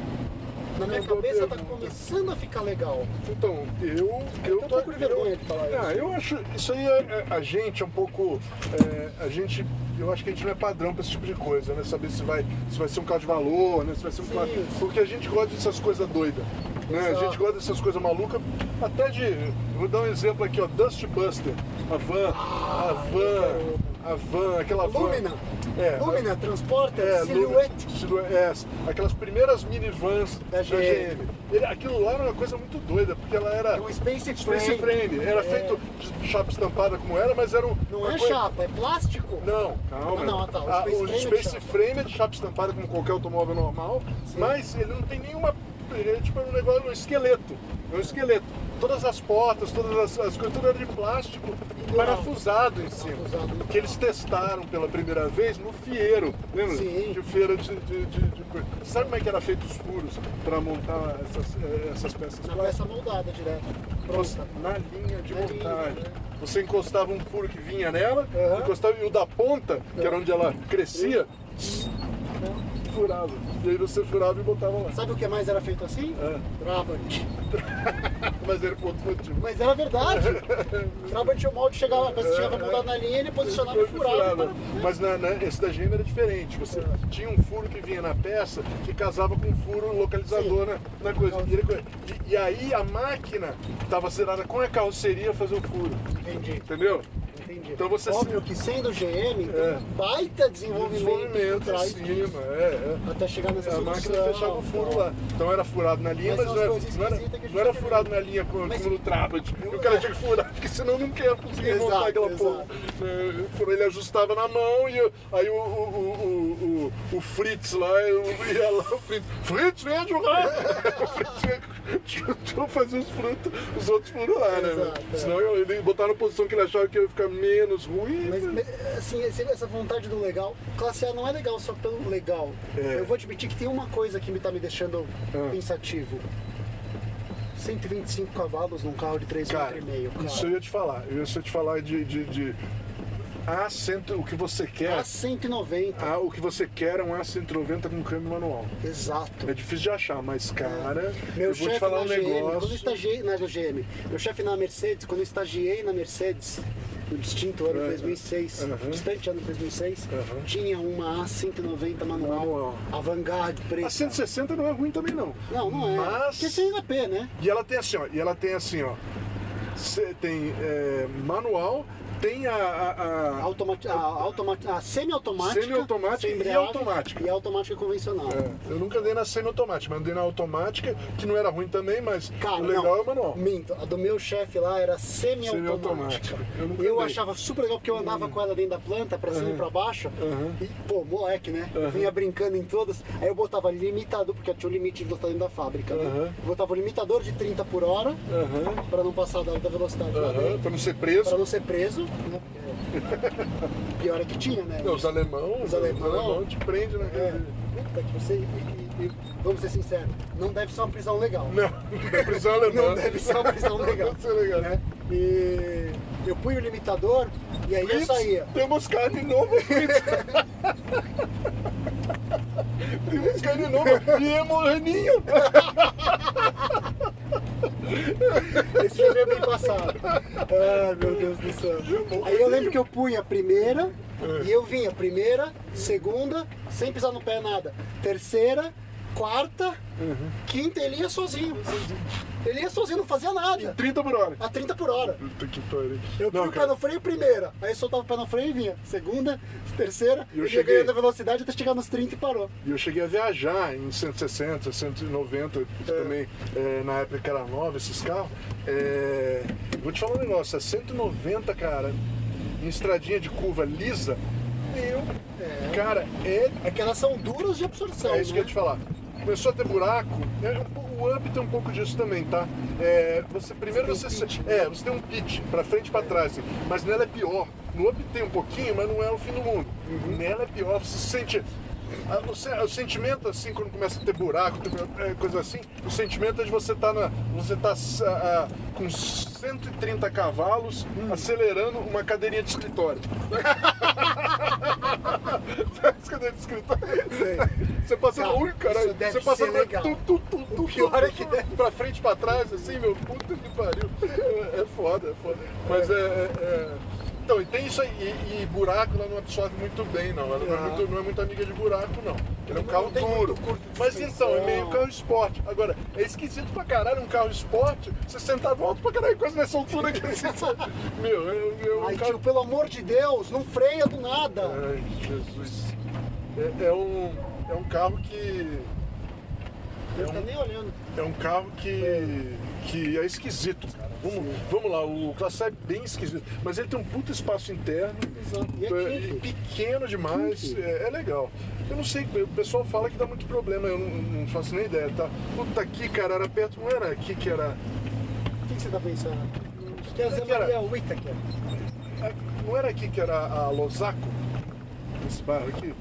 S3: Na minha
S2: boa
S3: cabeça tá
S2: pergunta.
S3: começando a ficar legal.
S2: Então, eu. Eu
S3: um pouco de vergonha de falar
S2: eu, Ah,
S3: isso.
S2: eu acho. Isso aí é- é- a gente é um pouco. é, a gente. Eu acho que a gente não é padrão pra esse tipo de coisa, né? Saber se vai, se vai ser um carro de valor, né? Se vai ser um
S3: Sim.
S2: carro. Porque a gente gosta dessas coisas doidas. Né? A
S3: Exato.
S2: gente gosta dessas coisas malucas. Até de. Vou dar um exemplo aqui, ó. Dust Buster. A van. a van. A van, aquela van.
S3: Ah, Lumina,
S2: É.
S3: Lumina, Transporter,
S2: É,
S3: Silhouette.
S2: Lu- silhou- é, as- aquelas primeiras minivans da,
S3: GM.
S2: GM. Ele- aquilo lá era uma coisa muito doida, porque ela era
S3: É um Space
S2: space
S3: Frame.
S2: frame. Era
S3: É.
S2: feito de chapa estampada como era, mas era um.
S3: Não
S2: uma
S3: é
S2: coisa-
S3: chapa, é plástico.
S2: Não, calma.
S3: Ah, não, ah, tá, o
S2: Ah,
S3: space
S2: o
S3: frame é de
S2: space
S3: chapa.
S2: frame é de chapa estampada como qualquer automóvel normal, mas ele não tem nenhuma. Ele é tipo um negócio, um esqueleto. É um esqueleto. Todas as portas, todas as, as coisas, tudo era de plástico parafusado em cima.
S3: Parafusado. então.
S2: Que eles testaram pela primeira vez no fieiro, lembra?
S3: Sim.
S2: De feira é de, de, de- de coisa. Sabe como é que era feito os furos para montar essas, eh, essas peças
S3: Na peça moldada direto. Pronta.
S2: na linha de
S3: Na linha,
S2: montagem.
S3: né?
S2: Você encostava um furo que vinha nela,
S3: Aham.
S2: encostava e o da ponta, que era onde ela crescia, furava. E aí você furava e botava lá.
S3: Sabe o que mais era feito assim?
S2: É.
S3: Trabant.
S2: Mas era por outro motivo.
S3: Mas era verdade. Trabant tinha o molde, chegava, a peça chegava moldada na linha, ele posicionava e furava.
S2: Mas na, na- esse da GM era diferente. Você tinha um furo que vinha na peça que casava com um furo localizador na, na coisa. E, ele- e- e aí a máquina estava selada com a é carroceria fazer o furo.
S3: Entendi.
S2: Entendeu?
S3: Entendi.
S2: Então você-
S3: Óbvio que sendo GM, tem
S2: É.
S3: um baita desenvolvimento,
S2: Desenvolvimento em
S3: atrás disso,
S2: cima, é, é.
S3: até chegar nessa
S2: A
S3: solução.
S2: máquina fechava o furo lá. Então era furado na linha, mas,
S3: Mas são
S2: não, era,
S3: as coisas
S2: não era-
S3: esquisitas que a gente
S2: não era
S3: tá
S2: furado na
S3: vendo.
S2: linha com,
S3: Mas-
S2: como no Trabant. E o cara tinha tipo, que furar, porque senão não quer conseguir
S3: Exato,
S2: montar aquela
S3: exato.
S2: porra. É, furou, Ele ajustava na mão e eu- aí o, o, o, o, o- o Fritz lá, eu ia lá, o Fritz, Fritz, vem jogar! o Fritz ia- tentou fazer os frutos, os outros furos lá, né?
S3: Exato, é.
S2: Senão eu, ele botaram na posição que ele achava que ia ficar menos ruim.
S3: Mas,
S2: né?
S3: me- assim, esse- essa vontade do legal, classe A não é legal só pelo legal.
S2: É.
S3: Eu vou admitir que tem uma coisa que me tá me deixando
S2: Ah.
S3: pensativo. 125 cavalos num carro de 3,5
S2: Cara,
S3: metros. cara.
S2: isso eu ia te falar. Eu ia só te falar de. de, de A100, o que você quer.
S3: A 190,
S2: Ah, o que você quer é um A190 com câmbio manual.
S3: exato.
S2: É difícil de achar, mas, cara,
S3: Meu
S2: eu vou te
S3: chefe
S2: falar
S3: na
S2: um
S3: GM, quando eu
S2: negócio.
S3: estagiei é, na GM, meu chefe na Mercedes, quando eu estagiei na Mercedes, no distinto ano de
S2: Aham.
S3: 2006,
S2: É, Aham.
S3: distante ano de 2006,
S2: Aham.
S3: tinha uma A190 manual,
S2: Manual.
S3: Avangard preta.
S2: A 160 não é ruim também, não.
S3: Não, não é.
S2: Mas-
S3: Porque sem P, né?
S2: E ela tem assim, ó. E ela tem assim, ó. cê Tem é, manual, tem a. a- a-
S3: Automati a, automati a semi-automática.
S2: Semi-automática
S3: sem
S2: e
S3: embreagem,
S2: automática.
S3: E a automática convencional.
S2: é, eu nunca andei na semi-automática, mas andei na automática, que não era ruim também, mas
S3: Cara,
S2: o legal
S3: não,
S2: é o manual.
S3: Minto, a do meu chefe lá era semi-automática.
S2: Semi-automática. Uhum. Eu nunca
S3: Eu,
S2: andei.
S3: achava super legal porque eu andava com ela dentro da planta, pra cima e
S2: Uhum.
S3: pra baixo.
S2: Aham.
S3: E, pô, moleque, né?
S2: Uhum.
S3: Vinha brincando em todas. Aí eu botava limitador, porque tinha o limite de velocidade dentro da fábrica. né?
S2: Aham.
S3: Eu botava o limitador de 30 por hora,
S2: Aham.
S3: pra não passar da, da velocidade lá
S2: Aham,
S3: dentro.
S2: pra não ser
S3: Uhum. Pra
S2: preso.
S3: não ser preso, né? Porque- Pior é que tinha, né?
S2: Não, os alemão, os
S3: alemão.
S2: alemão, te prende, né?
S3: É, puta que você. e- e- e- vamos ser sinceros, não deve ser uma prisão legal.
S2: Não, não é prisão alemã.
S3: Não deve ser uma prisão legal.
S2: Não deve ser legal.
S3: Né? E eu punho o limitador e aí eu
S2: Fritz,
S3: saía.
S2: Temos carne de novo, Fritz. Temos carne de novo. E é morreninho.
S3: Esse já veio bem passado. Ai, meu Deus do céu. Aí eu lembro que eu punha a primeira e eu vinha primeira, segunda, sem pisar no pé nada. Terceira, quarta, quinta, ele ia sozinho. Ele ia sozinho, não fazia nada.
S2: 30 por hora.
S3: A 30 por hora.
S2: Puta que pariu.
S3: Eu punho
S2: Não,
S3: o pé
S2: cara.
S3: no freio primeira, aí eu soltava o pé no freio e vinha. Segunda, terceira,
S2: E eu
S3: eu ia
S2: cheguei.
S3: ganhando velocidade até chegar nos 30 e parou.
S2: E eu cheguei a viajar em 160, 190 também, é, na época que era nova esses carros. É, vou te falar um negócio, a 190, cara, em estradinha de curva lisa, meu, cara, é
S3: É que elas são duras de absorção.
S2: É isso que
S3: né?
S2: eu ia te falar. Começou a ter buraco, né? o up tem um pouco disso também, tá? É, você, primeiro
S3: Você
S2: você,
S3: tem um pitch.
S2: é, você tem um pitch pra frente e pra trás, assim. mas nela é pior. No up tem um pouquinho, mas não é o fim do mundo.
S3: Uhum.
S2: Nela é pior, você se sente. a- o se- O sentimento, assim, quando começa a ter buraco, tem, é, coisa assim, o sentimento é de você tá na. Você tá ah, ah, com 130 cavalos
S3: Hum.
S2: acelerando uma cadeirinha de escritório. As cadeiras de escritório. Você passando
S3: Cara,
S2: Ui, caralho,
S3: isso deve
S2: você passando
S3: ser legal.
S2: Tu, tu, tu, tu,
S3: pior
S2: tu,
S3: é que
S2: tu,
S3: deve.
S2: pra frente, pra trás, assim, meu, puta que pariu. É, é foda, é foda. Mas é, é- é- Então, e tem isso aí, e, e buraco ela não absorve muito bem, não. Ela não, é
S3: Ah.
S2: muito, não é muito amiga de buraco, não. Ele é um
S3: Não
S2: carro
S3: tem
S2: duro.
S3: muito curso de
S2: Mas então, é meio
S3: suspensão.
S2: carro esporte. Agora, é esquisito pra caralho um carro esporte, você sentar no alto pra caralho, quase nessa altura aqui. assim, sabe? Meu, é, é um
S3: Ai,
S2: carro
S3: tio, tipo, pelo amor de Deus, não freia do nada.
S2: Ai, Jesus. É, é um, é um carro que.
S3: Ele tá nem olhando.
S2: É um carro que. que é esquisito, cara. Vamos, vamos lá, o Classe A é bem esquisito. Mas ele tem um puta espaço interno.
S3: Exato. E
S2: é,
S3: aqui,
S2: pequeno demais,
S3: Kink.
S2: é, é legal. Eu não sei, o pessoal fala que dá muito problema, eu não, não faço nem ideia, tá? Puta aqui, cara, era perto, não era aqui que era.
S3: o que que você tá pensando? Quer dizer,
S2: Cara.
S3: Maria é. Whittaker.
S2: Não era aqui que era a Losaco? Esse bairro aqui?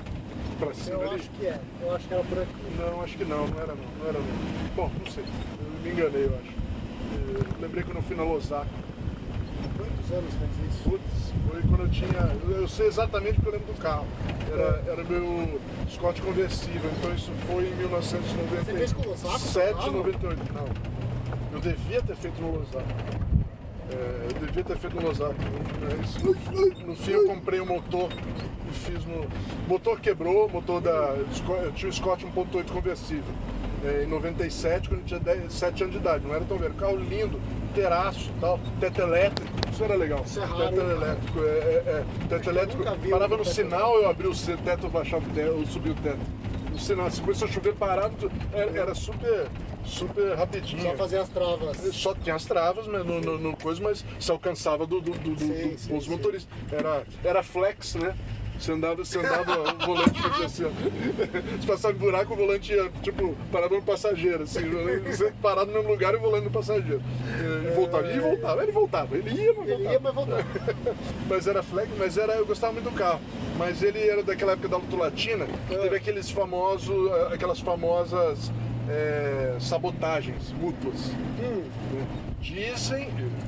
S2: Pra cima
S3: Eu
S2: ali?
S3: acho que é. Eu acho que era por aqui.
S2: Não, acho que não, não era não, não era não. Bom, não sei, eu me enganei, eu acho. Eh, lembrei quando eu fui na Losaco.
S3: Quantos anos faz isso?
S2: Putz, foi quando eu tinha. Eu sei exatamente porque eu lembro do carro. Era,
S3: É.
S2: era meu Scott conversível, então isso foi em 1997.
S3: Você fez com o Losaco, seu carro?
S2: 98, não. Eu devia ter feito no Losaco. É, eu devia ter feito no Losaco. Mas, no fim eu comprei o motor e fiz no. O motor quebrou, o motor da. Eu tinha o Scott 1.8 conversível. é, em 97, quando eu tinha 10, 7 anos de idade. Não era tão velho. Carro lindo, terraço e tal, teto elétrico. Isso era legal.
S3: Isso é raro,
S2: teto
S3: hein, cara?
S2: elétrico. É, é, é, teto elétrico.
S3: nunca vi
S2: Parava
S3: um
S2: no
S3: teto
S2: sinal, eu abri o ce- teto, eu baixava o teto, eu subia o teto. No sinal, se começou a chover parado, era, era super, super rapidinho.
S3: Só fazer as travas.
S2: Só tinha as travas, né, no, no- no coisa, mas se alcançava do, do, do- do-
S3: Sim,
S2: do-
S3: sim,
S2: os
S3: sim.
S2: motoristas. Era, era flex, né? Você andava, você andava o volante fazia assim, ó. Se passava um buraco, o volante ia, tipo, parava no passageiro, assim, você parado no mesmo lugar e o volante no passageiro. E voltava, ia e voltava, ele voltava, ele ia, mas
S3: É. Ele
S2: voltava. É.
S3: ia, mas voltava.
S2: Mas era flag, mas era, eu gostava muito do carro. Mas ele era daquela época da luta latina, que
S3: Ah.
S2: teve aqueles famosos, aquelas famosas é, sabotagens mútuas.
S3: Hum,
S2: né? Dizem,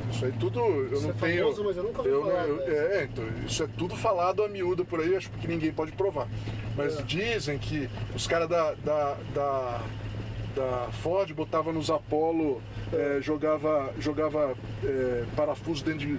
S2: isso aí tudo eu
S3: Isso
S2: não
S3: é
S2: tenho.
S3: famoso, mas eu nunca ouvi
S2: não-
S3: falar
S2: eu-
S3: dessa.
S2: é, então, isso é tudo falado a miúdo por aí, acho que ninguém pode provar. Mas
S3: É.
S2: dizem que os caras da, da, da, da Ford botavam nos Apollo, é, jogava, jogava é, parafuso dentro de,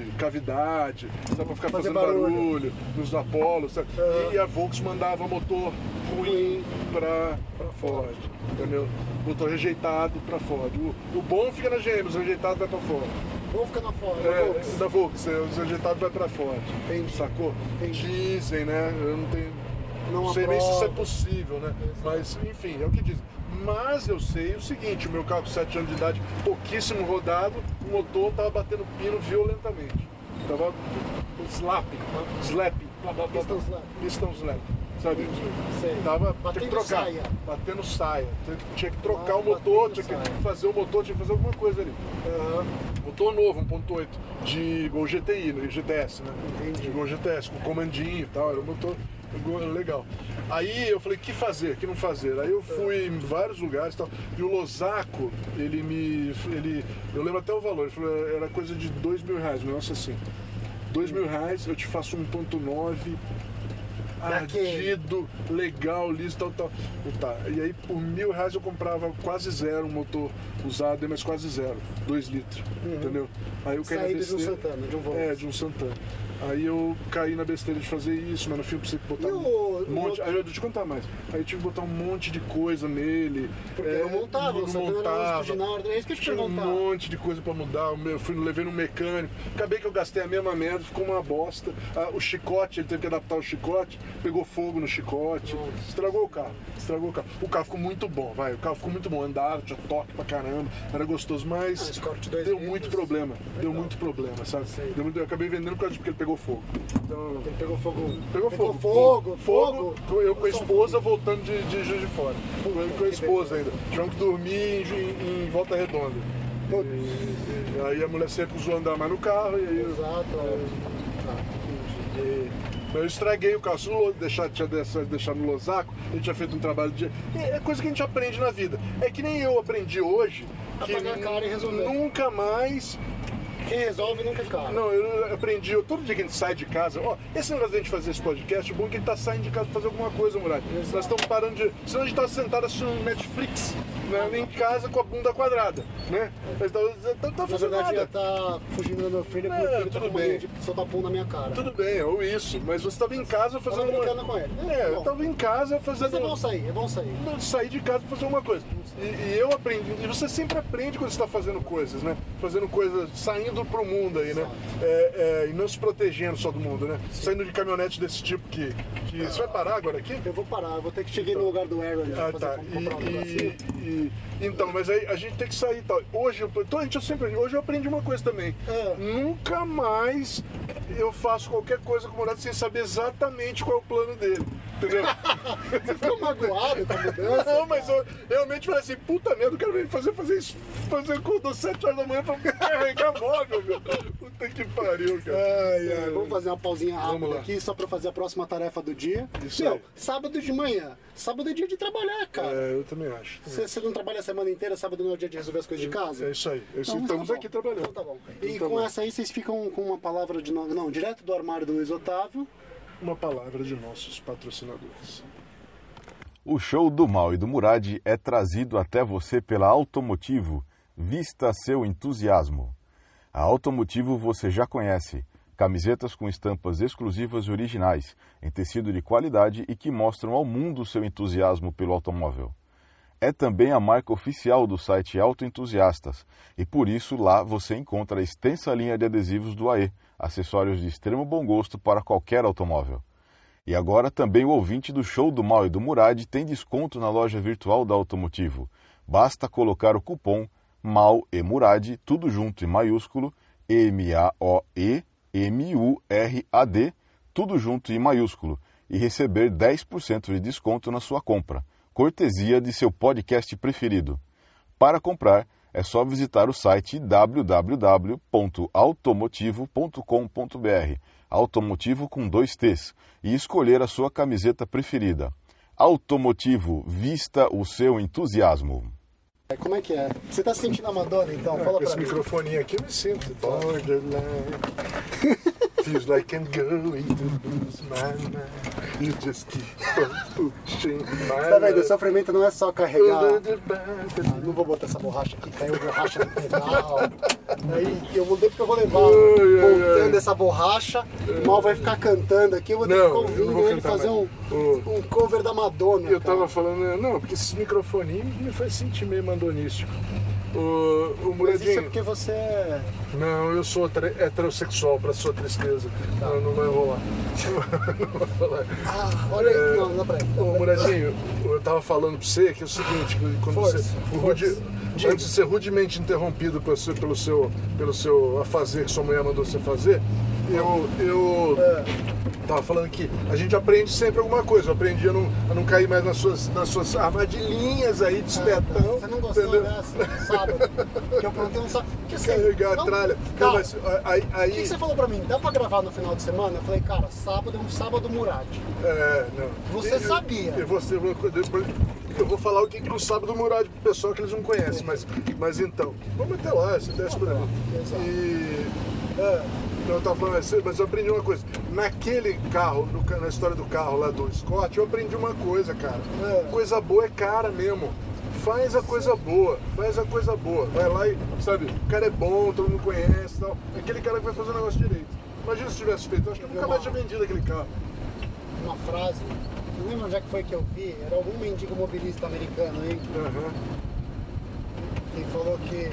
S2: de cavidade, dá pra ficar
S3: Fazer
S2: fazendo
S3: barulho.
S2: barulho barulho nos Apollo, sabe?
S3: É.
S2: E a Volks mandava motor ruim pra, pra Ford, entendeu? Motor rejeitado pra Ford. O, o bom fica na GM, os rejeitados vai pra Ford.
S3: vamos ficar na fora.
S2: É, da Volks, é, os rejeitados vai pra Ford.
S3: Entendi.
S2: Sacou?
S3: Entendi.
S2: Dizem, né? Eu não tenho.
S3: Não
S2: sei nem se isso é
S3: aprova.
S2: possível, né?
S3: Exato.
S2: Mas, enfim, é o que dizem. Mas eu sei o seguinte, o meu carro com 7 anos de idade, pouquíssimo rodado, o motor tava batendo pino violentamente. Tava slapping, slapping, blá, blá, blá,
S3: Piston
S2: blá.
S3: slap.
S2: Piston slap, sabe?
S3: Entendi, sei.
S2: Tava, tinha
S3: Batendo
S2: que trocar,
S3: saia.
S2: batendo saia. Tinha que, tinha que trocar
S3: Ah,
S2: o motor, tinha
S3: batendo
S2: que
S3: saia.
S2: fazer o motor, tinha que fazer alguma coisa ali. Motor um novo, 1.8, de Gol GTI, no GTS, né?
S3: Entendi.
S2: De Gol GTS, com comandinho e tal, era um motor go- legal. Aí eu falei, que fazer, que não fazer? Aí eu fui em vários lugares e tal, e o Losaco, ele me... Ele, eu lembro até o valor, ele falou, era coisa de dois mil reais, um negócio assim. Dois mil reais, eu te faço 1.9,
S3: Daquele.
S2: ardido, legal, liso, tal, tal. Tá. E aí, por mil reais, eu comprava quase zero um motor usado, mas quase zero, dois litros, entendeu? Aí eu caí na
S3: Saído Uhum. de um
S2: besteira.
S3: Santana, de um Volks.
S2: É, de um Santana. Aí eu caí na besteira de fazer isso, mas no fim eu precisei botar
S3: E
S2: um
S3: o-
S2: monte.
S3: o-
S2: Aí eu vou te contar mais. Aí eu tive que botar um monte de coisa nele.
S3: Porque
S2: é,
S3: não montava,
S2: não
S3: o Santana era um
S2: montava.
S3: original, é isso que eu te
S2: Tinha um
S3: perguntava.
S2: monte de coisa pra mudar. Eu me- fui, levei no mecânico. Acabei que eu gastei a mesma merda, ficou uma bosta. Ah, o chicote, ele teve que adaptar o chicote, pegou fogo no chicote. Estragou o carro. Estragou o carro. O carro ficou muito bom, vai. O carro ficou muito bom. Andava, tinha toque pra caramba. Era gostoso,
S3: Ah,
S2: mas
S3: Escort dois
S2: deu
S3: litros.
S2: muito problema. Deu muito problema, sabe?
S3: Sei.
S2: Deu muito- eu acabei vendendo por causa de porque ele pegou fogo. Então,
S3: Ele pegou fogo.
S2: Pegou fogo.
S3: Fogo, fogo.
S2: Eu com a
S3: Só um
S2: esposa voltando de, de Juiz de Fora. Eu com a esposa ainda. Tivemos que dormir em, Ju- em Volta Redonda.
S3: Putz.
S2: E- e aí a mulher sempre usou andar mais no carro e aí eu-
S3: Exato. é. Tá, entendi.
S2: e- mas eu estraguei o carro. Se eu deixar, tinha deixado deixar no Losaco, eu tinha feito um trabalho de. É é coisa que a gente aprende na vida. É que nem eu aprendi hoje. Que
S3: Apagar a cara e resolver.
S2: Nunca mais
S3: Quem resolve nunca é caro.
S2: não, eu aprendi, eu, todo dia que a gente sai de casa, ó, esse negócio da gente fazer esse podcast, o bom é que ele tá saindo de casa pra fazer alguma coisa, Murad.
S3: Exato.
S2: Nós estamos parando de. Senão a gente tá sentado assistindo Netflix, né, em casa com a bunda quadrada, né? Mas tá, tá, tá
S3: Na
S2: fazendo
S3: verdade,
S2: nada.
S3: ia tá fugindo da minha filha,
S2: Não,
S3: porque meu filho tá
S2: tudo
S3: com mania
S2: bem.
S3: de soltar pum na minha cara.
S2: Tudo bem, é ou isso, mas você tava em casa fazendo
S3: Tava brincando
S2: uma.
S3: com ele.
S2: É, eu
S3: Bom.
S2: tava em casa
S3: Mas
S2: fazendo.
S3: é bom sair, é bom sair.
S2: sair de casa pra fazer alguma coisa. E, e eu aprendi, e você sempre aprende quando você está fazendo coisas, né? Fazendo coisas, saindo pro mundo aí, né?
S3: Exato.
S2: É, é, e não se protegendo só do mundo, né? Saindo de caminhonete desse tipo que. que você vai parar agora aqui?
S3: É. Eu vou parar, eu vou ter que chegar no lugar do Aaron.
S2: Ah,
S3: fazer
S2: tá.
S3: comprar um
S2: E,
S3: negocinho.
S2: e- e- então, mas aí a gente tem que sair e tal. Hoje, eu, então, a gente, eu sempre, hoje eu aprendi uma coisa também.
S3: É.
S2: Nunca mais eu faço qualquer coisa com o Morato sem saber exatamente qual é o plano dele. Entendeu?
S3: Você ficou magoado com a mudança?
S2: Não, mas eu realmente falei assim, puta merda, eu quero ver ele fazer, fazer isso, fazer quando às 7 horas da manhã pra carregar móvel, meu. Puta que pariu, cara.
S3: É, Vamos fazer uma pausinha
S2: Vamos
S3: rápida
S2: lá.
S3: aqui só pra fazer a próxima tarefa do dia.
S2: Isso
S3: Meu,
S2: aí.
S3: sábado de manhã. Sábado é dia de trabalhar, cara.
S2: É, eu também acho.
S3: Você você não trabalha a semana inteira, sábado não é o dia de resolver as coisas de casa?
S2: É isso aí. É isso aí.
S3: Então,
S2: estamos
S3: tá bom.
S2: aqui trabalhando.
S3: Então tá bom. E
S2: Então
S3: com
S2: tá bom.
S3: essa aí vocês ficam com uma palavra de novo. Não, direto do armário do Luiz Otávio.
S2: Uma palavra de nossos patrocinadores.
S1: O show do Mal e do Murad é trazido até você pela Automotivo. Vista seu entusiasmo. A Automotivo você já conhece. Camisetas com estampas exclusivas e originais, em tecido de qualidade e que mostram ao mundo seu entusiasmo pelo automóvel. É também a marca oficial do site Autoentusiastas e por isso lá você encontra a extensa linha de adesivos do AE, acessórios de extremo bom gosto para qualquer automóvel. E agora também o ouvinte do Show do Mal e do Murad tem desconto na loja virtual da Automotivo. Basta colocar o cupom MAL e Murad, tudo junto em maiúsculo, M-A-O-E-M-U-R-A-D, tudo junto em maiúsculo, e receber 10% de desconto na sua compra, cortesia de seu podcast preferido. Para comprar, é só visitar o site www.automotivo.com.br, automotivo com dois T's, e escolher a sua camiseta preferida. Automotivo, vista o seu entusiasmo.
S3: Como é que é? Você tá se sentindo a Madonna então?
S2: Ah,
S3: Fala
S2: com
S3: pra
S2: esse
S3: mim.
S2: microfoninho aqui eu me sinto. Borderline. Feels like I'm going to lose my mind. You just keep on pushing my
S3: Tá vendo? O
S2: luck.
S3: sofrimento não é só carregar. Ah, Não vou botar essa borracha aqui, caiu borracha no pedal. Aí eu vou ver porque eu vou levar
S2: Ai, ai,
S3: montando
S2: ai.
S3: essa borracha. O mal vai ficar cantando aqui, eu vou ter
S2: Não,
S3: que
S2: eu não
S3: convir
S2: vou
S3: ele
S2: cantar
S3: fazer um,
S2: mais. O-
S3: um cover da Madonna.
S2: Eu
S3: cara.
S2: tava falando, não, porque esses microfoninhos me faz sentir meio mandonístico. O, o
S3: Mas isso é
S2: Muradinho,
S3: porque você é.
S2: não, eu sou tre- heterossexual, pra sua tristeza.
S3: Tá.
S2: Não, não vai rolar. Não vai rolar.
S3: Ah, olha
S2: É.
S3: aí. Não, não, peraí.
S2: Ô, Muradinho, eu tava falando pra você que é o seguinte, quando
S3: Força,
S2: você. o
S3: força.
S2: rude-
S3: Diga.
S2: antes de ser rudemente interrompido pelo seu, pelo seu, pelo seu afazer que sua mulher mandou você fazer, eu. eu
S3: É.
S2: Tava falando que a gente aprende sempre alguma coisa. Eu aprendi a não, a não cair mais nas suas, nas suas armadilhinhas aí de espertão.
S3: É. Você não gostou
S2: Então,
S3: né?
S2: entendeu?
S3: dessa sábado? Que eu plantei um sábado. Que assim,
S2: Carregar
S3: não-
S2: a tralha.
S3: Cara,
S2: Não, mas, aí, aí,
S3: O que, que você falou pra mim? Dá pra gravar no final de semana? Eu falei, cara, sábado é um sábado Murad.
S2: É, não.
S3: Você sabia.
S2: Eu vou, eu, vou, depois eu vou falar o que, que não sabe do Murad pro pessoal que eles não conhecem, mas, mas então, vamos até lá, você desce por ali.
S3: Ah, tá. Exato.
S2: E. é, então eu tava falando assim, mas eu aprendi uma coisa. Naquele carro, no ca- na história do carro lá do Scott, eu aprendi uma coisa, cara.
S3: É.
S2: Coisa boa é cara mesmo. Faz a coisa boa, faz a coisa boa. Vai lá e, sabe, o cara é bom, todo mundo conhece e tal. É Aquele cara que vai fazer o negócio direito. Imagina se tivesse feito, eu acho que eu nunca mais tinha vendido aquele carro.
S3: Uma frase, não lembro onde é que foi que eu vi, era algum mendigo mobilista americano aí,
S2: Aham.
S3: que falou que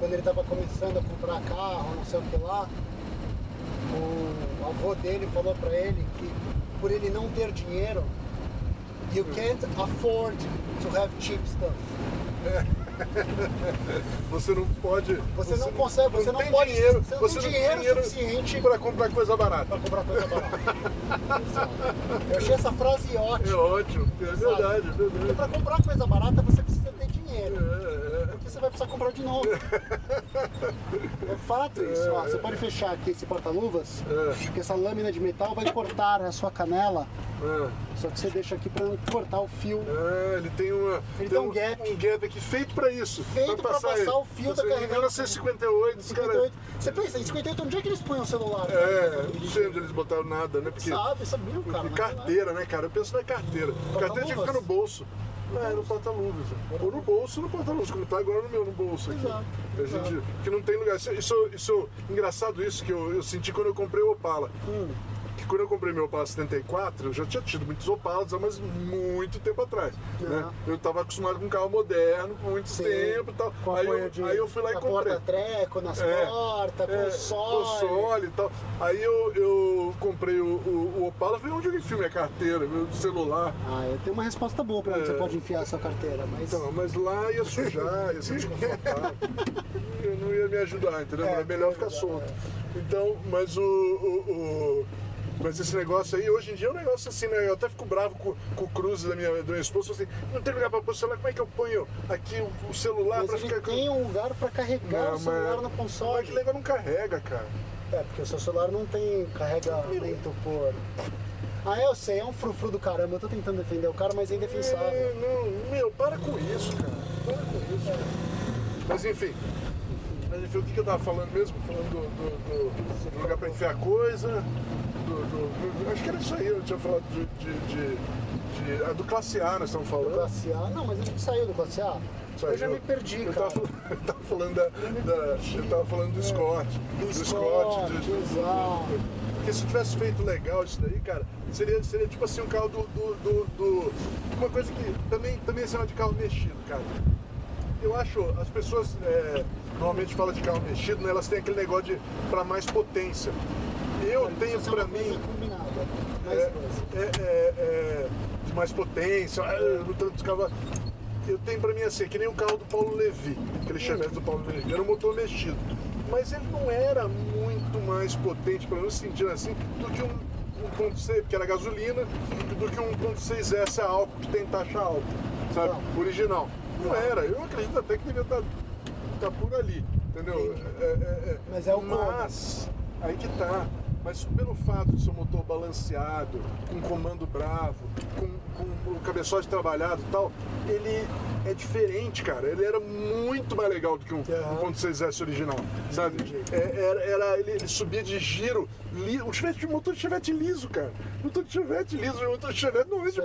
S3: quando ele tava começando a comprar carro, não sei o que lá, o avô dele falou pra ele que por ele não ter dinheiro, you can't afford to have cheap stuff.
S2: Você não pode.
S3: Você, não consegue, você não,
S2: tem
S3: pode,
S2: Dinheiro,
S3: você não tem dinheiro, suficiente
S2: para comprar coisa barata.
S3: pra comprar coisa barata. Eu achei essa frase
S2: É
S3: ótima.
S2: ótimo, é verdade, é
S3: Porque
S2: verdade.
S3: pra comprar coisa barata você precisa ter dinheiro.
S2: É, é.
S3: Porque você vai precisar comprar de novo. É fato isso. Ó, você pode fechar aqui esse porta-luvas,
S2: É.
S3: porque essa lâmina de metal vai cortar a sua canela.
S2: Ah,
S3: Só que você deixa aqui pra não cortar o fio.
S2: ah, ele tem uma.
S3: é, Ele tem um gap.
S2: Um gap aqui feito para isso.
S3: Feito pra passar o fio da carregada.
S2: 1958, os caras.
S3: 58. Você pensa, em 58 onde é que eles põem o celular?
S2: É, não sei onde eles botaram nada, né? Porque.
S3: Sabe, sabia, cara.
S2: porque
S3: mas
S2: carteira, né, cara? Eu penso na carteira. Carteira tinha que ficar no bolso. É, no porta-luvas. Ou no bolso, no porta-luvas, como tá agora no meu, no bolso aqui.
S3: Exato,
S2: A
S3: exato.
S2: gente, que não tem lugar. Isso, isso, isso- engraçado isso que eu, eu senti quando eu comprei o Opala.
S3: Hum.
S2: Que quando eu comprei meu Opala 74, eu já tinha tido muitos Opalas, mas muito tempo atrás. né?
S3: Aham.
S2: Eu tava acostumado com um carro moderno, por muito
S3: Sim,
S2: tempo e tal.
S3: com
S2: Aí
S3: apoio
S2: eu,
S3: de-
S2: aí eu fui lá e
S3: na
S2: comprei.
S3: porta-treco, nas
S2: É,
S3: portas,
S2: É,
S3: console.
S2: console e tal. Aí eu, eu comprei o, o, o Opala, falei, onde eu enfio minha carteira, meu celular?
S3: Ah, eu tenho uma resposta boa pra onde
S2: É.
S3: você pode enfiar a sua carteira, mas...
S2: Então, mas lá ia sujar, ia ser desconfortável. Eu não ia me ajudar, entendeu? É, melhor ficar solto. Então, mas o, o- o- Mas esse negócio aí, hoje em dia é um negócio assim, né? Eu até fico bravo com, com o cruze da minha, da minha esposa, assim, não tem lugar pra pôr o celular, como é que eu ponho aqui o, o celular
S3: Mas
S2: pra
S3: ele
S2: ficar com.
S3: tem um lugar pra carregar o celular no console.
S2: Mas que legal não carrega, cara.
S3: É, porque o seu celular não tem carregamento por. Ah, eu sei, é um frufru do caramba. Eu tô tentando defender o cara, mas é indefensável.
S2: É, não, meu, para com isso, cara. Para com isso, cara. Mas enfim. Mas enfim, o que que eu tava falando mesmo? Falando do, do- do- do lugar pra enfiar coisa. do- do- do- acho que era isso aí, eu tinha falado de. de, de- de- ah, do classe A nós estamos falando.
S3: Classe A. Não, mas a gente saiu do classe A. Eu já me perdi,
S2: eu
S3: cara. É.
S2: Tava, falando- eu tava falando da, da- Eu tava falando do Scott. Do, Scott,
S3: Scott,
S2: de-
S3: exato.
S2: Porque se tivesse feito legal isso daí, cara, seria, seria tipo assim um carro do. do, do- do- uma coisa que também, também se chama de carro mexido, cara. Eu acho, as pessoas é, normalmente falam de carro mexido, né? Elas têm aquele negócio de pra mais potência. Eu tenho
S3: Isso é uma
S2: um pra
S3: coisa
S2: mim.
S3: combinada. Mais
S2: É,
S3: coisa.
S2: é, é, é, de mais potência, é, no tanto de cavalo. Eu tenho pra mim assim, que nem o carro do Paulo Levi, aquele Chevette do Paulo Levi, era um motor mexido. Mas ele não era muito mais potente, pelo menos sentindo assim, do que um 1.6, porque era gasolina, do que um 1.6S a álcool que tem taxa álcool, sabe?
S3: Não.
S2: Original. Não era, eu acredito até que devia estar, estar por ali, entendeu? É, é, é.
S3: Mas é o combo.
S2: Mas, aí que tá. Mas pelo fato de ser um motor balanceado, com comando bravo, com, com o cabeçote trabalhado e tal, ele é diferente, cara. Ele era muito mais legal do que um
S3: Aham.
S2: 1.6S original, sabe? É, era, era- ele, ele subia de giro, li, o Chevette de motor de Chevette liso, cara. Motor de Chevette liso, o motor de Chevette não é de...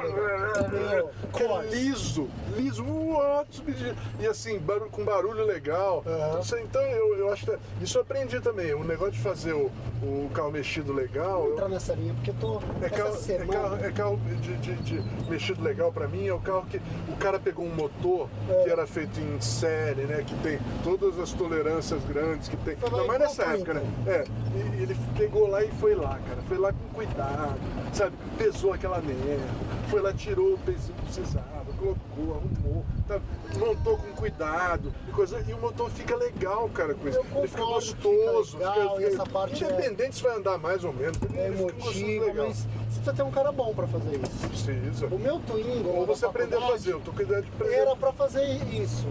S3: legal.
S2: Que
S3: Corsa.
S2: liso, liso, uh, uau, subir de- e assim, barulho, com barulho legal.
S3: Aham.
S2: Então, você- Então eu, eu acho que isso eu aprendi também. O negócio de fazer o, o carro mexido legal. eu-
S3: entrar nessa linha, porque eu tô.
S2: é
S3: essa
S2: carro, é
S3: semana,
S2: carro, é carro de, de- de mexido legal pra mim, é o carro que o cara pegou um motor
S3: É.
S2: que era feito em série, né? Que tem todas as tolerâncias grandes que tem.
S3: Foi lá então.
S2: Ainda
S3: em
S2: mais nessa
S3: 1.30.
S2: época, né? É, e- e ele pegou lá e foi lá, cara. Foi lá com cuidado, sabe? Pesou aquela merda, foi lá, tirou o pezinho que precisava, colocou, arrumou, sabe? montou com cuidado e coisa. E o motor fica legal, cara, com isso.
S3: Eu
S2: Ele fica
S3: concordo que fica
S2: gostoso,
S3: legal, e essa parte é-
S2: independente se vai andar mais ou menos.
S3: é
S2: ele fica gostoso,
S3: emotiva,
S2: legal.
S3: mas você precisa ter um cara bom pra fazer isso.
S2: Precisa.
S3: O meu Twingo.
S2: Ou você
S3: da
S2: aprender a
S3: faculdade,
S2: fazer, eu tô com ideia de aprender.
S3: Era pra fazer isso.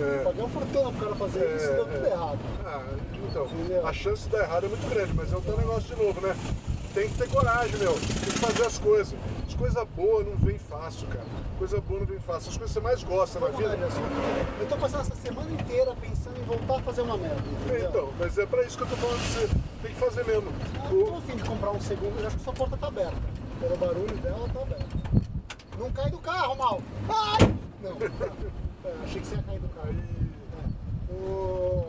S2: É.
S3: Paguei uma fortuna pro cara fazer
S2: É,
S3: isso, deu tudo
S2: é.
S3: errado.
S2: Ah, então,
S3: Entendeu?
S2: a chance de dar errado é muito grande, mas é o teu negócio de novo, né? Tem que ter coragem, meu. Tem que fazer as coisas. As coisas boas não vem fácil, cara. Coisa boa não vem fácil. As coisas que você mais gosta na
S3: Vamos mudar de
S2: vida.
S3: assunto. Eu tô passando essa semana inteira pensando em voltar a fazer uma merda. entendeu?
S2: Então, mas é pra isso que eu tô falando de você. Tem que fazer mesmo.
S3: Eu não tô
S2: O-
S3: a fim de comprar um segundo, eu acho que sua porta tá aberta. Pelo barulho dela, tá aberta. Não cai do carro, mal! Ai! Não, tá. É, achei que você ia cair do carro. É. O...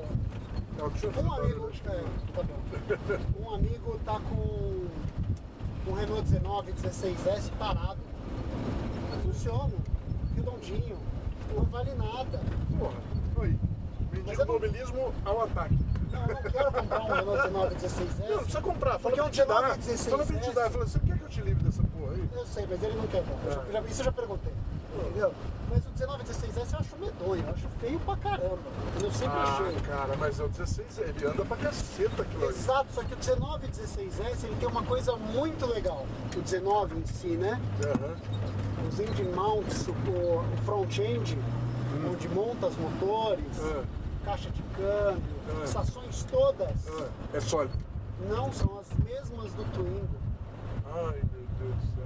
S2: Não, deixa eu
S3: Um
S2: falar,
S3: amigo.
S2: né? Acho que-
S3: É, tá bom. Um amigo tá com um Renault 19, 16S parado. Funciona, redondinho, não vale nada.
S2: Porra, aí.
S3: Mas é
S2: Mendigo
S3: eu não-
S2: mobilismo ao ataque.
S3: Não, eu não quero comprar um Renault 19,
S2: Não, não
S3: 16S.
S2: precisa comprar. Fala
S3: É, Porque
S2: pra
S3: é um
S2: te dar.
S3: 19,
S2: Fala pra te
S3: 16,
S2: dar. Fala, você quer que eu te livre dessa porra aí?
S3: Eu sei, mas ele não quer comprar. Eu já-
S2: Ah.
S3: já- isso eu já perguntei. Entendeu? Mas o 19, 16S eu acho medonho, eu acho feio pra caramba. Eu sempre achei.
S2: Ah, cara, mas é o 16, ele anda pra caceta aquilo ali.
S3: Exato, só que o 19 e 16S ele tem uma coisa muito legal. O 19 em si, né?
S2: Aham.
S3: Os engine mounts, o, o front end,
S2: Hum.
S3: onde monta os motores,
S2: Ah.
S3: caixa de câmbio,
S2: Ah.
S3: fixações todas,
S2: É sólido.
S3: não são as mesmas do Twingo.
S2: Ai, meu Deus do céu.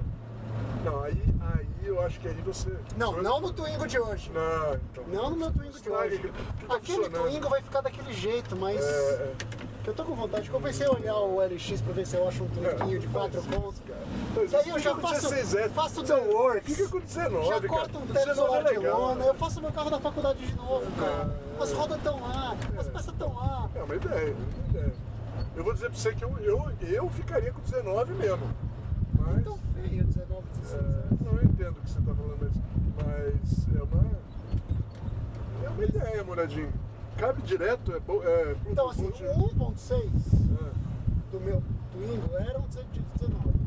S2: Não, aí, aí eu acho que aí você.
S3: Não,
S2: você-
S3: não no Twingo de hoje.
S2: Não, então.
S3: Não no meu Twingo de
S2: Estraga
S3: hoje.
S2: aquilo. Aquilo tá
S3: Aquele
S2: funcionando.
S3: Twingo vai ficar daquele jeito, mas.
S2: É,
S3: que Eu tô com vontade. Eu comecei a olhar o LX pra ver se eu acho um Twinguinho de 4 contos.
S2: Mas
S3: E aí eu já
S2: fica com
S3: faço,
S2: 16,
S3: faço
S2: você
S3: The Works.
S2: Fica com 19,
S3: Já
S2: cara.
S3: corto um teto
S2: 19
S3: solar
S2: é
S3: de
S2: legal, É,
S3: lona.
S2: né?
S3: Eu faço meu carro da faculdade de novo, cara. As rodas estão lá, as peças estão lá.
S2: É uma ideia, uma ideia. Eu vou dizer pra você que eu, eu, eu ficaria com 19 mesmo. Mas.
S3: Tão feio, 19, 16 anos.
S2: É, não eu entendo o que você tá falando, mas, mas é uma. É uma ideia, moradinho. Cabe direto, é bom. É, pro-
S3: Então, assim, o
S2: pro-
S3: 1.6
S2: é,
S3: do meu Twingo era um 19.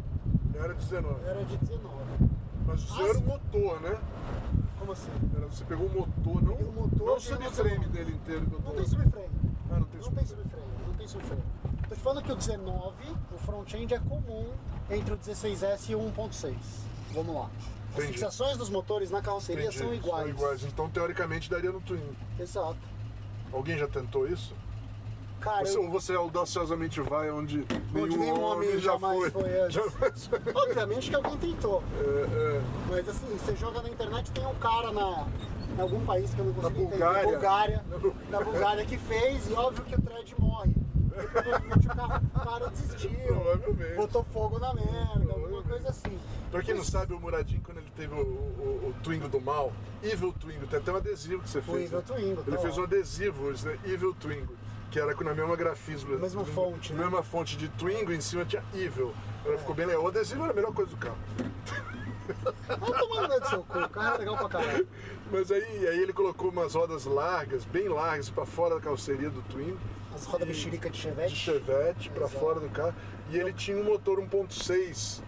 S2: era 19.
S3: Era de 19.
S2: é Mas o seu era o motor, né?
S3: Como assim?
S2: Era- você pegou o motor, não,
S3: Peguei o motor,
S2: não o
S3: peguei o
S2: subframe
S3: motor.
S2: dele inteiro. que eu tô-
S3: Não tem subframe.
S2: Ah, não tem
S3: Não tem
S2: subframe.
S3: subframe, não tem subframe. Tô te falando que o 19, o front-end é comum entre o 16S e o 1.6. Vamos lá. As
S2: Entendi.
S3: fixações dos motores na carroceria
S2: Entendi,
S3: são iguais.
S2: Então, teoricamente, daria no Twin.
S3: Exato.
S2: Alguém já tentou isso?
S3: Cara,
S2: Você-
S3: eu-
S2: ou você audaciosamente vai onde,
S3: onde nenhum homem
S2: já
S3: jamais
S2: foi?
S3: foi, antes.
S2: Jamais foi.
S3: Obviamente que alguém tentou.
S2: É, é.
S3: Mas assim, você joga na internet, tem um cara na, em algum país que eu não consigo entender.
S2: Bulgária.
S3: Bulgária.
S2: Na Bulgária.
S3: Na Bulgária que fez, e óbvio que o thread morre. Provavelmente o cara, o cara desistiu.
S2: Provavelmente.
S3: Botou fogo na merda, alguma coisa assim.
S2: Pra quem é não é sabe, o Muradinho, quando ele teve o, o, o Twingo do Mal, Evil Twingo, tem até um adesivo que você fez.
S3: Evil Twingo,
S2: Ele
S3: tá
S2: fez
S3: lá.
S2: um adesivo, isso, né? Evil Twingo. que era com a mesma grafismo.
S3: Mesma fonte, né?
S2: Mesma fonte de Twingo, em cima tinha Evil. Ela ficou bem legal. O adesivo era a melhor coisa do carro.
S3: Vai tomando medo do seu cu, o carro é legal pra caralho.
S2: Mas aí, aí ele colocou umas rodas largas, bem largas, pra fora da carroceria do Twingo.
S3: As rodas mexerica de
S2: de
S3: chevette.
S2: Chevette pra
S3: Exato.
S2: fora do carro. E ele tinha um motor 1.6.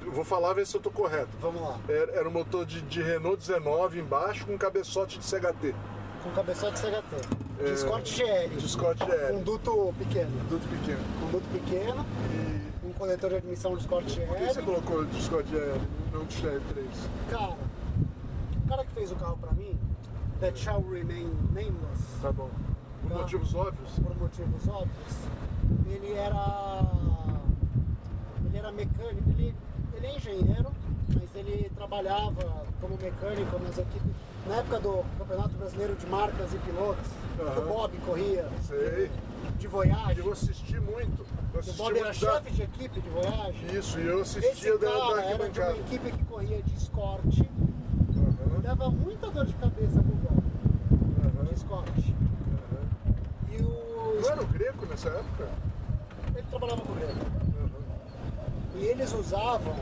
S2: Eu vou falar, ver se eu tô correto.
S3: Vamos lá.
S2: Era, era um motor de, de Renault 19 embaixo com um cabeçote de CHT,
S3: Com cabeçote CHT. De Escort GL.
S2: de Scott GL,
S3: Conduto pequeno.
S2: duto pequeno.
S3: Conduto pequeno,
S2: E
S3: um coletor de admissão de Escort
S2: por que você
S3: GL.
S2: colocou de Scott GL, não de GL3?
S3: Cara, o cara que fez o carro pra mim, That Shall Remain Nameless,
S2: Tá bom. Por
S3: Tá.
S2: motivos óbvios.
S3: por motivos óbvios, ele era. Ele era mecânico, ele, ele é engenheiro, mas ele trabalhava como mecânico nas equipes. Na época do Campeonato Brasileiro de Marcas e Pilotos, que o
S2: Aham.
S3: Bob corria
S2: Sei.
S3: de voyage.
S2: Eu assisti muito. Eu
S3: O
S2: assisti
S3: Bob era
S2: muito da-
S3: chefe de equipe de voyage.
S2: Isso, e eu assistia
S3: Esse
S2: da, da
S3: cara era de uma
S2: arquibancada.
S3: equipe que corria de escorte, dava muita dor de cabeça pro Bob,
S2: Aham,
S3: de
S2: aham,
S3: escorte.
S2: aham.
S3: E o.
S2: Não era o greco nessa época?
S3: Ele trabalhava com ele.
S2: Aham.
S3: E eles usavam,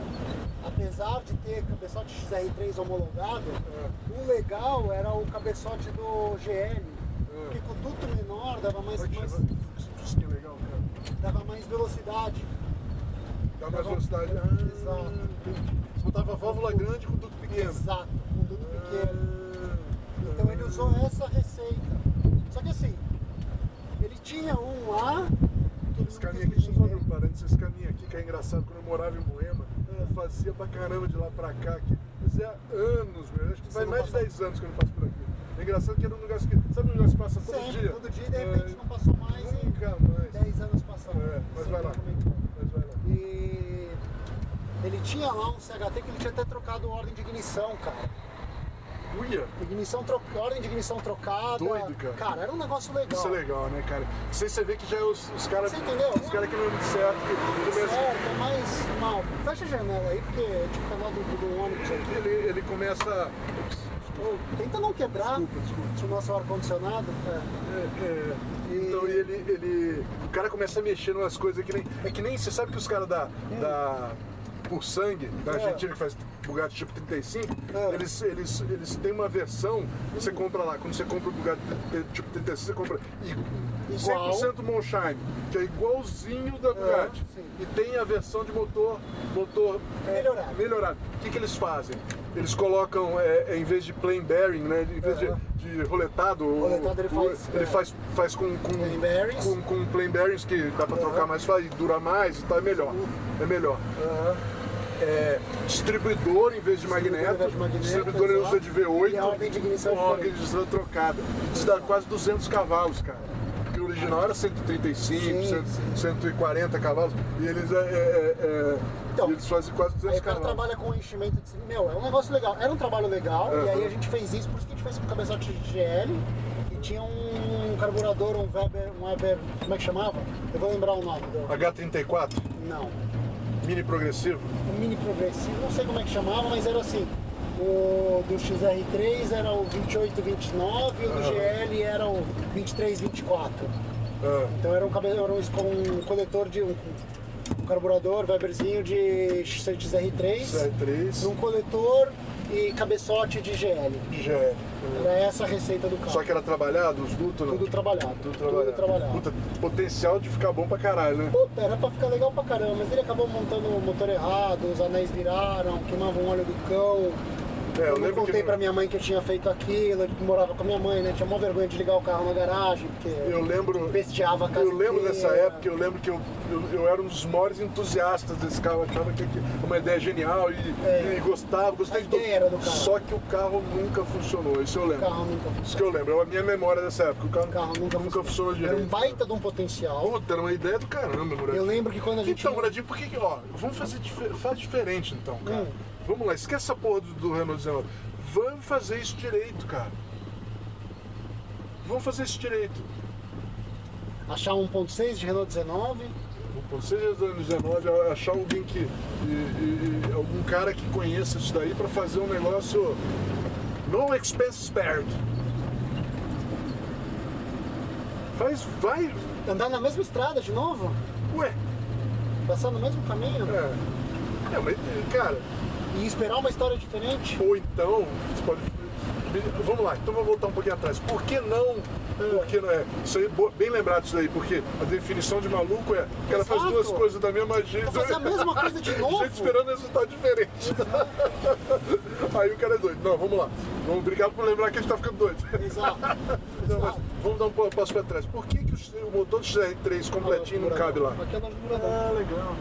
S3: apesar de ter cabeçote XR3 homologado, o legal era o cabeçote do GL,
S2: É.
S3: que com duto menor dava mais,
S2: Poxa,
S3: mais-
S2: mas... que é legal, cara.
S3: dava mais velocidade.
S2: Dá mais
S3: Dava-
S2: velocidade.
S3: Tá Exato.
S2: Ah, Você botava a válvula grande com duto pequeno.
S3: Exato, com duto pequeno.
S2: Ah,
S3: Então ele usou essa receita. Só que assim, ele tinha um lá que ele
S2: Esse
S3: não
S2: caminho
S3: quis
S2: aqui, deixa eu só abrir
S3: mexer.
S2: um parênteses, esse caminho aqui que é engraçado, quando eu morava em Moema, eu fazia pra caramba de lá pra cá aqui. Fazia anos, meu, acho que
S3: Você
S2: vai
S3: não
S2: mais
S3: passa-
S2: de 10 anos que eu não passo por aqui. É engraçado que era um lugar que. Sabe um lugar que passa todo
S3: Sempre,
S2: dia?
S3: todo dia, e de repente
S2: É,
S3: não passou mais e
S2: Nunca mais.
S3: 10 anos passaram.
S2: É, mas
S3: Sem
S2: vai lá.
S3: documento.
S2: Mas vai lá.
S3: E ele tinha lá um CHT que ele tinha até trocado ordem de ignição, cara.
S2: Uia!
S3: Ignição tro... Ordem de ignição trocada.
S2: Doido, cara.
S3: era um negócio legal.
S2: Isso é legal, né, cara? Sem você ver que já é os, os caras.
S3: Você entendeu?
S2: Os caras que não dão certo, que começam.
S3: Certo, é mais mal. Fecha a janela aí, porque tipo, tá lá do, do ônibus aqui.
S2: Ele, ele começa. Ups,
S3: Ô, Tenta não quebrar
S2: Desculpa, desculpa.
S3: o nosso ar-condicionado. cara.
S2: É, é, então e ele, ele. O cara começa a mexer umas coisas que nem. É que nem. Você sabe que os caras da. da por sangue, da
S3: É.
S2: Argentina que faz Bugatti tipo 35,
S3: É.
S2: eles, eles, eles têm uma versão que você compra lá. Quando você compra o Bugatti t- tipo 35, você compra i-
S3: Igual.
S2: 100% Monshine, que é igualzinho da Bugatti.
S3: sim.
S2: e tem a versão de motor, motor é,
S3: Melhorado.
S2: melhorado. O que, que eles fazem? Eles colocam, é, é, em vez de plain bearing, né, em vez de-
S3: Aham.
S2: de, roletado o-
S3: Roletado ele
S2: o-
S3: faz-
S2: ele
S3: é.
S2: faz, faz com, com,
S3: Plain bearings.
S2: com, com plain bearings que dá pra trocar mais fácil, e dura mais e tal, é melhor. É melhor. É, distribuidor em vez de
S3: Distribuidor
S2: magneto.
S3: ao invés de magneto,
S2: distribuidor ele
S3: exato.
S2: usa de V8.
S3: E a ordem de ignição
S2: com
S3: é
S2: ordem de ignição trocada. Isso dá quase 200 cavalos, cara. Porque o original era 135,
S3: Sim,
S2: 100,
S3: sim.
S2: 140 cavalos. E eles, é, é, é,
S3: Então,
S2: eles fazem quase
S3: Aí
S2: 200
S3: o cara
S2: cavalos.
S3: trabalha com enchimento de... Meu, é um negócio legal. Era um trabalho legal, e aí
S2: Aham.
S3: a gente fez isso, por isso que a gente fez com o cabeçote de GL, e tinha um carburador, um Weber, um Weber, como é que chamava? Eu vou lembrar o nome do...
S2: H34,
S3: Não.
S2: mini progressivo.
S3: Um mini progressivo, não sei como é que chamava, mas era assim. O do XR3 era o 2829 e o do
S2: Aham.
S3: GL era o 2324.
S2: Ah.
S3: Então era um, cabe- era um, esco- um coletor de um, um carburador, Weberzinho de
S2: é
S3: XR3
S2: CR3
S3: num um coletor e cabeçote de GL.
S2: já é.
S3: Era essa a receita do carro.
S2: Só que era trabalhado, os dutos, não?
S3: tudo trabalhado.
S2: Tudo trabalhado.
S3: Tudo trabalhado.
S2: Puta, potencial de ficar bom pra caralho, né?
S3: Puta, era pra ficar legal pra caramba, mas ele acabou montando o motor errado, os anéis viraram, queimavam o óleo do cão.
S2: É, eu
S3: não
S2: lembro que
S3: contei
S2: no-
S3: pra minha mãe que eu tinha feito aquilo, ele morava com a minha mãe, né? Tinha mó vergonha de ligar o carro na garagem, porque
S2: Eu lembro.
S3: pesteava a casa
S2: Eu lembro
S3: inteira.
S2: dessa época, eu lembro que eu, eu, eu era um dos maiores entusiastas desse carro, eu achava que, que uma ideia genial e,
S3: É.
S2: e gostava, gostei
S3: A
S2: de tudo.
S3: ideia era do carro.
S2: Só que o carro nunca funcionou, isso eu
S3: O
S2: lembro.
S3: carro nunca
S2: Isso que eu lembro, é a minha memória dessa época. O carro,
S3: o carro nunca,
S2: funcionou direito.
S3: Era um baita de um potencial.
S2: Puta, era uma ideia do caramba, moleque.
S3: Eu lembro que quando a gente.
S2: Então, Bradinho, por que que, ó, vamos fazer dife- faz diferente então, cara.
S3: Hum.
S2: Vamos lá, esquece essa porra do, do Renault 19. Vamos fazer isso direito, cara. Vamos fazer isso direito.
S3: Achar 1.6 de Renault 19,
S2: Vocês do Renault 19, a- achar alguém que. e- e- e algum cara que conheça isso daí pra fazer um negócio. No expense spared. Faz, vai,
S3: Andar na mesma estrada de novo?
S2: ué.
S3: Passar no mesmo caminho?
S2: É, é mas, cara,
S3: E esperar uma história diferente?
S2: ou então, você pode. Vamos lá, então vou voltar um pouquinho atrás. Por que não? Por que não é? Isso aí, bo- bem lembrado isso daí, porque a definição de maluco é o cara faz
S3: Exato.
S2: duas coisas da mesma jeito.
S3: Pra fazer a mesma coisa de novo?
S2: Gente esperando resultado diferente. aí o cara é doido. Não, vamos lá. Vamos, obrigado por lembrar que a gente tá ficando doido.
S3: Exato.
S2: Não, mas
S3: Exato.
S2: vamos dar um pa- passo para trás. Por que, que o C- o motor do CR3 completinho não cabe lá?
S3: Aqui é longe do Muradão.
S2: Ah, legal.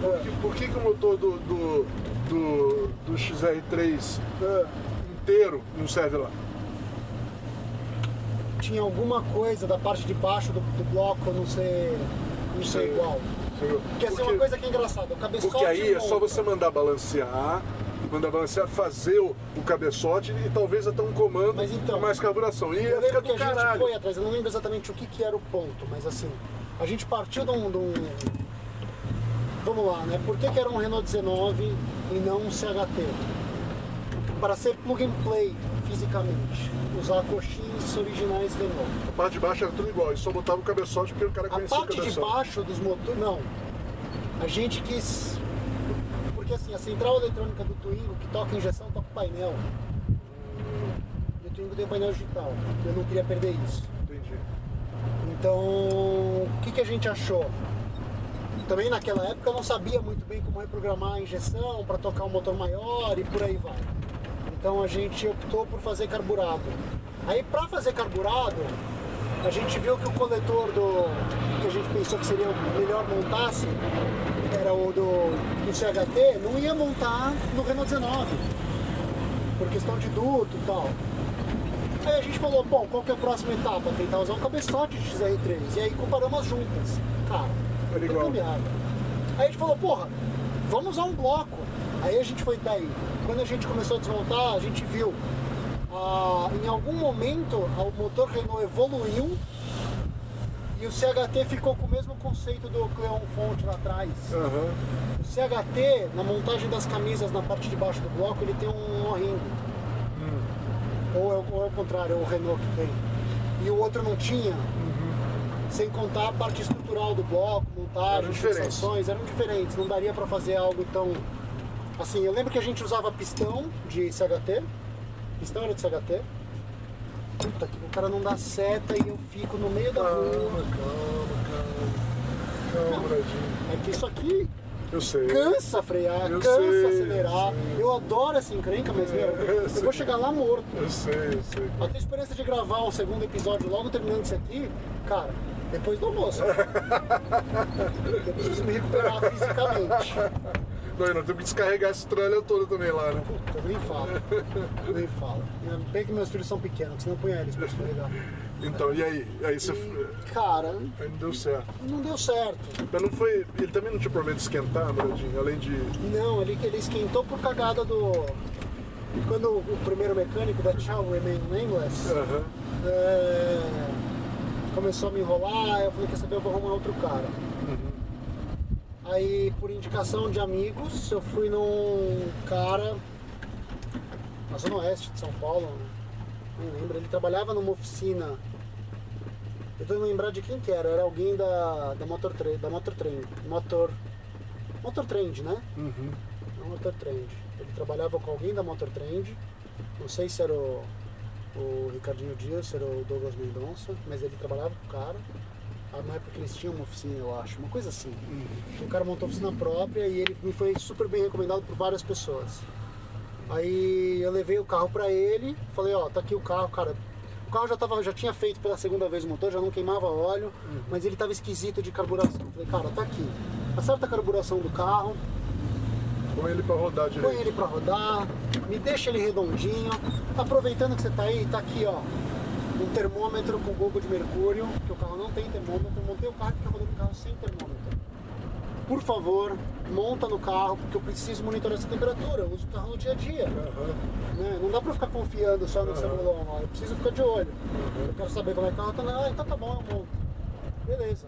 S2: Por que, por que que o motor do, do, do, do XR3
S3: É.
S2: inteiro não serve lá?
S3: Tinha alguma coisa da parte de baixo do, do bloco não ser, não ser
S2: Sim.
S3: igual.
S2: Entendeu?
S3: Porque essa é uma coisa que é engraçada. O cabeçote.
S2: porque aí é só
S3: monta.
S2: você mandar balancear, mandar balancear, fazer o, o cabeçote e talvez até um comando
S3: Mas então,
S2: com mais carburação. E
S3: Eu
S2: ia ficar
S3: lembro que
S2: do
S3: a gente
S2: caralho.
S3: foi atrás, eu não lembro exatamente o que, que era o ponto, mas assim, a gente partiu de um. de um- Vamos lá, né? Por que, que era um Renault 19 e não um CHT? Para ser plug and play fisicamente, usar coxins originais Renault.
S2: A parte de baixo era tudo igual, e só botava o cabeçote porque o cara
S3: A
S2: conhecia o
S3: parte de
S2: cabeçote.
S3: baixo dos motores, não. A gente quis. Porque assim, a central eletrônica do Twingo que toca injeção toca painel. E o Twingo tem painel digital. Eu não queria perder isso.
S2: Entendi.
S3: Então, o que, que a gente achou? Também naquela época eu não sabia muito bem como reprogramar a injeção para tocar um motor maior e por aí vai. Então a gente optou por fazer carburado. Aí para fazer carburado, a gente viu que o coletor do que a gente pensou que seria o melhor montasse era o do, do CHT, não ia montar no Renault 19 por questão de duto e tal. Aí a gente falou, bom, qual que é a próxima etapa? Tentar usar um cabeçote de XR3. E aí comparamos as juntas. Cara,
S2: Era
S3: tudo
S2: igual.
S3: cambiado. Aí a gente falou, porra, vamos usar um bloco. Aí a gente foi daí. Quando a gente começou a desmontar, a gente viu. ah, em algum momento, o motor Renault evoluiu e o CHT ficou com o mesmo conceito do Cleon Fonte lá atrás.
S2: Aham.
S3: O CHT, na montagem das camisas na parte de baixo do bloco, ele tem um O-ring.
S2: Hum.
S3: Ou, é, ou é o contrário, é o Renault que tem. E o outro não tinha. Sem contar a parte estrutural do bloco, montagem,
S2: Uhum. Eram diferentes.
S3: fixações, eram diferentes. Não daria para fazer algo tão. Assim, eu lembro que a gente usava pistão de CHT. Pistão era de CHT. Puta que o cara não dá seta e eu fico no meio da
S2: Calma,
S3: rua.
S2: calma, calma. Calma, Bradinho.
S3: É que isso aqui
S2: Eu sei.
S3: cansa frear,
S2: Eu
S3: cansa
S2: sei,
S3: acelerar.
S2: sei.
S3: Eu adoro essa encrenca, mas meu,
S2: É, eu
S3: eu
S2: sei.
S3: vou chegar lá morto.
S2: Eu sei, eu sei.
S3: Eu tenho experiência de gravar um segundo episódio logo terminando isso aqui, cara, depois do almoço. eu preciso me recuperar fisicamente.
S2: Não, eu não tenho que descarregar essa tralha toda também lá, né?
S3: Puta, nem fala. Nem fala. Ainda Bem que meus filhos são pequenos, senão eu punha eles pra escorregar.
S2: Então, e aí? E aí você.
S3: Cara,
S2: Aí não deu certo.
S3: não deu certo.
S2: Mas não foi. Ele também não tinha problema de esquentar, Bradinho, além de.
S3: Não, ele, ele esquentou por cagada do. Quando o primeiro mecânico da Tchau Remain Nameless.
S2: Aham.
S3: É, começou a me enrolar, eu falei, quer saber, eu vou arrumar outro cara. Aí, por indicação de amigos, eu fui num cara na Zona Oeste de São Paulo, né? não lembro, ele trabalhava numa oficina. Eu tô lembrar de quem que era, era alguém da, da Motor Trend, da Motor Trend, Motor, Motor Trend, né?
S2: Uhum.
S3: na um Motor Trend. Ele trabalhava com alguém da Motor Trend, não sei se era o, o Ricardinho Dias, se era o Douglas Mendonça, mas ele trabalhava com o cara. Ah, Na época que eles tinham uma oficina, eu acho, uma coisa assim. O cara montou oficina própria e ele me foi super bem recomendado por várias pessoas. Aí eu levei o carro pra ele, falei, ó, tá aqui o carro, cara. O carro já, tava, já tinha feito pela segunda vez o motor, já não queimava óleo, mas ele tava esquisito de carburação. Falei, cara, tá aqui. Acerta a carburação do carro,
S2: Põe ele pra rodar
S3: Põe
S2: direito.
S3: ele pra rodar, me deixa ele redondinho. Aproveitando que você tá aí, tá aqui ó, um termômetro com gogo de mercúrio, que o carro não tem termômetro. Eu montei o carro porque eu rodando o carro sem termômetro. Por favor, monta no carro, porque eu preciso monitorar essa temperatura. Eu uso o carro no dia a dia.
S2: Aham.
S3: né? Não dá pra eu ficar confiando só no
S2: Aham.
S3: cebolão, ó. Eu preciso ficar de olho. Eu quero saber como é que o carro tá. Ah, então tá bom, eu monto. Beleza.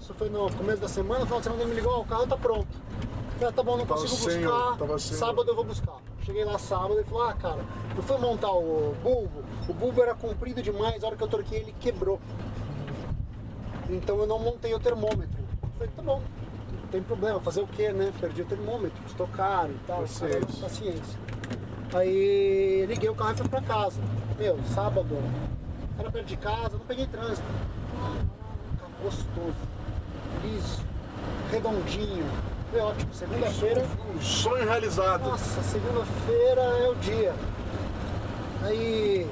S3: Isso foi no começo da semana, no final de semana ele me ligou, ó, o carro tá pronto. Eu Falei, ah, tá bom, não
S2: Tava
S3: consigo
S2: sem,
S3: buscar.
S2: tava sem.
S3: Sábado eu vou buscar. Cheguei lá sábado e falou, ah cara, eu fui montar o bulbo, o bulbo era comprido demais, a hora que eu torquei ele quebrou. Então eu não montei o termômetro. Eu falei, tá bom, não tem problema, fazer o quê, né? Perdi o termômetro, custou caro e tal,
S2: Paciência.
S3: cara, paciência. Aí liguei o carro e fui pra casa. Meu, sábado, era perto de casa, não peguei trânsito. Ah, carro gostoso, liso, redondinho, foi ótimo. Segunda-feira.
S2: Um sonho realizado.
S3: Nossa, segunda-feira é o dia. Aí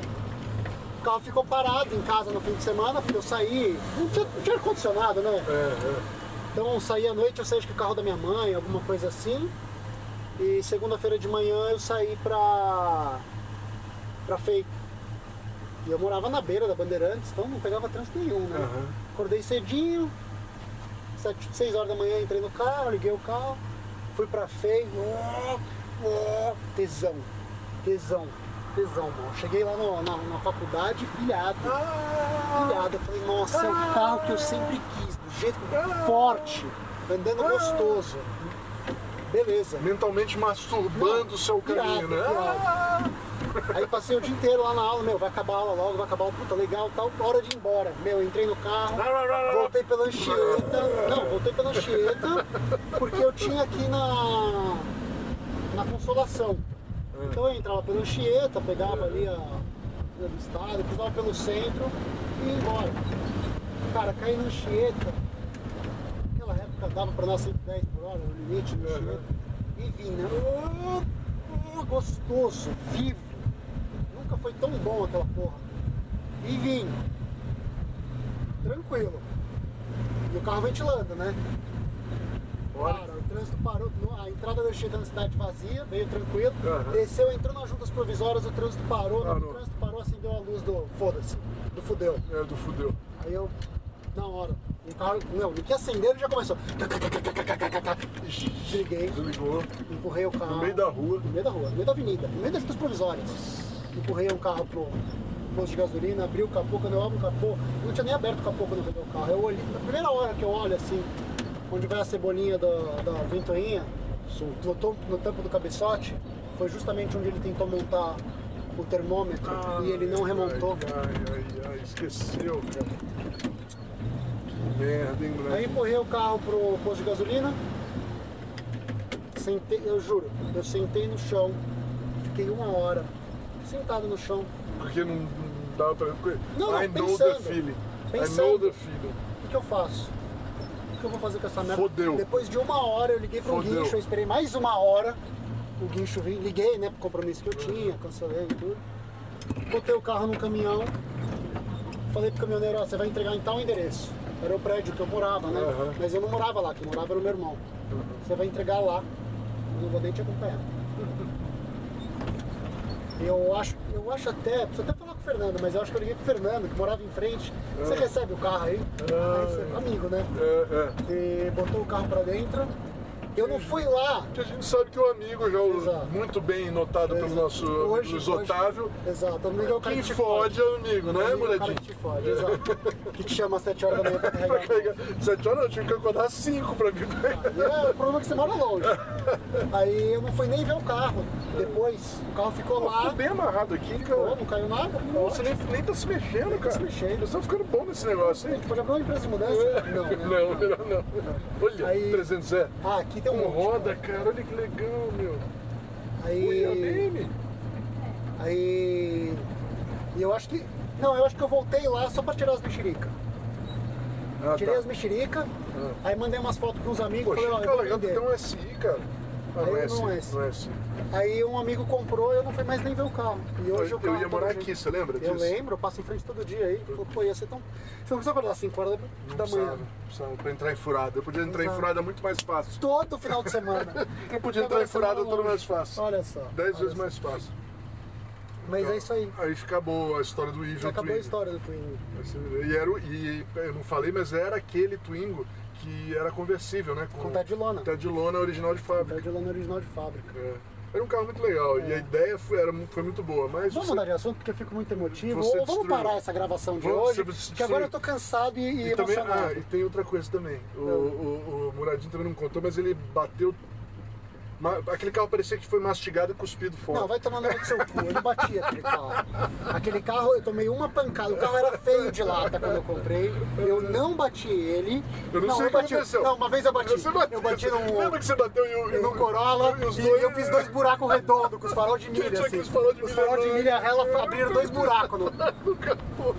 S3: o carro ficou parado em casa no fim de semana, porque eu saí, não tinha, não tinha ar-condicionado, né?
S2: É, é.
S3: Então eu saí à noite, eu saí acho que o carro da minha mãe, alguma coisa assim. E segunda-feira de manhã eu saí pra. pra fake. E eu morava na beira da Bandeirantes, então não pegava trânsito nenhum, né?
S2: Aham.
S3: Acordei cedinho, 6 horas da manhã entrei no carro, liguei o carro, fui pra FEI, ó, ó, tesão, tesão, tesão, mano. Cheguei lá no- na, na faculdade pilhado, pilhado. Eu falei, nossa, é o carro que eu sempre quis, do jeito que- forte, andando gostoso. Beleza.
S2: Mentalmente masturbando o seu caminho, né?
S3: Irado, Aí passei o dia inteiro lá na aula, meu, vai acabar a aula logo, vai acabar a aula, puta, legal, tal, hora de ir embora. Meu, entrei no carro, voltei pela Anchieta, não, voltei pela Anchieta, porque eu tinha aqui na, na Consolação. Então eu entrava pela Anchieta, pegava ali a Vila do Estado, cruzava pelo centro e ia embora. Cara, caí na Anchieta, naquela época dava pra dar 110 por hora, o limite na Anchieta, e vim, né? Ô, ô, Gostoso, vivo, nunca foi tão bom aquela porra. E vim, tranquilo. E o carro ventilando, né?
S2: Olha.
S3: Cara, o trânsito parou, no- a entrada da Anchieta na cidade vazia, veio tranquilo.
S2: Aham.
S3: Desceu, entrou nas juntas provisórias, o trânsito parou,
S2: Parou.
S3: o trânsito parou, acendeu a luz do foda-se, do fudeu.
S2: É, do fudeu.
S3: Aí eu, na hora, o carro, não, o que acendeu ele já começou. Desliguei,
S2: Desligou.
S3: empurrei o carro.
S2: No meio da rua.
S3: No meio da rua, no meio da avenida, no meio das juntas provisórias. Empurrei um carro pro posto de gasolina, abri o capô, quando eu abro o capô, eu não tinha nem aberto o capô quando eu peguei o carro. Eu olhei, na primeira hora que eu olho assim, onde vai a cebolinha da, da ventoinha, no, tom- no tampo do cabeçote, foi justamente onde ele tentou montar o termômetro e ele não remontou.
S2: Ai, ai, ai, esqueceu, cara. Que merda, hein,
S3: Aí
S2: moleque?
S3: empurrei o carro pro posto de gasolina. Sentei, eu juro, eu sentei no chão, fiquei uma hora sentado no chão.
S2: Porque não, não dava pra. Porque...
S3: Não, não,
S2: I know the
S3: pensando.
S2: feeling. I know
S3: Pensando.
S2: the feeling.
S3: O que, que eu faço? O que eu vou fazer com essa merda?
S2: Fodeu.
S3: Depois de uma hora eu liguei pro
S2: Fodeu.
S3: guincho, eu esperei mais uma hora. O guincho vim, liguei, né, pro compromisso que eu tinha, cancelei e tudo. Botei o carro no caminhão, falei pro caminhoneiro, ó, você vai entregar em tal endereço. Era o prédio que eu morava, né?
S2: Aham.
S3: Mas eu não morava lá, quem morava era o meu irmão. Você vai entregar lá, eu não vou nem te acompanhar. Eu acho, eu acho até, preciso até falar com o Fernando, mas eu acho que eu liguei pro Fernando, que morava em frente. Você recebe o carro aí, aí você, amigo, né?
S2: É, é.
S3: E botou o carro pra dentro. Eu não fui lá.
S2: Porque a gente sabe que o amigo, já o-
S3: Exato.
S2: muito bem notado pelo nosso Luiz Otávio,
S3: Exato, amigo é o cara
S2: quem
S3: que te
S2: fode é o amigo,
S3: Amigo
S2: né,
S3: é o cara
S2: molequinho?
S3: que te fode, exato. Que te chama às 7 horas da manhã pra
S2: Pra
S3: carregar.
S2: carregar. Sete horas eu tinha que acordar cinco pra mim.
S3: E É, o problema é que você mora longe. Aí eu não fui nem ver o carro. Depois, o carro ficou
S2: Ficou
S3: lá.
S2: bem amarrado aqui,
S3: Pô,
S2: cara.
S3: não caiu nada.
S2: Você nem, nem tá se mexendo, cara.
S3: se mexendo.
S2: Vocês estão ficando bom nesse negócio,
S3: A
S2: hein?
S3: gente pode abrir uma empresa de mudança? Não, né?
S2: É. Não, melhor não. Olha,
S3: Aí-
S2: 300 é.
S3: Ah, aqui tem um
S2: Com
S3: monte.
S2: roda, cara, olha que legal, meu. é Olha a
S3: Aí,
S2: dele.
S3: aí, e eu acho que, não, eu acho que eu voltei lá só pra tirar as mexericas.
S2: Ah,
S3: Tirei
S2: tá.
S3: as mexericas, aí mandei umas fotos pros amigos,
S2: Ah. Poxa,
S3: falei, ó, eu
S2: cara,
S3: vou
S2: legal,
S3: vender.
S2: tem um SI, cara. Ah,
S3: Aí
S2: não é
S3: eu um não
S2: SI, não é SI.
S3: Aí um amigo comprou eu não fui mais nem ver o carro. E hoje
S2: Eu-
S3: o carro
S2: eu ia
S3: tá
S2: morar
S3: do
S2: aqui,
S3: jeito.
S2: você lembra
S3: Eu
S2: disso?
S3: lembro, eu passo em frente todo dia aí. Falei, Pô, ia ser tão... Você não precisa acordar às 5 horas da,
S2: Não
S3: da manhã.
S2: precisava, precisava pra entrar em furada. Eu podia entrar em
S3: Exato.
S2: furada muito mais fácil.
S3: Todo final de semana.
S2: Eu podia
S3: Agora
S2: entrar em
S3: você mora
S2: furada tudo
S3: longe.
S2: mais fácil.
S3: Olha só.
S2: Dez
S3: olha
S2: vezes
S3: só.
S2: mais fácil.
S3: Mas é isso aí.
S2: Aí fica boa a história do Evil
S3: Acabou a
S2: Twin.
S3: história do Twin.
S2: E, era, o- e eu não falei, mas era aquele Twingo que era conversível, né?
S3: Com pé de lona.
S2: Tá de lona original de fábrica.
S3: Pé de lona original de fábrica.
S2: É. Era um carro muito legal e a ideia foi, era, mu- foi muito boa, mas
S3: Vamos
S2: você-
S3: mudar de assunto porque eu fico muito emotivo.
S2: Você
S3: Ou vamos
S2: destruiu.
S3: parar essa gravação de
S2: Vamos, você
S3: hoje,
S2: destruiu.
S3: que agora eu tô cansado e, e
S2: e, também,
S3: emocionado.
S2: ah, e tem outra coisa também. O, o, o Muradinho também não contou, mas ele bateu Ma- Aquele carro parecia que foi mastigado e cuspido fora.
S3: Não, vai tomar no meio do seu cu, eu não bati aquele carro. Aquele carro, eu tomei uma pancada, o carro era feio de lata quando eu comprei, eu não bati ele.
S2: Eu não sei o que
S3: bati,
S2: aconteceu.
S3: Não, uma vez eu bati.
S2: Você bateu.
S3: Eu bati
S2: Lembra que
S3: num,
S2: você bateu um, e o- e o-
S3: num Corolla
S2: e os
S3: e,
S2: dois-
S3: eu fiz dois buracos redondos com os farol de milha,
S2: tinha
S3: assim.
S2: aqueles farol de
S3: os
S2: milha
S3: farol de
S2: branco.
S3: milha rela abriram dois buracos. No...
S2: no capô.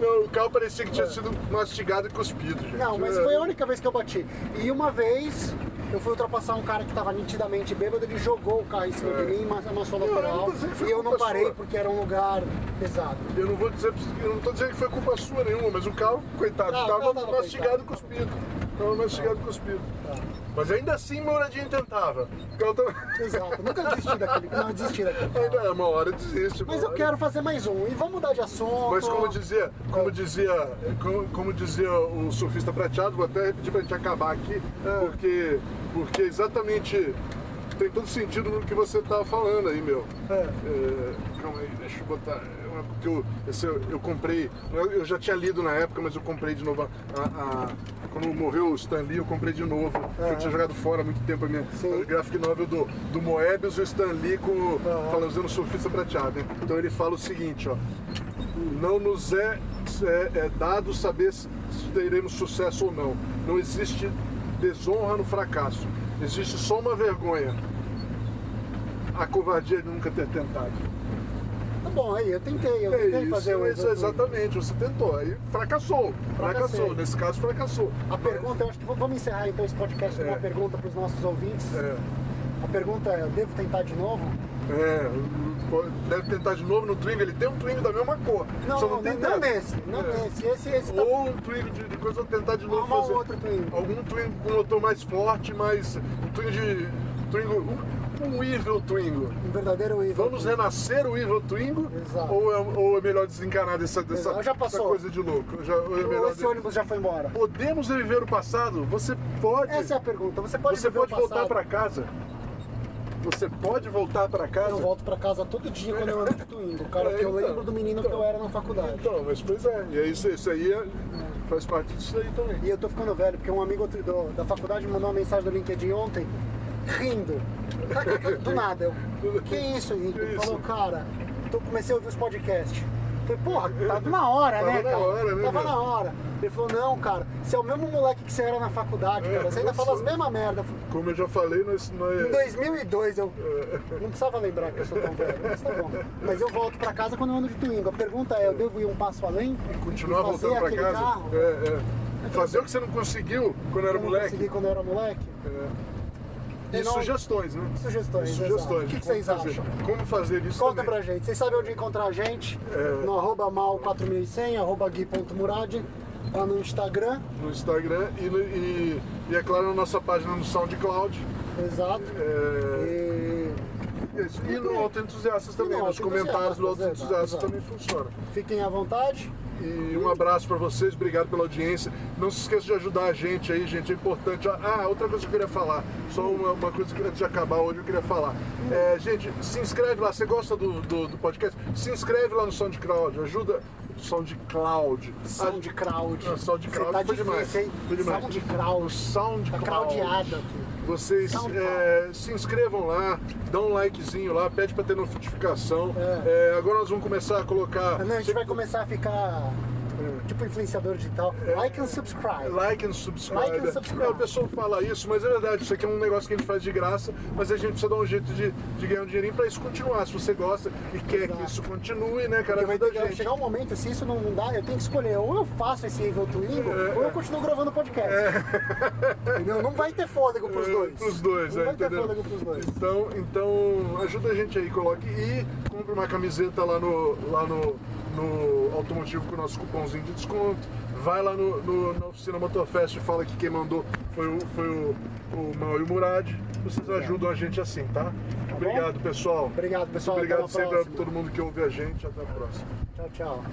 S2: Não, o carro parecia que tinha sido mastigado e cuspido, gente.
S3: Não, mas
S2: É.
S3: foi um a única vez que eu bati. E uma vez... Eu fui ultrapassar um cara que tava nitidamente bêbado, ele jogou o carro em cima de mim, mas amassou
S2: É. Não, eu não tô
S3: lateral.
S2: dizendo que foi
S3: E eu não
S2: culpa
S3: parei
S2: sua.
S3: porque era um lugar pesado.
S2: Eu não vou dizer, pra você- eu não tô dizendo que foi culpa sua nenhuma, mas o carro, coitado,
S3: Não, Tá. o
S2: tava,
S3: carro tava
S2: mastigado e cuspido. Tava mastigado e cuspido. Mas ainda assim, uma horadinha tentava. O carro tava-
S3: Exato, nunca desisti daquele. Não, desisti daquele.
S2: Ainda é uma hora desiste. uma
S3: Mas eu
S2: hora.
S3: quero fazer mais um. E vamos mudar de assunto.
S2: Mas como dizia, como dizia, como, como dizia o surfista prateado, vou até repetir pra gente acabar aqui, porque, porque exatamente tem todo sentido no que você tá falando aí, meu. É, calma aí, deixa eu botar. é, Porque eu, esse eu, eu comprei, é, eu eu já tinha lido na época, mas eu comprei de novo. A, a- quando morreu o Stan Lee, eu comprei de novo. porque Eu tinha jogado fora há muito tempo a minha
S3: Sim.
S2: a graphic novel do, do Moebius e o Stan Lee com, falando usando o surfista prateado. né? Então ele fala o seguinte, ó. Não nos é, é- é dado saber se se teremos sucesso ou não. Não existe desonra no fracasso. Existe só uma vergonha. A covardia de nunca ter tentado.
S3: Tá bom, aí eu tentei. Eu
S2: É
S3: tentei
S2: isso,
S3: fazer um
S2: isso
S3: exemplo.
S2: exatamente. Você tentou, aí fracassou. Fracassou.
S3: Fracassei.
S2: Nesse caso, fracassou.
S3: A pergunta, eu acho que vamos encerrar então esse podcast com
S2: É.
S3: uma pergunta para os nossos ouvintes.
S2: É,
S3: A pergunta é: eu devo tentar de novo?
S2: é, pode- deve tentar de novo no twing. Ele tem um twing da mesma cor.
S3: Não,
S2: só
S3: não,
S2: tem
S3: não, não
S2: ideia.
S3: nesse. Não
S2: É.
S3: nesse. Esse, esse tá.
S2: Ou um twingo de, de coisa, eu tentar de novo
S3: Arrumar um
S2: fazer.
S3: outro twingo.
S2: Algum twingo com motor mais forte, mas um twingo de. Twingo, um, um evil twingo.
S3: Um verdadeiro ídolo.
S2: Vamos renascer o evil twingo?
S3: Exato.
S2: Ou é, ou é melhor desencanar dessa, dessa,
S3: Exato. Já
S2: dessa
S3: passou.
S2: coisa de louco? Ou Já, ou é melhor
S3: Ou esse ônibus já foi embora?
S2: Podemos reviver o passado? Você pode.
S3: Essa é a pergunta. Você pode
S2: você
S3: viver o
S2: pode voltar
S3: passado?
S2: pra casa? Você pode voltar pra
S3: Eu
S2: casa?
S3: volto pra casa todo dia quando eu ando de Twingo, cara,
S2: É,
S3: porque eu
S2: então.
S3: lembro do menino que eu era na faculdade.
S2: Então, mas pois é. E é isso, isso aí é- faz parte disso aí também.
S3: E eu tô ficando velho, porque um amigo outro- do- da faculdade me mandou uma mensagem do LinkedIn ontem, rindo. Do nada. Eu, que isso, Henrique?
S2: Que
S3: Ele
S2: isso?
S3: falou, cara, tô, comecei a ouvir os podcasts. Eu Falei, porra, tava na hora,
S2: Tava
S3: né,
S2: na
S3: cara?
S2: hora, né,
S3: tava
S2: meu?
S3: na hora. Ele falou, não, cara, você é o mesmo moleque que você era na faculdade,
S2: É,
S3: cara. Você ainda
S2: eu
S3: fala as
S2: sou.
S3: mesmas merda. Eu falei,
S2: Como eu já falei, nós, nós,
S3: Em 2002 eu não precisava lembrar que eu sou tão velho, mas tá bom. Mas eu volto pra casa quando eu ando de Twingo. A pergunta é, eu devo ir um passo além?
S2: Continuar
S3: E fazer
S2: voltando pra
S3: aquele
S2: casa?
S3: carro?
S2: É, é. Fazer o que você não conseguiu quando era
S3: Eu não consegui
S2: moleque?
S3: quando eu era moleque?
S2: É. E
S3: E não-
S2: sugestões, né?
S3: Sugestões.
S2: E
S3: exato.
S2: sugestões.
S3: O que,
S2: de
S3: que vocês
S2: como fazer.
S3: acham?
S2: Como fazer isso?
S3: Conta
S2: também.
S3: pra gente. Vocês sabem onde encontrar a gente?
S2: É.
S3: No arroba mal4100, arroba gui.murad, lá no Instagram.
S2: No Instagram e, no- e- e, é claro, na nossa página no SoundCloud.
S3: Exato.
S2: É,
S3: E
S2: isso. E no Autoentusiastas também.
S3: no
S2: Nos comentários do
S3: Autoentusiastas,
S2: Autoentusiastas
S3: exato.
S2: também funciona.
S3: fiquem à vontade.
S2: E um abraço pra vocês, obrigado pela audiência. Não se esqueça de ajudar a gente aí, gente, é importante. Ah, outra coisa que eu queria falar, só uma, uma coisa que antes de acabar hoje eu queria falar. É, gente, se inscreve lá, você gosta do, do, do podcast? Se inscreve lá no SoundCloud, ajuda. SoundCloud.
S3: SoundCloud.
S2: Ah, SoundCloud
S3: Você tá
S2: foi demais,
S3: difícil, hein?
S2: foi demais. O
S3: SoundCloud. Tá
S2: SoundCloud.
S3: craudiado aqui.
S2: Vocês
S3: Soundcloud.
S2: é, se inscrevam lá, dão um likezinho lá, pede pra ter notificação.
S3: É.
S2: É, agora nós vamos começar a colocar.
S3: Não, a gente vai começar a ficar
S2: É.
S3: tipo influenciador digital. Like and subscribe.
S2: Like and subscribe.
S3: Like and subscribe.
S2: É, o pessoal fala isso, mas é verdade, isso aqui é um negócio que a gente faz de graça, mas a gente precisa dar um jeito de, de ganhar um dinheirinho pra isso continuar. Se você gosta e quer
S3: Exato.
S2: que isso continue, né, cara?
S3: Porque vai
S2: ajuda
S3: ter que chegar um momento, se isso não dá, eu tenho que escolher, ou eu faço esse evil twingo,
S2: É,
S3: ou eu continuo gravando podcast. Entendeu? Não vai ter fôlego pros
S2: É,
S3: dois.
S2: Pros dois,
S3: não
S2: é,
S3: vai ter
S2: entendeu?
S3: fôlego pros dois.
S2: Então, então, ajuda a gente aí, coloque e compre uma camiseta lá no, lá no, no automotivo com o nosso cupomzinho de desconto. Vai lá no, no- na oficina Motorfest e fala que quem mandou foi o, foi o, o Mal e o Murad. Vocês ajudam a gente assim, tá? Obrigado, pessoal.
S3: Obrigado, pessoal.
S2: Obrigado
S3: Até uma
S2: sempre a
S3: próxima.
S2: todo mundo que ouve a gente. Até a próxima.
S3: Tchau, tchau.